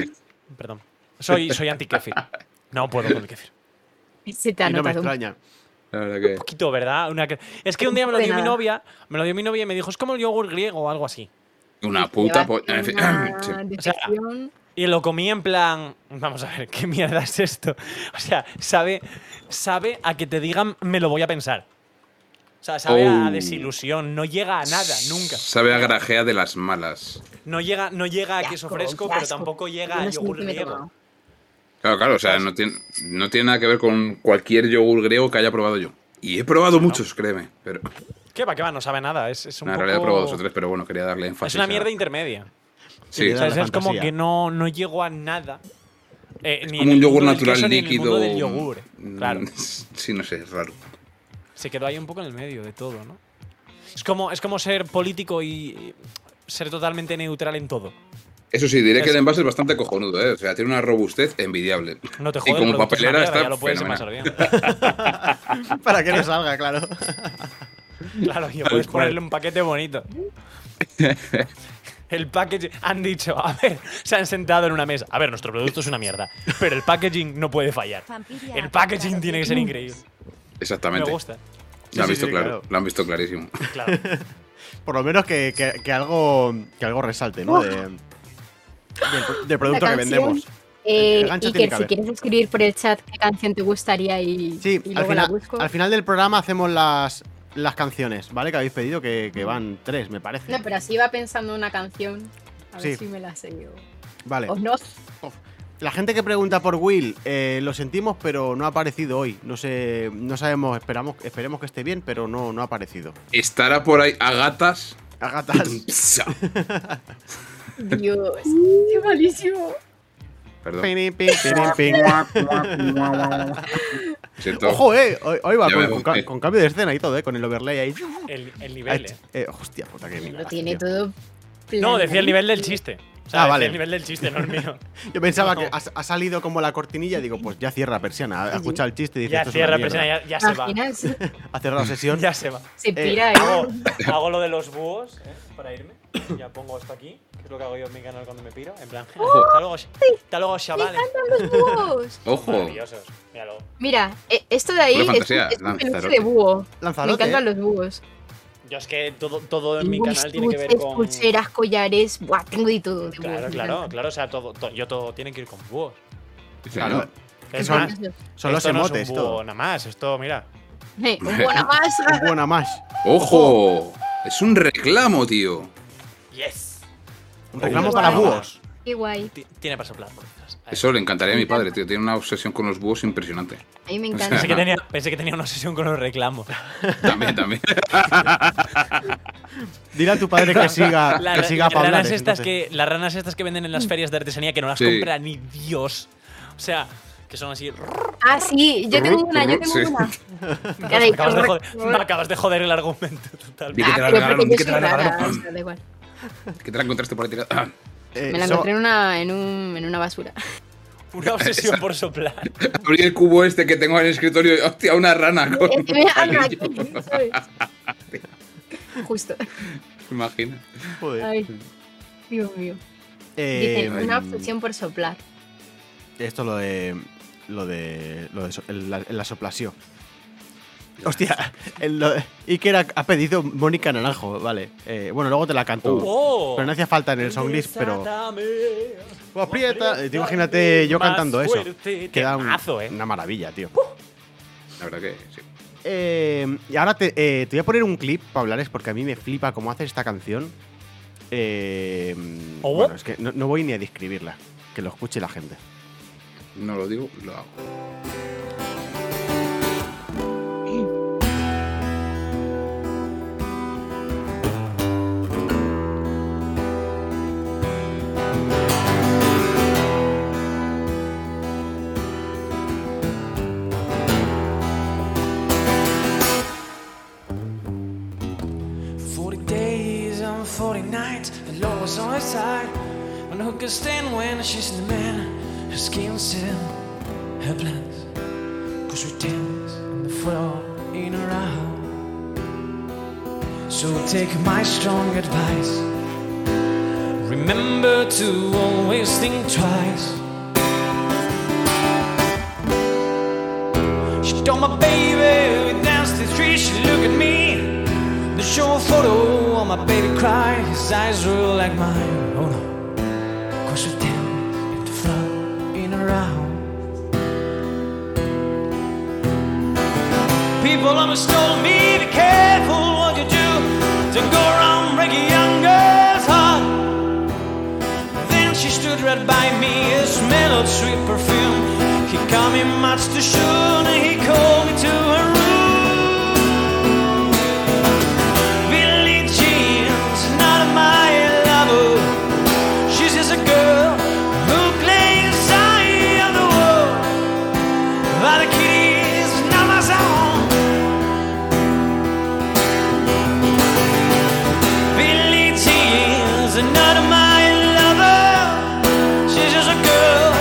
Speaker 9: Perdón. Soy, soy anti kefir. No puedo con el kefir.
Speaker 2: Se te ha
Speaker 9: Y no me
Speaker 2: notado.
Speaker 1: extraña.
Speaker 3: La verdad que.
Speaker 9: poquito, ¿verdad? Una que- Es que un día me lo
Speaker 2: De
Speaker 9: dio mi
Speaker 2: nada.
Speaker 9: novia, me lo dio mi novia y me dijo, es como el yogur griego o algo así.
Speaker 3: Una puta
Speaker 9: Lleva
Speaker 3: po- en fin,
Speaker 2: Mm,
Speaker 3: sí.
Speaker 9: O sea, y lo comí en plan, vamos a ver, ¿qué mierda es esto? O sea, sabe, sabe a que te digan, me lo voy a pensar. O sea, sabe a
Speaker 3: Oh.
Speaker 9: desilusión, no llega a nada, nunca.
Speaker 3: Sabe a grajea de las malas.
Speaker 9: No llega, no llega a queso fresco, pero tampoco llega a
Speaker 2: No sé
Speaker 9: yogur
Speaker 2: ni qué me he
Speaker 9: griego.
Speaker 2: tomado.
Speaker 3: Claro, claro, o sea, no tiene, no tiene nada que ver con cualquier yogur griego que haya probado yo. Y he probado muchos, créeme. Pero
Speaker 9: ¿Qué va, qué va? No sabe nada. Es, es un
Speaker 3: en
Speaker 9: poco...
Speaker 3: realidad he probado dos o tres, pero bueno, quería darle énfasis.
Speaker 9: Es una
Speaker 3: a-
Speaker 9: mierda intermedia.
Speaker 3: Sí.
Speaker 9: O sea, es como que no, no llegó a nada. Eh, ni en
Speaker 3: Como un
Speaker 9: el
Speaker 3: yogur
Speaker 9: mundo del
Speaker 3: natural
Speaker 9: queso ni en el
Speaker 3: líquido.
Speaker 9: mundo del yogur.
Speaker 3: Mm,
Speaker 9: Claro.
Speaker 3: Sí, no sé, es raro.
Speaker 9: Se quedó ahí un poco en el medio de todo, ¿no? Es como, es como ser político y ser totalmente neutral en todo.
Speaker 3: Eso sí, diré que
Speaker 9: Es-
Speaker 3: el envase es bastante cojonudo, ¿eh? O sea, tiene una robustez envidiable.
Speaker 9: No te
Speaker 3: Y
Speaker 9: jodas, el
Speaker 3: como
Speaker 9: producto es
Speaker 3: papelera
Speaker 9: una mierda,
Speaker 3: está
Speaker 9: ya lo puedes
Speaker 3: fenomenal.
Speaker 9: envasar bien.
Speaker 1: Para que no salga, claro.
Speaker 9: Claro, y
Speaker 3: Tal
Speaker 9: puedes
Speaker 3: cual.
Speaker 9: ponerle un paquete bonito. El packaging. Han dicho, a ver, se han sentado en una mesa. A ver, nuestro producto es una mierda. Pero el packaging no puede fallar. El packaging tiene que ser increíble. Me
Speaker 3: Exactamente.
Speaker 9: gusta.
Speaker 3: Lo han
Speaker 1: Sí, sí,
Speaker 3: visto
Speaker 1: sí,
Speaker 3: claro,
Speaker 1: claro.
Speaker 3: lo han visto clarísimo.
Speaker 9: Claro.
Speaker 1: Por lo menos que, que- que algo, que algo resalte, ¿no? De, del pro- del producto
Speaker 2: La
Speaker 1: que
Speaker 2: canción,
Speaker 1: vendemos.
Speaker 2: Eh,
Speaker 1: El gancho tiene que
Speaker 2: Iker, si
Speaker 1: haber.
Speaker 2: quieres escribir por el chat qué canción te gustaría y,
Speaker 1: Sí,
Speaker 2: y
Speaker 1: al
Speaker 2: luego la
Speaker 1: final,
Speaker 2: busco.
Speaker 1: al final del programa hacemos las, las canciones, ¿vale? Que habéis pedido, que, que van tres, me parece.
Speaker 2: No, pero así iba pensando una canción. A ver
Speaker 1: Sí. Eh.
Speaker 2: si me la sé yo.
Speaker 1: Vale.
Speaker 2: O no.
Speaker 1: La gente que pregunta por Will, eh, lo sentimos, pero no ha aparecido hoy. No sé, no sabemos, esperamos, esperemos que esté bien, pero no, no ha aparecido.
Speaker 3: ¿Estará por ahí a gatas?
Speaker 1: A gatas.
Speaker 2: Dios, qué malísimo.
Speaker 3: Perdón.
Speaker 1: Ping, ping, ping, ping.
Speaker 3: Siento.
Speaker 1: Ojo, eh. Hoy, hoy va
Speaker 3: Ya
Speaker 1: con,
Speaker 3: veo,
Speaker 1: con ca-
Speaker 3: eh.
Speaker 1: con cambio de escena y todo, eh. Con el overlay ahí.
Speaker 9: El, el
Speaker 1: Ahí,
Speaker 9: nivel. eh.
Speaker 1: eh, hostia puta, que
Speaker 2: Lo
Speaker 1: mierda.
Speaker 2: tiene todo.
Speaker 9: No,
Speaker 2: planeado.
Speaker 9: decía el nivel del chiste. O sea,
Speaker 1: Ah,
Speaker 9: decía
Speaker 1: vale.
Speaker 9: El nivel del chiste, no el mío.
Speaker 1: Yo pensaba que ha, ha salido como la cortinilla. Digo, pues ya cierra persiana. Ha escuchado el chiste y dice,
Speaker 9: Ya
Speaker 1: "Esto es una
Speaker 9: cierra
Speaker 1: mierda".
Speaker 9: persona, ya, ya se
Speaker 2: Al
Speaker 9: va.
Speaker 2: final sí,
Speaker 1: Ha cerrado sesión.
Speaker 9: Ya se va.
Speaker 2: se pira,
Speaker 1: Eh,
Speaker 2: ¿eh?
Speaker 9: Hago, hago lo de los búhos eh, para irme. Ya pongo esto aquí, que es lo que hago yo en mi canal cuando me piro. En plan, hasta luego, ch- hasta luego,
Speaker 2: ¡Oh! ¡Me
Speaker 9: chavales.
Speaker 2: encantan los búhos!
Speaker 3: Ah, Ojo.
Speaker 9: Maravillosos. Míralo.
Speaker 2: Mira, eh, esto de ahí
Speaker 3: Pura
Speaker 2: es, un-
Speaker 3: fantasía,
Speaker 2: es un peluche
Speaker 3: Lanzarote.
Speaker 2: de búho. Me
Speaker 1: Lanzarote.
Speaker 2: encantan los búhos.
Speaker 9: Yo es que todo, todo en mi
Speaker 2: Búhos,
Speaker 9: canal tiene que ver
Speaker 2: chuches,
Speaker 9: con.
Speaker 2: pulseras, collares, buah, tengo de todo. De
Speaker 9: Claro,
Speaker 2: búhos,
Speaker 9: claro, claro. O sea, todo, todo- yo todo tiene que ir con búhos.
Speaker 1: Claro.
Speaker 9: Es
Speaker 1: son-
Speaker 9: más,
Speaker 1: son los
Speaker 9: esto no es
Speaker 1: emotes,
Speaker 9: un búho
Speaker 1: todo.
Speaker 9: nada más. Esto, mira.
Speaker 2: Eh, un búho nada más.
Speaker 1: Un buena más.
Speaker 3: ¡Ojo! Es un reclamo, tío.
Speaker 9: Yes.
Speaker 1: Un reclamo
Speaker 3: Oh.
Speaker 1: para
Speaker 2: Guau.
Speaker 1: búhos.
Speaker 2: Qué guay.
Speaker 9: Ti- Tiene para soplar por detrás. Ahí.
Speaker 3: Eso le encantaría a mi padre, tío. Tiene una obsesión con los búhos impresionante.
Speaker 2: A mí me
Speaker 9: Pensé que,
Speaker 2: encanta.
Speaker 9: tenía, pensé que tenía una sesión con los reclamos.
Speaker 3: También, también.
Speaker 1: Dile a tu padre que siga,
Speaker 9: La-
Speaker 1: que siga
Speaker 9: las,
Speaker 1: para
Speaker 9: ranas estas que, las ranas estas que venden en las ferias de artesanía que no las
Speaker 3: Mm. Sí.
Speaker 9: compra ni Dios. O sea, que son así.
Speaker 2: Ah, sí, yo tengo
Speaker 3: Rrr,
Speaker 2: una, yo
Speaker 3: rrr,
Speaker 2: tengo
Speaker 3: sí.
Speaker 2: una.
Speaker 9: Me
Speaker 2: Ya de-
Speaker 9: acabas de joder, me acabas de joder el argumento totalmente.
Speaker 3: Di que te la
Speaker 2: Ah, pero
Speaker 3: regalaron,
Speaker 2: porque yo
Speaker 3: di que te la Eh,
Speaker 2: soy rara,
Speaker 3: regalaron.
Speaker 2: o sea, da igual.
Speaker 3: Que te la encontraste por ahí tirada. Ah,
Speaker 9: Eh,
Speaker 2: Me la encontré en una, en un, en una basura.
Speaker 9: Una obsesión por soplar.
Speaker 3: Abrí el cubo este que tengo en el escritorio. y, ¡Hostia, una rana! Con
Speaker 2: Es
Speaker 3: un
Speaker 2: que me habla
Speaker 3: palillo.
Speaker 2: aquí, ¿sabes? Justo.
Speaker 3: Imagina.
Speaker 2: Ay, Dios mío.
Speaker 1: Eh, mm,
Speaker 2: Dicen, una obsesión por soplar.
Speaker 1: Esto lo de. Lo de. Lo de so- el- la, la soplació. Hostia, el, lo, Iker ha, ha pedido Mónica Naranjo, vale. Eh, bueno, luego te la canto.
Speaker 9: Oh.
Speaker 1: Pero no hacía falta en el songlist, pero.
Speaker 9: Desátame.
Speaker 1: Pues aprieta. eh, tú imagínate yo
Speaker 9: Más
Speaker 1: cantando eso.
Speaker 9: fuerte,
Speaker 1: Queda un-
Speaker 9: temazo, eh.
Speaker 1: una maravilla, tío.
Speaker 3: La verdad que sí.
Speaker 1: eh, y ahora te, eh, te voy a poner un clip, Pablares, porque a mí me flipa cómo haces esta canción. Eh, bueno, es que no, no voy ni a describirla. Que lo escuche la gente.
Speaker 3: No lo digo, lo hago.
Speaker 12: Forty days and forty nights, the Lord was on his side. And who can stand when she's the man? Her skin still, her plans. Cause we dance on the floor in her house. So take my strong advice. Remember to always think twice. She told my baby we danced the street. She looked at me. They show a photo of my baby cry. His eyes were like mine. Oh no. Cause we danced at the floor in a round. People always told me be careful what you do. Don't go around breaking young girls' heart. Then she stood right by me, a smell of sweet perfume. He coming much too soon and he called me to her room. Billie Jean's not my lover. She's just a girl who plays eye of the world. But the kitty's not my song. Billie Jean's not my lover. She's just a girl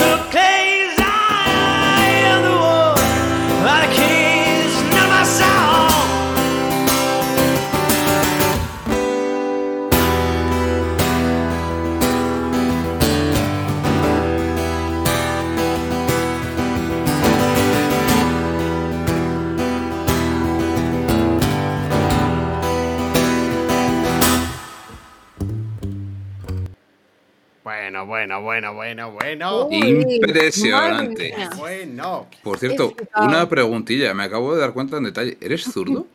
Speaker 12: who plays eye of the world. But the kitty's not my song.
Speaker 1: Bueno, bueno, bueno, bueno, bueno.
Speaker 3: Uy, Impresionante. madre mía.
Speaker 1: Bueno.
Speaker 3: Por cierto, una preguntilla, me acabo de dar cuenta en detalle. ¿Eres
Speaker 2: Ah,
Speaker 3: zurdo?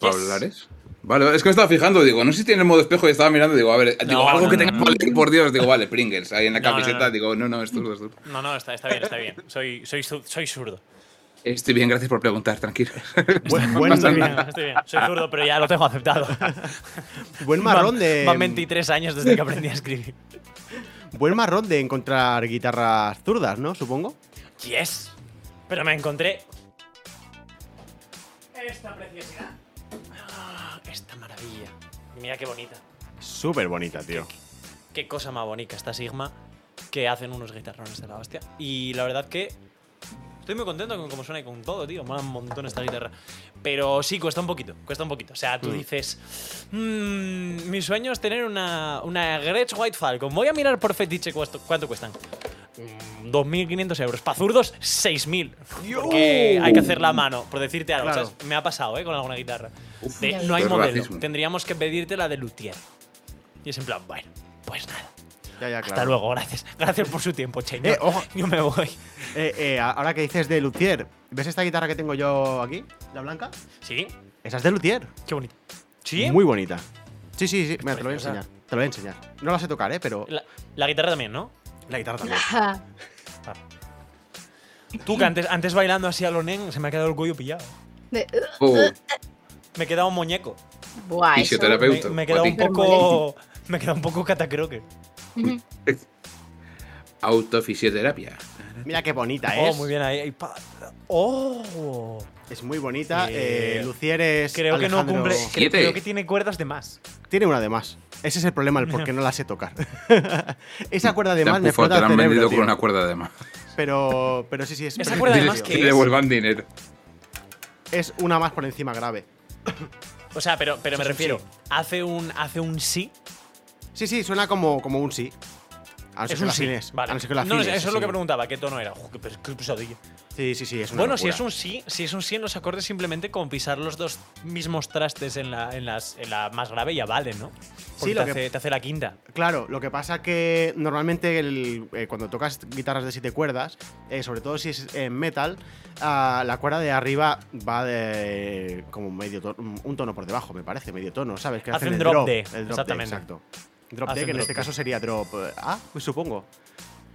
Speaker 3: Pablo Lares. Vale, vale, es que me estaba fijando, digo, no sé si tiene el modo espejo y estaba mirando, digo, a ver, digo, algo que tenga que valer, por Dios, digo, vale, Pringles, ahí en la
Speaker 9: No, no,
Speaker 3: camiseta,
Speaker 9: no.
Speaker 3: digo, no, no, es zurdo, es zurdo.
Speaker 9: No, no, está, está bien, está bien. Soy, soy, zu- soy zurdo.
Speaker 3: Estoy bien, gracias por preguntar, tranquilo.
Speaker 9: estoy bien, estoy bien. Soy zurdo, pero ya lo tengo aceptado.
Speaker 1: Buen marrón
Speaker 9: Van-
Speaker 1: de-
Speaker 9: Van 23 años desde que aprendí a escribir.
Speaker 1: Buen marrón de encontrar guitarras zurdas, ¿no? Supongo.
Speaker 9: Yes. Pero me encontré. Esta preciosidad. Ah, Esta maravilla. Mira qué bonita.
Speaker 1: Súper bonita, tío.
Speaker 9: Qué cosa más bonita esta Sigma que hacen unos guitarrones de la hostia. Y la verdad que estoy muy contento con cómo suena y con todo, tío. Mola un montón esta guitarra. Pero sí, cuesta un poquito, cuesta un poquito. O sea, tú
Speaker 13: Mm.
Speaker 9: dices, "Mm, mi sueño es tener una, una Gretsch White Falcon. Voy a mirar por fetiche cuánto, cuánto cuestan. Mm, 2.500 euros. Para zurdos, 6.000. Porque hay que hacer la mano, por decirte algo.
Speaker 13: Claro.
Speaker 9: ¿sabes? Me ha pasado, ¿eh? Con alguna guitarra.
Speaker 13: Uf,
Speaker 9: De,
Speaker 13: Ya
Speaker 9: no hay
Speaker 13: ves.
Speaker 9: modelo.
Speaker 13: Racismo.
Speaker 9: Tendríamos que pedirte la de Luthier. Y es en plan, bueno, pues nada.
Speaker 1: Ya, ya, claro.
Speaker 9: Hasta luego, gracias. Gracias por su tiempo, Chain.
Speaker 1: Eh, ojo.
Speaker 9: Yo me voy.
Speaker 1: Eh, eh, a- ahora que dices de Luthier, ¿ves esta guitarra que tengo yo aquí? ¿La blanca?
Speaker 9: Sí.
Speaker 1: Esa es de Luthier.
Speaker 9: Qué bonita. ¿Sí?
Speaker 1: Muy bonita. Sí, sí, sí. Mira, te lo voy a
Speaker 9: preciosa.
Speaker 1: enseñar. Te lo voy a enseñar. No la sé tocar, ¿eh? Pero.
Speaker 9: La, la guitarra también, ¿no?
Speaker 1: La guitarra también.
Speaker 9: Tú que antes, antes bailando así a lo nen, se me ha quedado el cuello pillado.
Speaker 8: De-
Speaker 3: Oh,
Speaker 9: Me he quedado un muñeco.
Speaker 8: Buah, eso-
Speaker 3: Fisioterapeuta,
Speaker 9: Me, me he quedado un
Speaker 3: guatín.
Speaker 9: poco. Me he quedado un poco catacroque.
Speaker 3: Autofisioterapia.
Speaker 1: Mira qué bonita
Speaker 9: Oh,
Speaker 1: es.
Speaker 9: muy bien ahí. ahí, pa- ¡Oh!
Speaker 1: Es muy bonita.
Speaker 9: Eh,
Speaker 1: Eh, Luthier es.
Speaker 9: Creo que no
Speaker 1: Alejandro-
Speaker 9: cumple. cre- Creo, que tiene cuerdas de más.
Speaker 1: Tiene una de más. Ese es el problema, el por qué no la sé tocar. Esa cuerda de
Speaker 3: Te
Speaker 1: más
Speaker 3: han
Speaker 1: me
Speaker 3: pufado,
Speaker 1: flota
Speaker 3: te la
Speaker 1: el
Speaker 3: han vendido
Speaker 1: cerebro,
Speaker 3: con una
Speaker 1: tío.
Speaker 3: cuerda de más.
Speaker 1: Pero, pero sí, sí, es.
Speaker 9: Esa cuerda de
Speaker 3: Diles
Speaker 9: más
Speaker 3: que
Speaker 9: que
Speaker 3: le
Speaker 9: es-
Speaker 3: devuelvan dinero.
Speaker 1: Es una más por encima grave.
Speaker 9: O sea, pero, pero
Speaker 1: Eso
Speaker 9: me
Speaker 1: es un
Speaker 9: refiero. Hace un, hace un sí.
Speaker 1: Sí, sí, suena como, como un sí. A no ser
Speaker 9: es
Speaker 1: que
Speaker 9: un
Speaker 1: la
Speaker 9: sí.
Speaker 1: afines.
Speaker 9: Vale.
Speaker 1: A no ser que la
Speaker 9: No,
Speaker 1: afines,
Speaker 9: eso es
Speaker 1: sí.
Speaker 9: lo que preguntaba. ¿Qué tono era? Ojo, qué, pes- qué pesadilla.
Speaker 1: Sí, Sí, sí, sí, es una
Speaker 9: Bueno, si
Speaker 1: locura.
Speaker 9: es un sí, si es un sí en los acordes, simplemente con pisar los dos mismos trastes en la, en las- en la más grave ya vale, ¿no? Porque
Speaker 1: lo
Speaker 9: te,
Speaker 1: que-
Speaker 9: hace, te hace la quinta.
Speaker 1: Claro, lo que pasa que normalmente el- eh, cuando tocas guitarras de siete cuerdas, eh, sobre todo si es en metal, ah, la cuerda de arriba va de como medio tono, un tono por debajo, me parece, medio tono, ¿sabes? Que
Speaker 9: Hace
Speaker 1: hacen
Speaker 9: un
Speaker 1: el
Speaker 9: drop D,
Speaker 1: el drop D,
Speaker 9: exactamente.
Speaker 1: exacto. Drop
Speaker 9: Hace
Speaker 1: D,
Speaker 9: un
Speaker 1: que en
Speaker 9: drop
Speaker 1: este
Speaker 9: D.
Speaker 1: caso sería drop eh, A, pues supongo.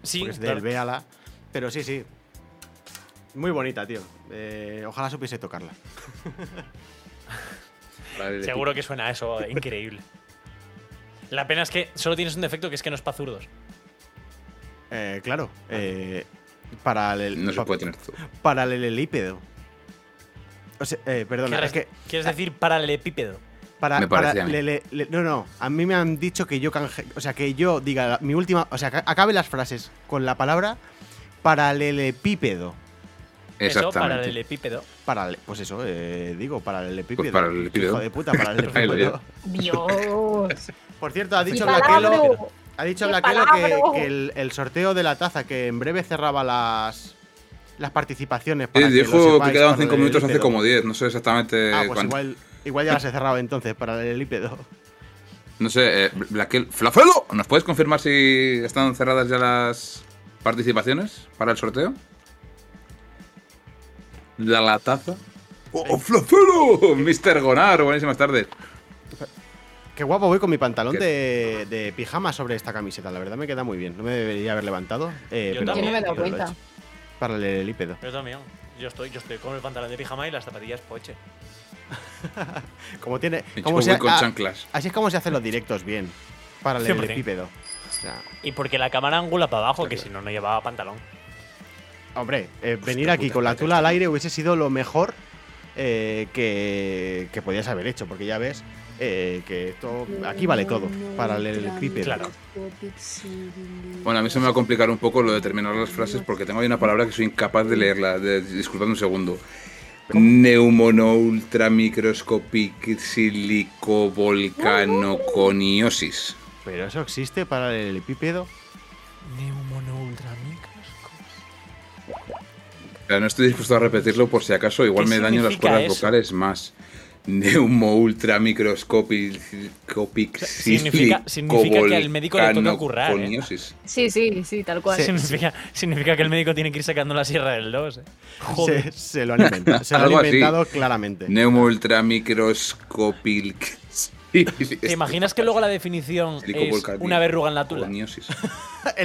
Speaker 9: Sí,
Speaker 1: Porque es
Speaker 9: claro.
Speaker 1: del B a la. Pero sí, sí. Muy bonita, tío. Eh, ojalá supiese tocarla.
Speaker 9: Seguro que suena eso increíble. La pena es que solo tienes un defecto que es que no es para zurdos.
Speaker 1: Eh, claro. Eh, paralel,
Speaker 3: No se
Speaker 1: pa-
Speaker 3: puede tener todo.
Speaker 1: Paralelelípedo. O sea, eh, perdona,
Speaker 9: ¿Quieres,
Speaker 1: es que.
Speaker 9: quieres decir paralelepípedo?
Speaker 1: Para,
Speaker 3: Me parece
Speaker 1: para-
Speaker 3: a mí.
Speaker 1: le- le- le- no, no. A mí me han dicho que yo canje- O sea, que yo diga la- mi última. O sea, que acabe las frases con la palabra paralelepípedo.
Speaker 9: Eso, paralelepípedo.
Speaker 1: Parale- pues eso, eh, digo, paralelepípedo.
Speaker 3: Pues paralelepípedo.
Speaker 1: Hijo de puta,
Speaker 3: Ahí lo llevo.
Speaker 1: paralelepípedo.
Speaker 2: Dios.
Speaker 1: Por cierto, ha dicho
Speaker 2: ¡Qué
Speaker 1: Blaquelo.
Speaker 2: palabro!
Speaker 1: Ha dicho
Speaker 2: ¡Qué
Speaker 1: Blaquelo que,
Speaker 2: palabro!
Speaker 1: que el, el sorteo de la taza que en breve cerraba las. Las participaciones
Speaker 3: Sí,
Speaker 1: para que lo
Speaker 3: Eh, dijo que
Speaker 1: sepáis,
Speaker 3: quedaban 5 minutos hace
Speaker 1: paralelepípedo.
Speaker 3: como 10, no sé exactamente
Speaker 1: Ah, pues
Speaker 3: cuánto.
Speaker 1: igual, igual ya las he cerrado entonces, paralelepípedo.
Speaker 3: No sé, eh, Blaquel- Flafelo, ¿nos puedes confirmar si están cerradas ya las participaciones para el sorteo? La, la taza. ¡Oh, oh, Flafelo! Mr. Gonar, buenísimas tardes.
Speaker 1: Qué guapo voy con mi pantalón
Speaker 3: ¿Qué?
Speaker 1: de, de pijama sobre esta camiseta. La verdad me queda muy bien. No me debería haber levantado. eh,
Speaker 9: Yo
Speaker 1: pero
Speaker 9: también, Yo no me he dado
Speaker 1: pero lo he
Speaker 9: cuenta.
Speaker 1: hecho. Paralelepípedo.
Speaker 9: Yo también. Yo estoy, yo estoy con el pantalón de pijama y las zapatillas poche.
Speaker 1: Como tiene.
Speaker 3: Me
Speaker 1: como
Speaker 3: chupo
Speaker 1: se-
Speaker 3: voy con
Speaker 1: ah,
Speaker 3: chanclas.
Speaker 1: Así es como se hacen los directos bien. Paralelepípedo. O sea,
Speaker 9: Y porque la cámara angula para abajo, que si no, no llevaba pantalón.
Speaker 1: Hombre, eh, venir aquí con la tula al aire hubiese sido lo mejor eh, que, que podías haber hecho, porque ya ves eh, que esto aquí vale todo. Paralelepípedo.
Speaker 3: Bueno, a mí se me va a complicar un poco lo de terminar las frases porque tengo ahí una palabra que soy incapaz de leerla. de- disculpadme un segundo. Neumono ultramicroscopic silicovolcanoconiosis.
Speaker 1: Pero eso existe, paralelepípedo.
Speaker 3: O sea, no estoy dispuesto a repetirlo por si acaso, igual
Speaker 1: ¿Qué
Speaker 3: me daño las
Speaker 1: significa
Speaker 3: cuerdas
Speaker 1: eso?
Speaker 3: vocales más. Neumo ultramicroscopic
Speaker 9: Significa- significa que al médico le toca currar, ¿eh?
Speaker 3: silicovolcanoconiosis.
Speaker 13: Sí, sí, sí, tal cual.
Speaker 9: significa, significa que el médico tiene que ir sacando la sierra del 2. Joder.
Speaker 1: Se, se lo han inventado, se lo han
Speaker 3: Algo así.
Speaker 1: inventado claramente.
Speaker 3: Neumo ultramicroscopic este
Speaker 9: ¿Te imaginas que luego la definición es
Speaker 3: Silicovolcanoconiosis.
Speaker 9: una verruga en la tula?
Speaker 1: en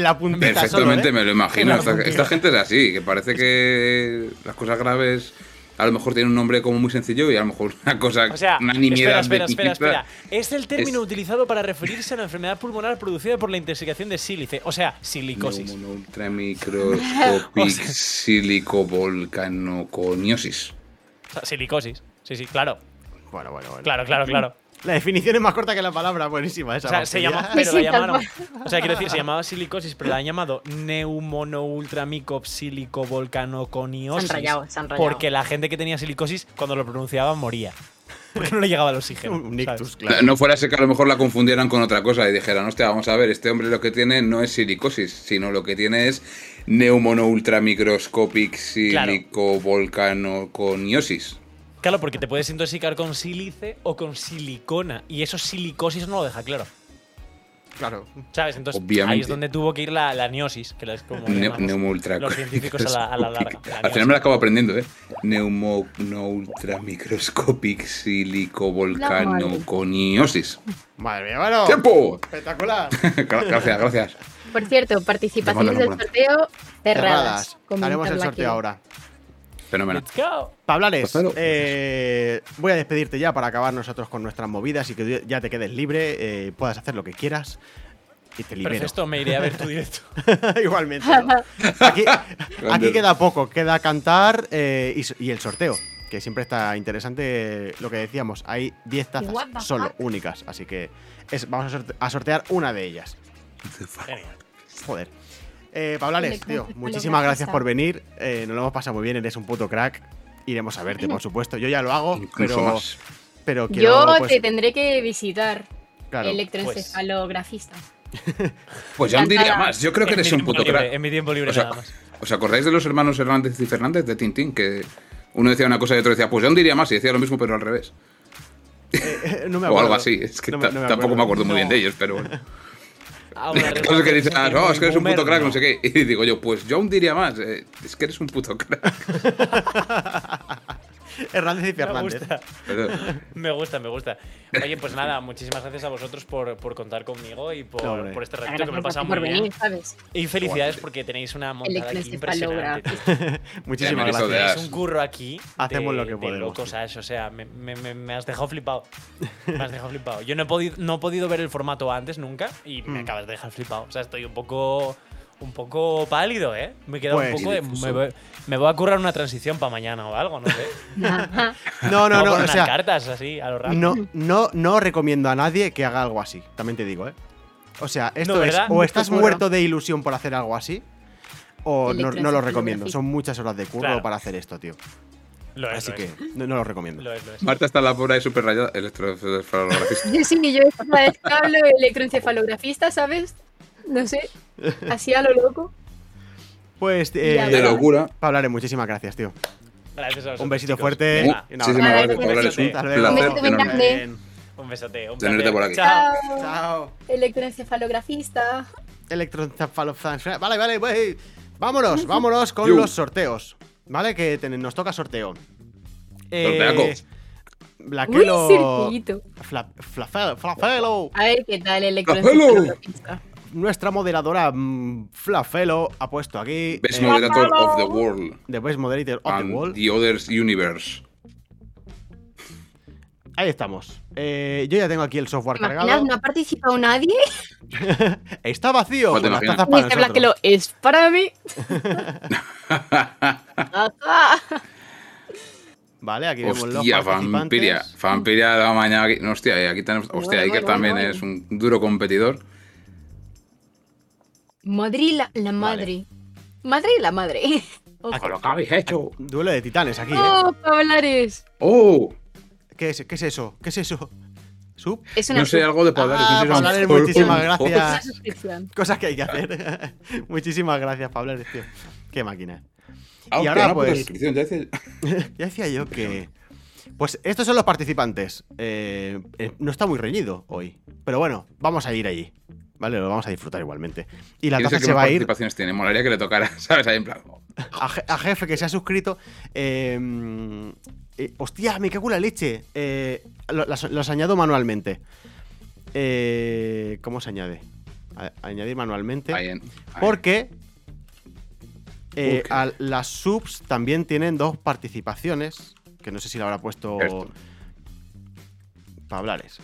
Speaker 1: la puntita
Speaker 3: Perfectamente
Speaker 1: solo, ¿eh?
Speaker 3: me lo imagino.
Speaker 1: En la
Speaker 3: Esta,
Speaker 1: puntita.
Speaker 3: esta gente es así, que parece que las cosas graves a lo mejor tienen un nombre como muy sencillo y a lo mejor una cosa,
Speaker 9: O sea,
Speaker 3: una nimiedad
Speaker 9: espera, espera,
Speaker 3: de
Speaker 9: espera, espera.
Speaker 3: quinientas.
Speaker 9: Es el término utilizado para referirse a la enfermedad pulmonar producida por la intoxicación de sílice, o sea, silicosis.
Speaker 3: Neumono ultramicroscopic silicovolcanoconiosis.
Speaker 9: O sea, silicosis. Sí, sí, claro.
Speaker 1: Bueno, bueno, bueno.
Speaker 9: Claro, claro, claro.
Speaker 1: La definición es más corta que la palabra, buenísima esa.
Speaker 9: O sea,
Speaker 1: vamos,
Speaker 9: se
Speaker 1: ya.
Speaker 9: llama, pero la
Speaker 13: pues.
Speaker 9: llamaron. O sea, quiero decir, se llamaba silicosis, pero la han llamado neumonoultramicopsilicovolcanoconiosis.
Speaker 13: Se han rayado, se han rayado.
Speaker 9: Porque la gente que tenía silicosis, cuando lo pronunciaba, moría. Porque no le llegaba el oxígeno. Un ictus,
Speaker 3: No- No fuera ese que a lo mejor la confundieran con otra cosa y dijeran, hostia, vamos a ver, este hombre lo que tiene no es silicosis, sino lo que tiene es neumono ultramicroscopic
Speaker 9: Claro.
Speaker 3: silicovolcanoconiosis.
Speaker 9: Claro, porque te puedes intoxicar con sílice o con silicona. Y eso silicosis no lo deja claro.
Speaker 1: Claro.
Speaker 9: ¿Sabes? Entonces ahí
Speaker 3: Obviamente.
Speaker 9: es donde tuvo que ir la, la niosis, que la es como.
Speaker 3: Ne-
Speaker 9: llamamos
Speaker 3: neumo ultra-
Speaker 9: Los científicos a la, a la larga. La
Speaker 3: Al final me lo acabo aprendiendo, ¿eh? Neumo no ultramicroscopic silicovolcanoconiosis.
Speaker 1: Madre mía, bueno.
Speaker 3: ¡Tiempo!
Speaker 1: Espectacular.
Speaker 3: Gra- gracias, gracias.
Speaker 2: Por cierto,
Speaker 3: Llamada
Speaker 2: participaciones
Speaker 3: a
Speaker 2: del
Speaker 3: la
Speaker 2: sorteo cerradas.
Speaker 1: Cerradas.
Speaker 2: comenta
Speaker 1: Haremos el
Speaker 2: Blaqueo.
Speaker 1: sorteo ahora.
Speaker 3: Fenomenal.
Speaker 1: Pablares, eh, voy a despedirte ya para acabar nosotros con nuestras movidas y que ya te quedes libre, eh, puedas hacer lo que quieras y te libero.
Speaker 9: Perfecto, me iré a ver tu directo.
Speaker 1: Igualmente. Aquí, aquí queda poco, queda cantar eh, y, so- y el sorteo, que siempre está interesante eh, lo que decíamos. Hay 10 tazas
Speaker 9: What the
Speaker 1: solo,
Speaker 9: fuck?
Speaker 1: únicas, así que es- vamos a, sorte- a sortear una de ellas.
Speaker 9: Genial.
Speaker 1: Joder. Eh, Pablares, tío,
Speaker 9: Electrónico,
Speaker 1: muchísimas gracias
Speaker 9: gracias.
Speaker 1: por venir. eh, nos lo hemos pasado muy bien, eres un puto crack. Iremos a verte, por supuesto. Yo ya lo hago, pero,
Speaker 3: más.
Speaker 1: pero
Speaker 2: Yo
Speaker 1: quiero. pues,
Speaker 2: te tendré que visitar,
Speaker 1: Claro,
Speaker 2: electroencefalografista.
Speaker 3: Pues ya no diría
Speaker 2: Encantada.
Speaker 3: más. Yo creo que
Speaker 9: En
Speaker 3: eres
Speaker 9: mi
Speaker 3: un
Speaker 9: tiempo
Speaker 3: puto
Speaker 9: libre,
Speaker 3: crack.
Speaker 9: En mi tiempo libre
Speaker 3: O sea,
Speaker 9: nada más.
Speaker 3: ¿Os acordáis de los hermanos Hernández y Fernández de Tintín? Que uno decía una cosa y otro decía, pues yo diría más, y decía lo mismo, pero al revés.
Speaker 1: eh, No me
Speaker 3: o
Speaker 1: acuerdo.
Speaker 3: algo así. Es que
Speaker 1: No me-
Speaker 3: ta-
Speaker 1: no me
Speaker 3: tampoco
Speaker 1: acuerdo.
Speaker 3: me acuerdo muy bien de ellos, pero bueno. Entonces que dices, ah, no, es que eres un puto crack, no sé qué. Y digo yo, pues yo aún diría más, eh, es que eres un puto crack.
Speaker 1: Hernández y
Speaker 9: Me
Speaker 1: Fernández.
Speaker 9: gusta.
Speaker 3: Perdón.
Speaker 9: me gusta, me gusta. Oye, pues nada, muchísimas gracias a vosotros por, por contar conmigo y por,
Speaker 1: No, hombre.
Speaker 9: por este ratito
Speaker 2: Gracias
Speaker 9: que me he pasado muy
Speaker 2: por
Speaker 9: bien.
Speaker 2: venir, ¿sabes?
Speaker 9: Y felicidades porque tenéis una montada aquí impresionante.
Speaker 2: electroencefalograma.
Speaker 1: Muchísimas
Speaker 9: Tenéis
Speaker 1: gracias.
Speaker 9: un curro aquí.
Speaker 1: Hacemos
Speaker 9: de-
Speaker 1: lo que
Speaker 9: de
Speaker 1: podemos.
Speaker 9: locos, ¿sabes? O sea, me, me- me- me has dejado flipado. Me has dejado flipado. Yo no he, podido, no he podido ver el formato antes nunca y me
Speaker 1: Mm.
Speaker 9: acabas de dejar flipado. O sea, estoy un poco. Un poco pálido, ¿eh? Me he quedado un
Speaker 1: Pues-
Speaker 9: poco de. Me voy, me voy a currar una transición para mañana o algo, no sé.
Speaker 1: No, no, no.
Speaker 9: Voy a poner
Speaker 1: O
Speaker 9: unas
Speaker 1: sea,
Speaker 9: cartas así, a lo raro.
Speaker 1: no, no, no recomiendo a nadie que haga algo así. También te digo, ¿eh? O sea, esto
Speaker 9: No,
Speaker 1: es.
Speaker 9: ¿verdad?
Speaker 1: O estás
Speaker 9: Mucho curro.
Speaker 1: muerto de ilusión por hacer algo así. O no, no lo
Speaker 9: Electroencefalografía.
Speaker 1: recomiendo. Son muchas horas de curro para hacer esto, tío.
Speaker 9: Lo es,
Speaker 1: Así
Speaker 9: lo
Speaker 1: que
Speaker 9: es.
Speaker 1: no, no lo recomiendo.
Speaker 9: Lo es, lo es.
Speaker 3: Marta está en la pura y super rayada. Electroencefalografista.
Speaker 2: Yo sí, yo cada vez que hablo electroencefalografista, ¿sabes? No sé, así a lo loco.
Speaker 1: Pues.
Speaker 2: Ya,
Speaker 1: Eh,
Speaker 2: De
Speaker 3: locura.
Speaker 1: Hablaré, muchísimas gracias, tío.
Speaker 9: Gracias a vosotros,
Speaker 1: Un besito
Speaker 9: chicos.
Speaker 1: fuerte.
Speaker 9: Venga.
Speaker 1: y un
Speaker 3: Muchísimas
Speaker 1: abrazo.
Speaker 3: gracias por hablar, es un
Speaker 1: Hasta
Speaker 3: placer
Speaker 1: luego.
Speaker 2: Un beso muy
Speaker 3: enorme.
Speaker 2: grande.
Speaker 9: Un besote. Un
Speaker 3: Tenerte
Speaker 9: placer.
Speaker 3: por aquí.
Speaker 9: Chao.
Speaker 1: Chao.
Speaker 2: Electroencefalografista.
Speaker 1: Electroencefalografía. Vale, vale, güey. Vámonos, vámonos con
Speaker 3: Yu.
Speaker 1: los sorteos. ¿Vale? Que ten- nos toca sorteo. Eh,
Speaker 3: Sorteaco.
Speaker 1: Blaquelo.
Speaker 2: Uy, circuito.
Speaker 1: Fla- Flafel- Flafelo.
Speaker 2: A ver qué tal electroencefalografista.
Speaker 1: electroencefalografista. Nuestra moderadora mm, Flafelo ha puesto aquí. eh,
Speaker 3: Best moderator of the world
Speaker 1: The Best Moderator of the
Speaker 3: and
Speaker 1: World.
Speaker 3: the others universe.
Speaker 1: Ahí estamos. Eh, yo ya tengo aquí el software
Speaker 2: Imaginad,
Speaker 1: cargado.
Speaker 2: no ha participado nadie.
Speaker 1: Está vacío.
Speaker 3: No te
Speaker 1: con las
Speaker 3: imaginas.
Speaker 1: tazas para
Speaker 2: Dice
Speaker 1: nosotros.
Speaker 2: Blaquelo, este es para mí. Ajá.
Speaker 1: Vale, aquí vemos los
Speaker 3: Hostia, Vampiria.
Speaker 1: participantes.
Speaker 3: Vampiria de la mañana. aquí- no, Hostia, eh, aquí tenemos. Hostia,
Speaker 2: Bueno,
Speaker 3: Iker
Speaker 2: bueno,
Speaker 3: también
Speaker 2: bueno.
Speaker 3: es un duro competidor.
Speaker 2: Madrid, la, la madre. Madrid, la madre. Ojo.
Speaker 3: lo que habéis hecho.
Speaker 1: Duelo de titanes aquí, ¿eh?
Speaker 2: No, Pablares.
Speaker 3: ¡Oh!
Speaker 1: ¿Qué es, qué es eso? ¿Qué es eso? ¿Sub?
Speaker 2: Es una
Speaker 3: No sé,
Speaker 2: sub-
Speaker 3: algo de Pablares.
Speaker 1: Ah,
Speaker 3: no sé si es un-
Speaker 1: Pablares, muchísimas
Speaker 2: es una
Speaker 1: gracias.
Speaker 2: suscripción.
Speaker 1: Cosas que hay que hacer. muchísimas gracias, Pablares, tío. Qué máquina.
Speaker 3: Ah,
Speaker 1: y
Speaker 3: hostia,
Speaker 1: ahora,
Speaker 3: una puta
Speaker 1: pues-
Speaker 3: suscripción, ya dice-
Speaker 1: Ya decía yo que. Pues estos son los participantes. Eh, eh, no está muy reñido hoy. Pero bueno, vamos a ir allí. Vale, lo vamos a disfrutar igualmente. Y la
Speaker 3: ¿Quién es
Speaker 1: taza
Speaker 3: el que
Speaker 1: se
Speaker 3: más
Speaker 1: va a ir
Speaker 3: participaciones tiene? Molaría que le tocara, ¿sabes? Ahí en plan.
Speaker 1: a, je- a jefe que se ha suscrito. eh, eh, hostia, me cago en la leche. Eh, lo- las, los añado manualmente. Eh, ¿Cómo se añade? A- añadir manualmente.
Speaker 3: Ahí en- ahí.
Speaker 1: Porque eh,
Speaker 3: Ok.
Speaker 1: al- las subs también tienen dos participaciones. Que no sé si la habrá puesto
Speaker 3: Cierto.
Speaker 1: Pablares.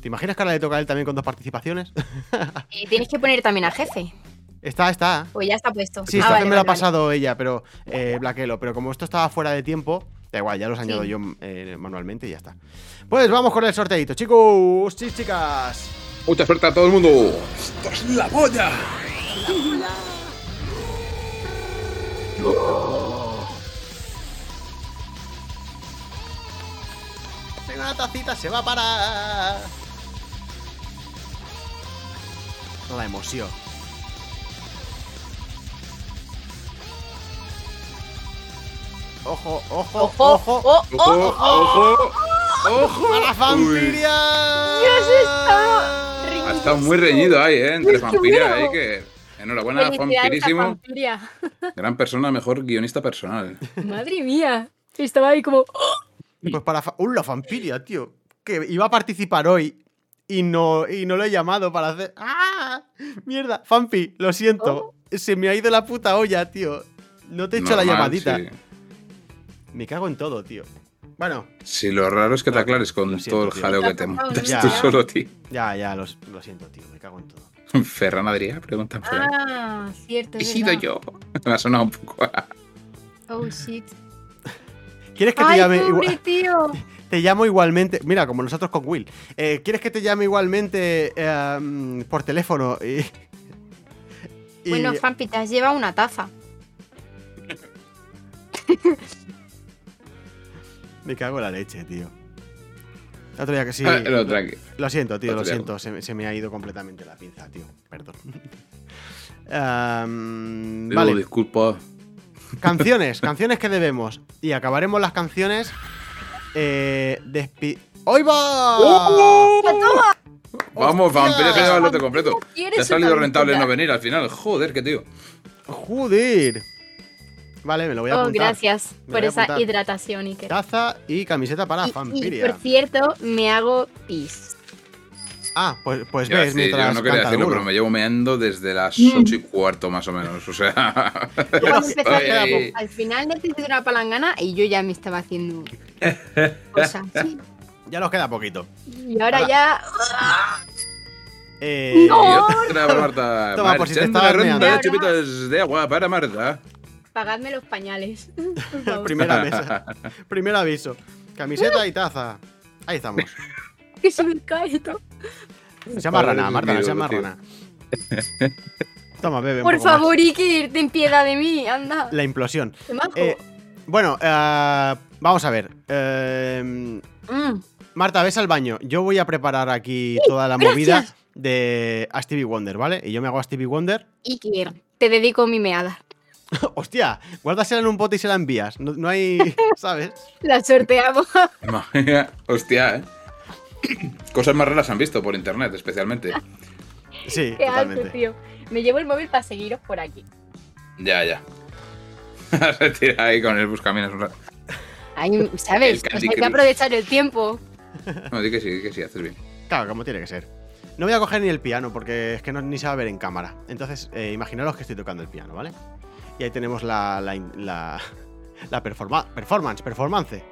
Speaker 1: ¿Te imaginas que ahora le toca a él también con dos participaciones?
Speaker 2: Y tienes que poner también a jefe.
Speaker 1: está, está.
Speaker 2: O ya está puesto.
Speaker 1: Sí,
Speaker 2: Ah,
Speaker 1: esta
Speaker 2: vale,
Speaker 1: vez me lo ha
Speaker 2: vale, vale.
Speaker 1: pasado ella, pero eh, Blaquelo. Pero como esto estaba fuera de tiempo, da igual, ya los añado
Speaker 2: Sí.
Speaker 1: yo eh, manualmente y ya está. Pues vamos con el sorteito, chicos, chis, chicas.
Speaker 3: Mucha suerte a todo el mundo. ¡Esto es la polla!
Speaker 1: Tengo una tacita, se va para. La emoción. Ojo, ojo, ojo, ojo,
Speaker 10: oh,
Speaker 1: ojo,
Speaker 3: ¡Ojo! ¡Ojo! ¡Ojo!
Speaker 1: para Vampiria.
Speaker 3: Uy, Ha estado muy reñido ahí, ¿eh? Entre
Speaker 2: Uy, qué
Speaker 3: Vampiria
Speaker 2: bueno.
Speaker 3: y Iker. Enhorabuena,
Speaker 2: Felicidades a
Speaker 3: Vampirísimo.
Speaker 2: Vampiria.
Speaker 3: Gran persona, mejor guionista personal.
Speaker 2: Madre mía. Estaba ahí como.
Speaker 14: ¡Oh!
Speaker 1: Pues para. fa- ¡Uh, la Vampiria, tío! Que iba a participar hoy y no, y no lo he llamado para hacer. ¡Ah! Mierda, Fampi, lo
Speaker 2: Oh.
Speaker 1: siento. Se me ha ido la puta olla, tío. No te he hecho la
Speaker 3: Normal,
Speaker 1: llamadita.
Speaker 3: sí.
Speaker 1: Me cago en todo, tío. Bueno,
Speaker 3: Si lo raro es que te aclares con
Speaker 1: siento,
Speaker 3: todo el
Speaker 1: tío.
Speaker 3: jaleo que te
Speaker 2: Ya,
Speaker 3: montas
Speaker 1: ya.
Speaker 3: tú solo, tío.
Speaker 1: ya, ya, los- lo siento, tío. Me cago en todo.
Speaker 3: Ferran Adrià, pregunta por ahí.
Speaker 2: Ah, cierto.
Speaker 3: He
Speaker 2: es
Speaker 3: sido
Speaker 2: verdad.
Speaker 3: yo. Me ha sonado un poco a-
Speaker 2: Oh shit.
Speaker 1: ¿Quieres que te
Speaker 2: Ay,
Speaker 1: llame
Speaker 2: pobre
Speaker 1: igua-
Speaker 2: tío.
Speaker 1: Te llamo igualmente. Mira, como nosotros con Will. Eh, ¿Quieres que te llame igualmente eh, mm, por teléfono? Y, y-
Speaker 2: Bueno, Fampi, te has llevado una taza.
Speaker 1: Me cago en la leche, tío. Ah, El otro día que sí.
Speaker 3: Lo tranqui.
Speaker 1: Lo siento, tío,
Speaker 3: Otro
Speaker 1: lo
Speaker 3: día.
Speaker 1: siento. Se, me- se me ha ido completamente la pinza, tío. Perdón. Ehm,
Speaker 3: Pido
Speaker 1: vale.
Speaker 3: disculpas.
Speaker 1: Canciones, canciones que debemos. Y acabaremos las canciones. Eh, despi- ¡Hoy va!
Speaker 2: ¡Oh!
Speaker 3: Vamos, Vampiria se lleva el lote completo.
Speaker 1: ¿Quieres
Speaker 3: Te ha salido
Speaker 1: una
Speaker 3: rentable
Speaker 1: aventura?
Speaker 3: no venir al final. Joder, qué tío.
Speaker 1: ¡Joder! Vale, me lo voy a
Speaker 2: Oh,
Speaker 1: apuntar.
Speaker 2: gracias
Speaker 1: Me
Speaker 2: por
Speaker 1: voy a
Speaker 2: esa
Speaker 1: apuntar.
Speaker 2: hidratación, Iker.
Speaker 1: Taza y camiseta para
Speaker 2: Y
Speaker 1: Vampiria.
Speaker 2: por cierto, me hago pis.
Speaker 1: Ah, pues, pues
Speaker 3: Ya,
Speaker 1: ves,
Speaker 3: sí, yo
Speaker 1: mientras
Speaker 3: no quería
Speaker 1: canta
Speaker 3: decirlo,
Speaker 1: alguno.
Speaker 3: pero me llevo meando desde las
Speaker 2: Mm.
Speaker 3: 8 y cuarto más o menos. O sea.
Speaker 2: Yo cuando empecé a hacer
Speaker 3: Ay.
Speaker 2: la- al final necesito una palangana y yo ya me estaba haciendo cosas.
Speaker 1: Ya nos queda poquito.
Speaker 2: Y ahora ya.
Speaker 1: Eh,
Speaker 2: ¡No!
Speaker 3: Otra Marta.
Speaker 1: Toma, por si te
Speaker 3: Marchando
Speaker 1: estabas
Speaker 3: la ronda de
Speaker 1: meando.
Speaker 3: chupitas de agua para Marta.
Speaker 2: Pagadme los pañales. por favor.
Speaker 1: Primera mesa. Primer aviso. Camiseta y taza. Ahí estamos.
Speaker 2: Que se me cae esto.
Speaker 1: No seas marrana,
Speaker 3: Madre
Speaker 1: Marta, no
Speaker 3: mía,
Speaker 1: seas
Speaker 3: tío.
Speaker 1: marrana. Toma, bebe. un
Speaker 2: Por
Speaker 1: poco más.
Speaker 2: favor, Iker, ten piedad de mí, anda.
Speaker 1: La implosión.
Speaker 2: Qué majo.
Speaker 1: Eh, bueno, eh, vamos a ver. Eh,
Speaker 2: Mm.
Speaker 1: Marta, ves al baño. Yo voy a preparar aquí toda la
Speaker 2: gracias.
Speaker 1: movida de a Stevie Wonder, ¿vale? Y yo me hago a Stevie Wonder.
Speaker 2: Iker, te dedico mi meada.
Speaker 1: Hostia, guárdasela en un pote y se la envías. No, no hay. ¿Sabes?
Speaker 2: La
Speaker 4: eh,
Speaker 2: sorteamos.
Speaker 3: Hostia, eh. Cosas más raras han visto por internet, especialmente.
Speaker 1: Sí,
Speaker 4: eh,
Speaker 2: Qué alto, tío. Me llevo el móvil para seguiros por aquí.
Speaker 3: Ya, ya. Se tira ahí con el buscaminas un rato.
Speaker 2: Ahí, ¿sabes?
Speaker 3: El
Speaker 2: O
Speaker 3: Candy
Speaker 2: sea, Pues, hay que
Speaker 3: Crush.
Speaker 2: aprovechar el tiempo.
Speaker 3: No, di que sí, di que sí, haces bien.
Speaker 1: Claro, como tiene que ser. No voy a coger ni el piano porque es que no, ni se va a ver en cámara. Entonces, eh, imaginaros que estoy tocando el piano, ¿vale? Y ahí tenemos la, la, in- la, la performa- performance, performance.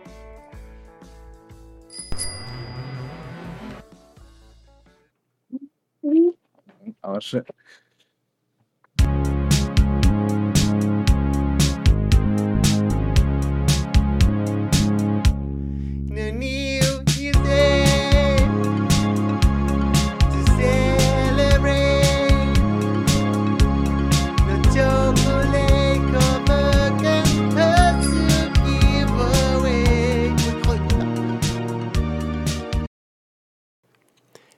Speaker 3: A ver si-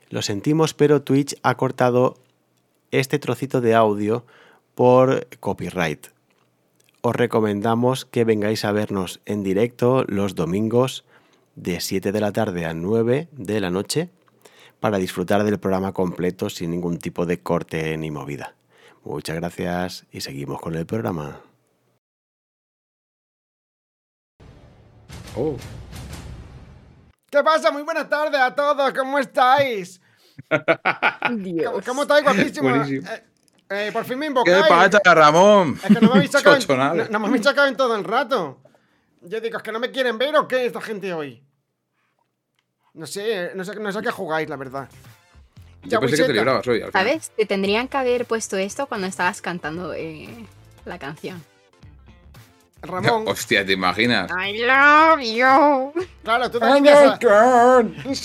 Speaker 1: Lo sentimos, pero Twitch ha cortado este trocito de audio por copyright. Os recomendamos que vengáis a vernos en directo los domingos de 7 de la tarde a 9 de la noche para disfrutar del programa completo sin ningún tipo de corte ni movida. Muchas gracias y seguimos con el programa.
Speaker 3: Oh.
Speaker 4: ¿Qué pasa? Muy buenas tardes a todos, ¿cómo estáis? ¿Cómo, cómo estáis, guapísimo?
Speaker 3: Buenísimo.
Speaker 4: Eh, eh, por fin me
Speaker 3: ¿Qué
Speaker 4: invocáis.
Speaker 3: pasa, Ramón?
Speaker 4: Es que no me habéis sacado, en,
Speaker 3: Chochonal. eh.
Speaker 4: no- no me habéis sacado en todo el rato. Yo digo, ¿es que no me quieren ver o qué esta gente hoy? No sé, no sé, no sé a qué jugáis, la verdad.
Speaker 3: Yo pensé que te librabas hoy. al final.
Speaker 2: ¿Sabes? Te tendrían que haber puesto esto cuando estabas cantando eh, la canción. Eh,
Speaker 4: Ramón.
Speaker 3: Hostia, ¿te imaginas?
Speaker 2: I love you.
Speaker 4: Claro, tú
Speaker 2: Ay,
Speaker 4: también ideas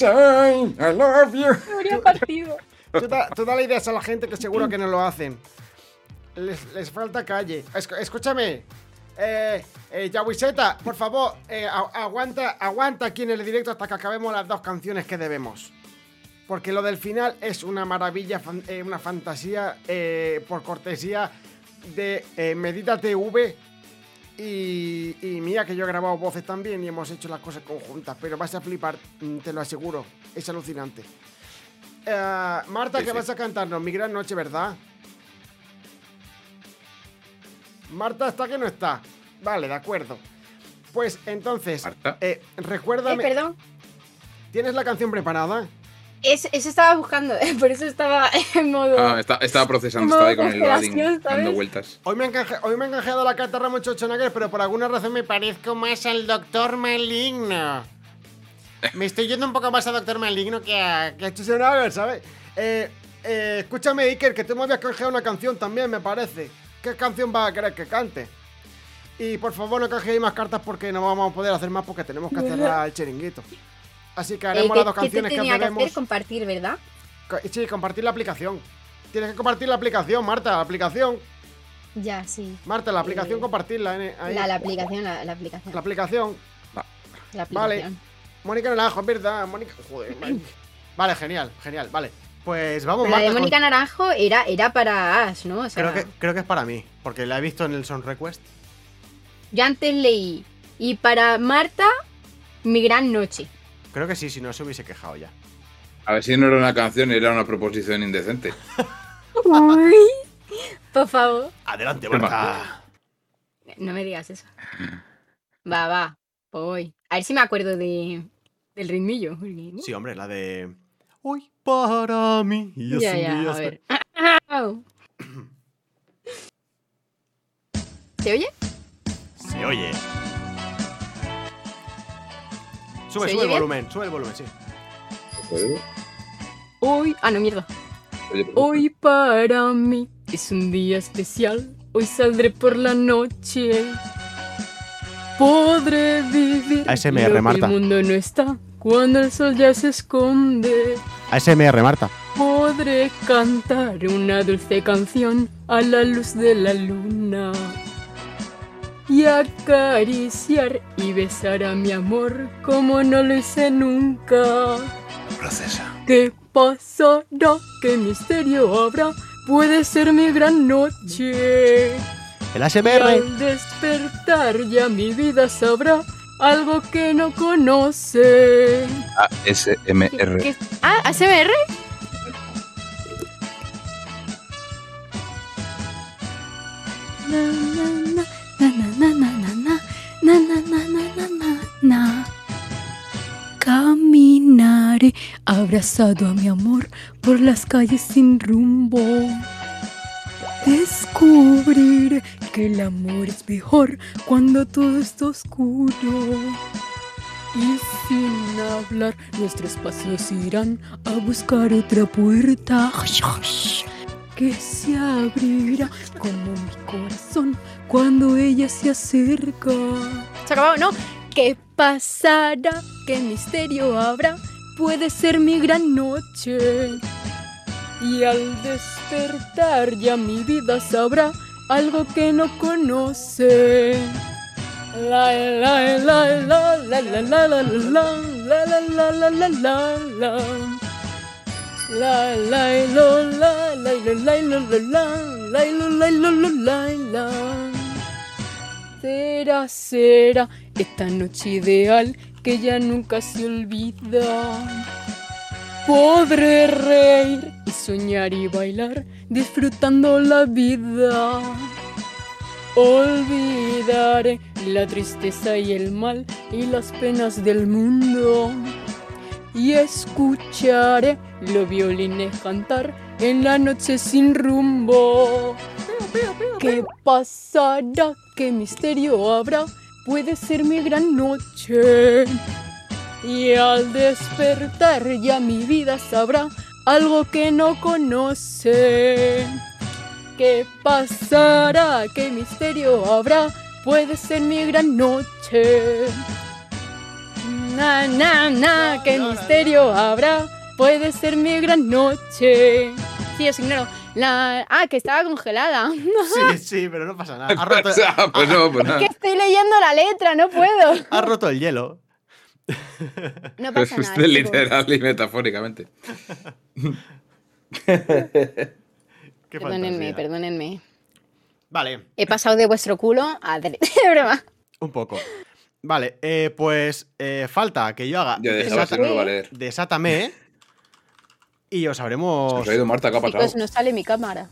Speaker 4: a-
Speaker 3: I love you.
Speaker 2: partido.
Speaker 4: Tú, da, tú dale ideas a la gente que seguro que no lo hacen. Les, les falta calle. Esc- escúchame. Eh, eh, Yawiseta, por favor, eh, a- aguanta, aguanta aquí en el directo hasta que acabemos las dos canciones que debemos. Porque lo del final es una maravilla, fan- eh, una fantasía, eh, por cortesía de eh, Medita TV. Y, y mira que yo he grabado voces también y hemos hecho las cosas conjuntas, pero vas a flipar, mm, te lo aseguro, es alucinante. Eh, Marta,
Speaker 3: Sí,
Speaker 4: que
Speaker 3: sí.
Speaker 4: vas a cantarnos? Mi gran noche, ¿verdad? Marta está que no está. Vale, de acuerdo. Pues entonces, eh, recuérdame.
Speaker 2: Eh, perdón.
Speaker 4: ¿Tienes la canción preparada?
Speaker 2: Es- eso estaba buscando, por eso estaba en modo.
Speaker 3: Ah, está- estaba procesando, estaba ahí con el loading, dando vueltas.
Speaker 4: Hoy me, han canjea- hoy me han canjeado la carta Ramón Schwarzenegger, pero por alguna razón me parezco más al Doctor Maligno. Me estoy yendo un poco más a Doctor Maligno que a, que a Schwarzenegger, ¿sabes? Eh, eh, escúchame, Iker, que tú me habías canjeado una canción también, me parece. ¿Qué canción vas a querer que cante? Y por favor, no canjeéis más cartas porque no vamos a poder hacer más porque tenemos que cerrar el chiringuito. Así que haremos
Speaker 2: Eh,
Speaker 4: las dos
Speaker 2: ¿qué- qué te
Speaker 4: canciones que
Speaker 2: tenía que
Speaker 4: debemos.
Speaker 2: hacer? Compartir, ¿verdad?
Speaker 4: Co- Sí, compartir la aplicación. Tienes que compartir la aplicación, Marta, la aplicación.
Speaker 2: Ya, sí.
Speaker 4: Marta, la aplicación, compartirla. en- ahí.
Speaker 2: Eh, La, la aplicación, la, la aplicación.
Speaker 4: La aplicación.
Speaker 2: La
Speaker 4: Vale.
Speaker 2: aplicación.
Speaker 4: Mónica Naranjo, es verdad. Mónica. Joder, Mike. Vale, genial, genial, vale.
Speaker 1: Pues vamos,
Speaker 14: Pero la
Speaker 1: Marta,
Speaker 14: de
Speaker 1: con-
Speaker 14: Mónica Naranjo era, era para Ash, ¿no? O sea,
Speaker 1: creo, que, creo que es para mí, porque la he visto en el Son Request.
Speaker 14: yo antes leí. Y para Marta, mi gran noche.
Speaker 1: Creo que sí, si no se hubiese quejado ya.
Speaker 3: A ver si no era una canción, era una proposición indecente.
Speaker 14: Uy, por favor.
Speaker 1: Adelante,
Speaker 3: Marta.
Speaker 14: No me digas eso. Va, va. Voy. A ver si me acuerdo de, del ritmillo.
Speaker 1: Sí, hombre, la de.
Speaker 14: Uy,
Speaker 7: Para mí. Y es
Speaker 14: ya,
Speaker 7: un
Speaker 14: ya,
Speaker 7: día
Speaker 14: a
Speaker 7: espe-
Speaker 14: ver. ¿Se oye?
Speaker 1: Se oye. Sube, sube
Speaker 14: ¿Se oye
Speaker 1: el
Speaker 14: bien?
Speaker 1: volumen, sube el volumen, sí.
Speaker 14: Hoy. Ah, no, mierda. Hoy para mí es un día especial. Hoy saldré por la noche. Podré vivir.
Speaker 1: ASMR,
Speaker 14: lo que
Speaker 1: Marta.
Speaker 14: El mundo no está. Cuando el sol ya se esconde,
Speaker 1: ASMR, Marta.
Speaker 14: podré cantar una dulce canción a la luz de la luna. Y acariciar y besar a mi amor como no lo hice nunca.
Speaker 3: Procesa.
Speaker 14: ¿Qué pasará? ¿Qué misterio habrá? Puede ser mi gran noche.
Speaker 1: El
Speaker 14: Y
Speaker 1: ASMR.
Speaker 14: al despertar ya mi vida sabrá algo que no conoce.
Speaker 3: ASMR.
Speaker 14: Ah, ASMR. Caminaré abrazado a mi amor por las calles sin rumbo. Descubriré que el amor es mejor cuando todo está oscuro. Y sin hablar, nuestros pasos irán a buscar otra puerta que se abrirá como mi corazón cuando ella se acerca. Se acabó, ¿no? ¿Qué pasará? ¿Qué misterio habrá? Puede ser mi gran noche. Y al despertar ya mi vida sabrá algo que no conoce. La la la la la la la la la la la la la la la la la la lo, la la lo, la lo, lo, la la lo, la lo, lo, la la Será, será esta noche ideal que ya nunca se olvida. Podré reír y soñar y bailar disfrutando la vida. Olvidaré la tristeza y el mal y las penas del mundo. Y escucharé los violines cantar en la noche sin rumbo. ¿Qué pasará? ¿Qué misterio habrá? Puede ser mi gran noche. Y al despertar ya mi vida sabrá algo que no conoce. ¿Qué pasará? ¿Qué misterio habrá? Puede ser mi gran noche. Na, na, na, ¿qué misterio habrá? Puede ser mi gran noche. Sí, os ignoro. La... Ah, que estaba congelada.
Speaker 1: Sí, sí, pero no pasa nada. Ha roto,
Speaker 3: Ah, pues no, pues
Speaker 1: ha-
Speaker 3: nada.
Speaker 14: que estoy leyendo la letra, no puedo.
Speaker 1: ha roto el hielo.
Speaker 14: No
Speaker 3: Es
Speaker 14: pasa nada.
Speaker 3: usted
Speaker 14: chicos.
Speaker 3: literal y metafóricamente.
Speaker 1: Qué
Speaker 14: Perdónenme,
Speaker 1: fantasía.
Speaker 14: perdónenme.
Speaker 1: Vale,
Speaker 14: He pasado de vuestro culo a... dre- De broma.
Speaker 1: un poco. Vale, eh, pues eh, falta que yo haga.
Speaker 3: Ya dejaba, si no lo va a leer.
Speaker 1: Desátame. Y os pues,
Speaker 3: Se
Speaker 1: sabremos.
Speaker 3: os ha ido Marta, ¿qué ha pasado?
Speaker 14: Chicos, no sale mi cámara.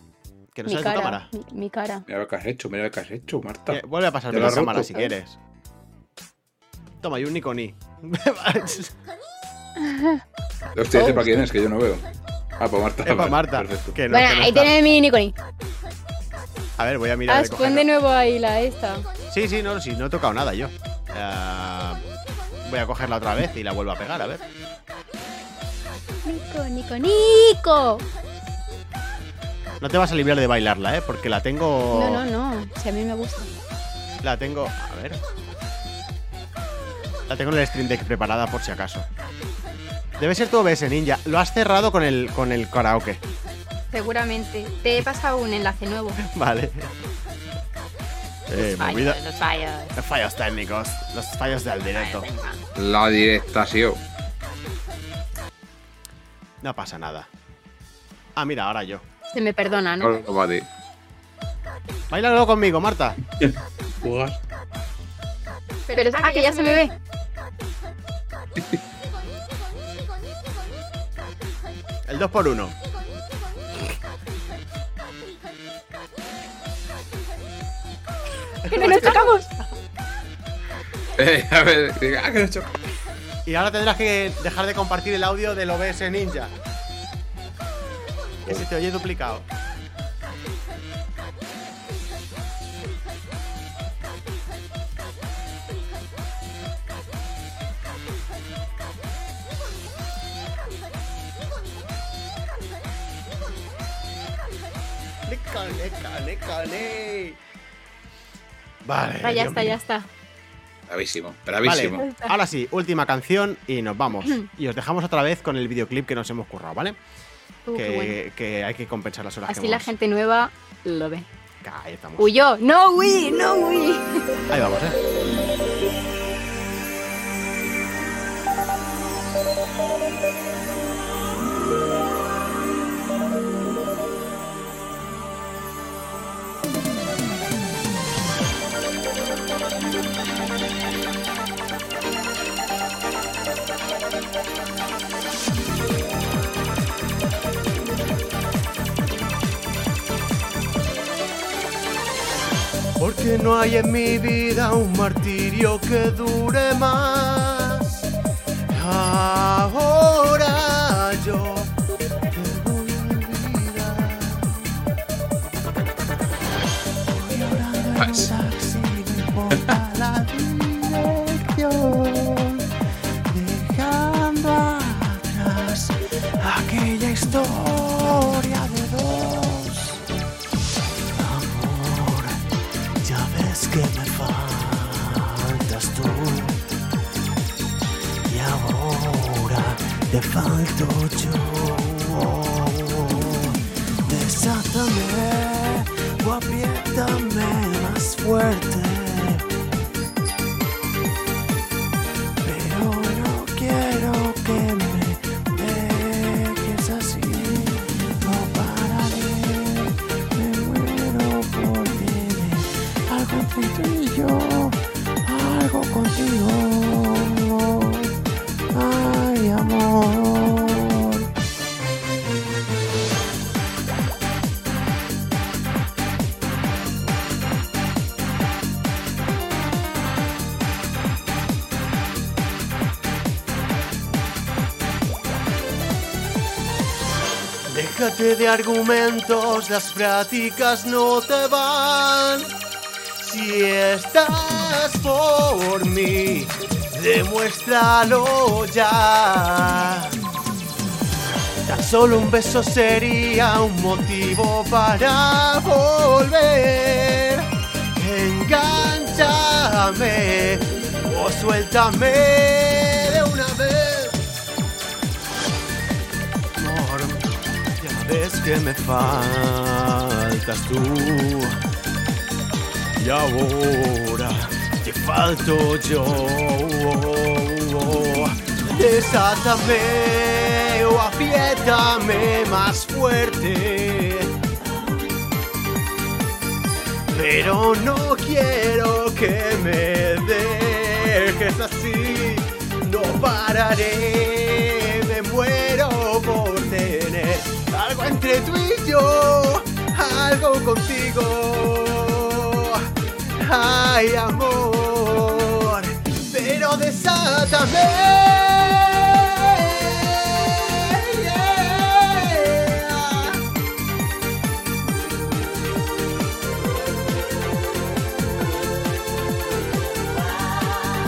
Speaker 1: Que no
Speaker 14: mi
Speaker 1: sale tu
Speaker 14: cara,
Speaker 1: cámara.
Speaker 14: Mi, mi cara.
Speaker 3: Mira lo que has hecho, mira lo que has hecho, Marta.
Speaker 1: Eh, vuelve a pasarme
Speaker 3: Te lo
Speaker 1: la
Speaker 3: has roto.
Speaker 1: cámara si quieres. Toma, y un Nikoni.
Speaker 3: Hostia, ¿ese
Speaker 1: Oh.
Speaker 3: para quién es? Que yo no veo. Ah, para Marta.
Speaker 1: Es para
Speaker 3: vale,
Speaker 1: Marta.
Speaker 3: perfecto.
Speaker 1: Que no,
Speaker 14: bueno,
Speaker 1: que no
Speaker 14: ahí
Speaker 1: está.
Speaker 14: tenéis mi Niconi.
Speaker 1: A ver, voy a
Speaker 3: Ah,
Speaker 1: mirar.
Speaker 14: Haz,
Speaker 1: de
Speaker 14: pon
Speaker 1: coger-
Speaker 14: de nuevo ahí la esta.
Speaker 1: Sí, sí, no, sí, no he tocado nada yo. Ah, voy a cogerla otra vez y la vuelvo a pegar, a ver.
Speaker 14: Nico, Nico, Nico.
Speaker 1: No te vas a librar de bailarla, ¿eh? Porque la tengo...
Speaker 14: No, no, no. Si a mí me gusta.
Speaker 1: La tengo... A ver. La tengo en el Stream Deck preparada por si acaso. Debe ser tu OBS Ninja. Lo has cerrado con el, con el karaoke.
Speaker 14: Seguramente. Te he pasado un enlace nuevo.
Speaker 1: Vale. Eh, movida-
Speaker 14: los fallos.
Speaker 1: Los fallos técnicos. Los fallos del directo.
Speaker 3: La directa, sí. oh.
Speaker 1: No pasa nada. Ah, mira, ahora yo.
Speaker 2: Se me perdona, Ah, ¿no?
Speaker 1: Bailalo conmigo, Marta.
Speaker 3: Jugar.
Speaker 2: Pero es ah, que ya se me ve.
Speaker 1: El 2x1.
Speaker 2: ¡Que nos chocamos!
Speaker 3: Eh, a ver, ah, que no he hecho.
Speaker 1: Y ahora tendrás que dejar de compartir el audio del OBS Ninja. Que se te oye duplicado. Vale.
Speaker 2: Ah, ya
Speaker 1: Dios
Speaker 2: está,
Speaker 1: mío.
Speaker 2: ya está.
Speaker 3: Bravísimo, bravísimo.
Speaker 1: Vale, ahora sí, última canción y nos vamos. Y os dejamos otra vez con el videoclip que nos hemos currado, ¿vale?
Speaker 2: Uh, qué
Speaker 1: que,
Speaker 2: bueno.
Speaker 1: que hay que compensar las horas que
Speaker 2: Así la
Speaker 1: hemos-
Speaker 2: gente nueva lo ve.
Speaker 1: Ahí estamos.
Speaker 2: ¡Huyó! ¡No huí! ¡No huí!
Speaker 1: Ahí vamos, ¿eh?
Speaker 6: Porque no hay en mi vida un martirio que dure más. Ahora yo te voy a olvidar. Voy a hablar en un taxi, no importa la dirección. Dejando atrás aquella historia de dos. Ya ves que me faltas tú y ahora te falto yo. Desátame o apriétame más fuerte. Pero no quiero que me dejes así. No pararé, me muero por ti algo entre tú y yo, algo contigo. Ay, amor.
Speaker 1: Déjate de argumentos, las prácticas no te van.
Speaker 6: Si estás por mí, demuéstralo ya. Tan solo un beso sería un motivo para volver. Engánchame o suéltame de una vez. Amor, ya ves que me faltas tú. Y ahora te falto yo.
Speaker 1: Desátame o apriétame más fuerte.
Speaker 6: Pero no quiero que me dejes así. No pararé, me muero por tener algo entre tú y yo, algo contigo. Ay, amor, pero desátame.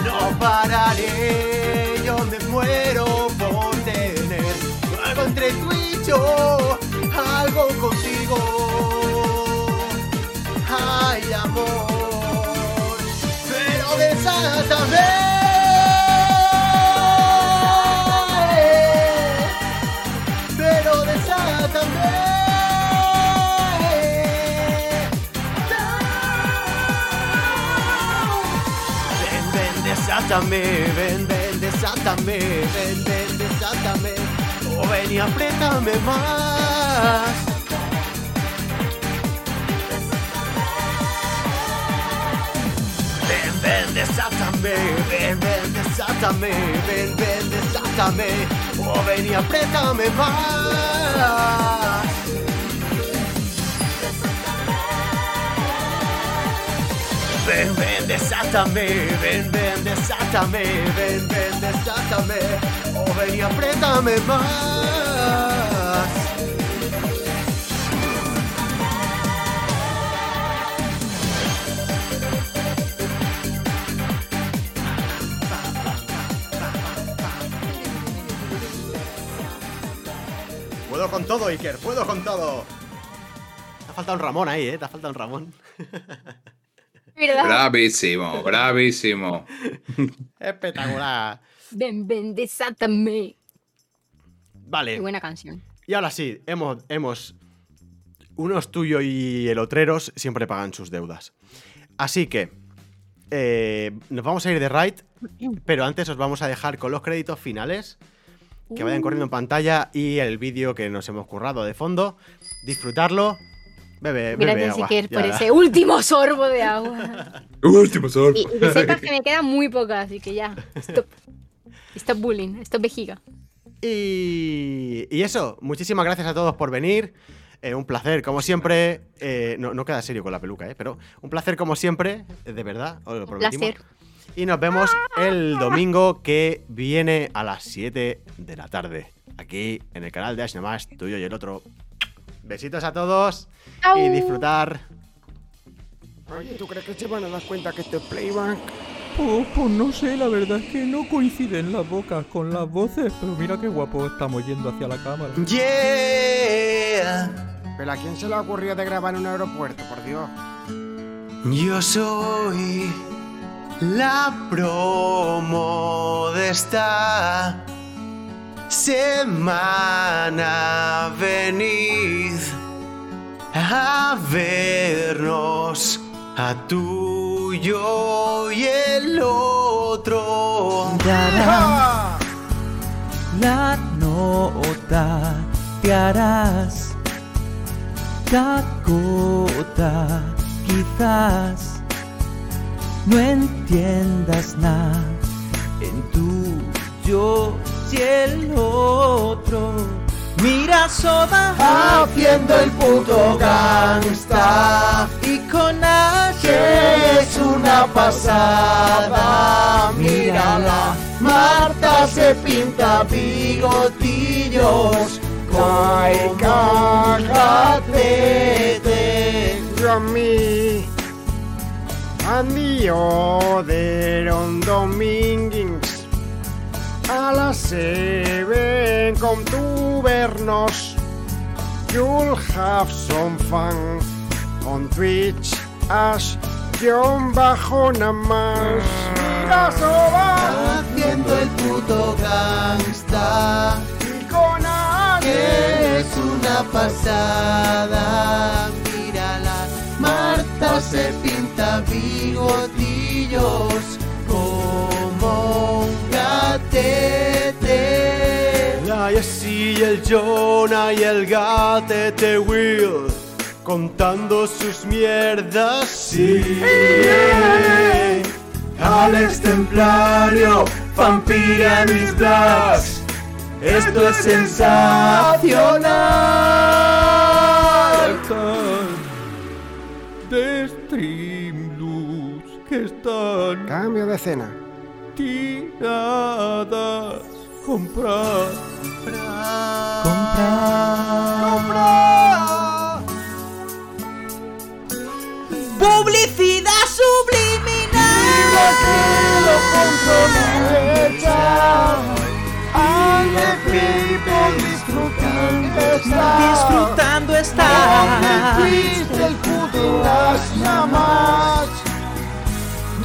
Speaker 1: No pararé, yo me muero por tener algo entre tú y yo, algo contigo.
Speaker 6: Ay, amor, pero desátame. Pero desátame.
Speaker 1: Ven, ven, desátame, ven, ven, desátame, ven, ven, desátame.
Speaker 6: Oh, ven y apriétame más. Ven, ven, desátame, ven, ven, desátame, ven, ven, desátame. Oh, ven y apriétame más. Ven, ven, desátame, ven, ven, desátame, ven, ven, desátame. Oh, ven y apriétame más.
Speaker 1: Puedo con todo, Iker, puedo con todo. Te ha faltado un Ramón ahí, ¿eh? Te ha faltado un Ramón.
Speaker 3: Bravísimo, bravísimo.
Speaker 1: Espectacular.
Speaker 2: Ven, ven, desátame.
Speaker 1: Vale.
Speaker 2: Qué buena canción.
Speaker 1: Y ahora sí, hemos, hemos. Unos tuyo y el otreros siempre pagan sus deudas. Así que. eh, nos vamos a ir de raid, pero antes os vamos a dejar con los créditos finales. Que vayan
Speaker 6: Uh.
Speaker 1: corriendo en pantalla y el vídeo que nos hemos currado de fondo. Disfrutarlo. Eh, Bebe, bebe
Speaker 2: Gracias,
Speaker 1: agua,
Speaker 2: Iker,
Speaker 1: ya.
Speaker 2: por ese último sorbo de agua.
Speaker 3: Último sol.
Speaker 2: Y, y que sepas que me queda muy poca, así que ya. Stop. Stop bullying, stop vejiga.
Speaker 1: Y, y eso, muchísimas gracias a todos por venir. eh, un placer, como siempre. eh, no, no queda serio con la peluca, eh, pero un placer, como siempre, de verdad, os lo prometimos.
Speaker 2: placer.
Speaker 1: Y nos vemos el domingo que viene a las 7 de la tarde. Aquí en el canal de Ash Nomás, tuyo y el otro. Besitos a todos y
Speaker 4: Au.
Speaker 1: disfrutar.
Speaker 4: Oye, ¿tú crees que este se van a dar cuenta que esto es playback?
Speaker 5: Pues, pues no sé, la verdad es que no coinciden las bocas con las voces, pero mira qué guapo estamos yendo hacia la cámara.
Speaker 4: Pero ¿a quién se le ha ocurrido de grabar en un aeropuerto, por Dios?
Speaker 6: Yo soy la promo de esta semana. Venid a vernos a tuyo y el otro.
Speaker 15: Darás la nota, te harás cacota, quizás no entiendas nada en tu yo y el otro. Mira soda haciendo el puto gangsta y con Ash
Speaker 6: es una pasada, mírala. Marta se pinta bigotillos con cajatete.
Speaker 4: Yomi and the other on Domingos a las seven come to vernos you'll have some fun on Twitch as John Bajona más mira soba
Speaker 6: haciendo el puto gangsta
Speaker 4: y con
Speaker 6: que es una pasada, mírala. Marta se pinta bigotillos como un gatete.
Speaker 4: La
Speaker 6: Jessie, el Jonah y el gatete Will contando sus mierdas. Sí.
Speaker 15: Alex
Speaker 6: este
Speaker 15: Templario, Vampira mis Blacks. Esto es sensacional.
Speaker 5: De Streamlux que están
Speaker 4: Cambio de escena.
Speaker 5: tiradas, comprar,
Speaker 15: Publicidad subliminal. disfrutando está. Disfrutando está. el puto nada más.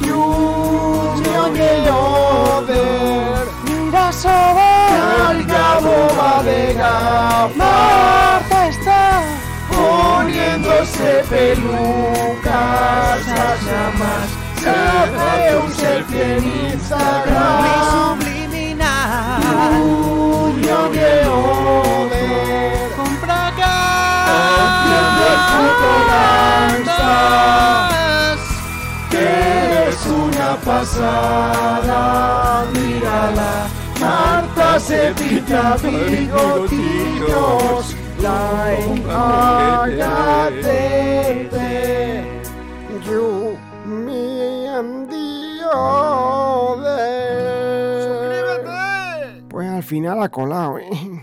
Speaker 15: Unión y el over. Mira sobre. Carga boba de gafas. Marta está poniéndose pelucas. Nada más. Se hace un selfie en Instagram. Muy subliminal. Unión y el over. semana pasada, mírala. Marta se pinta bigotitos, like I
Speaker 4: You, me and the other. Pues al final ha colado, ¿eh?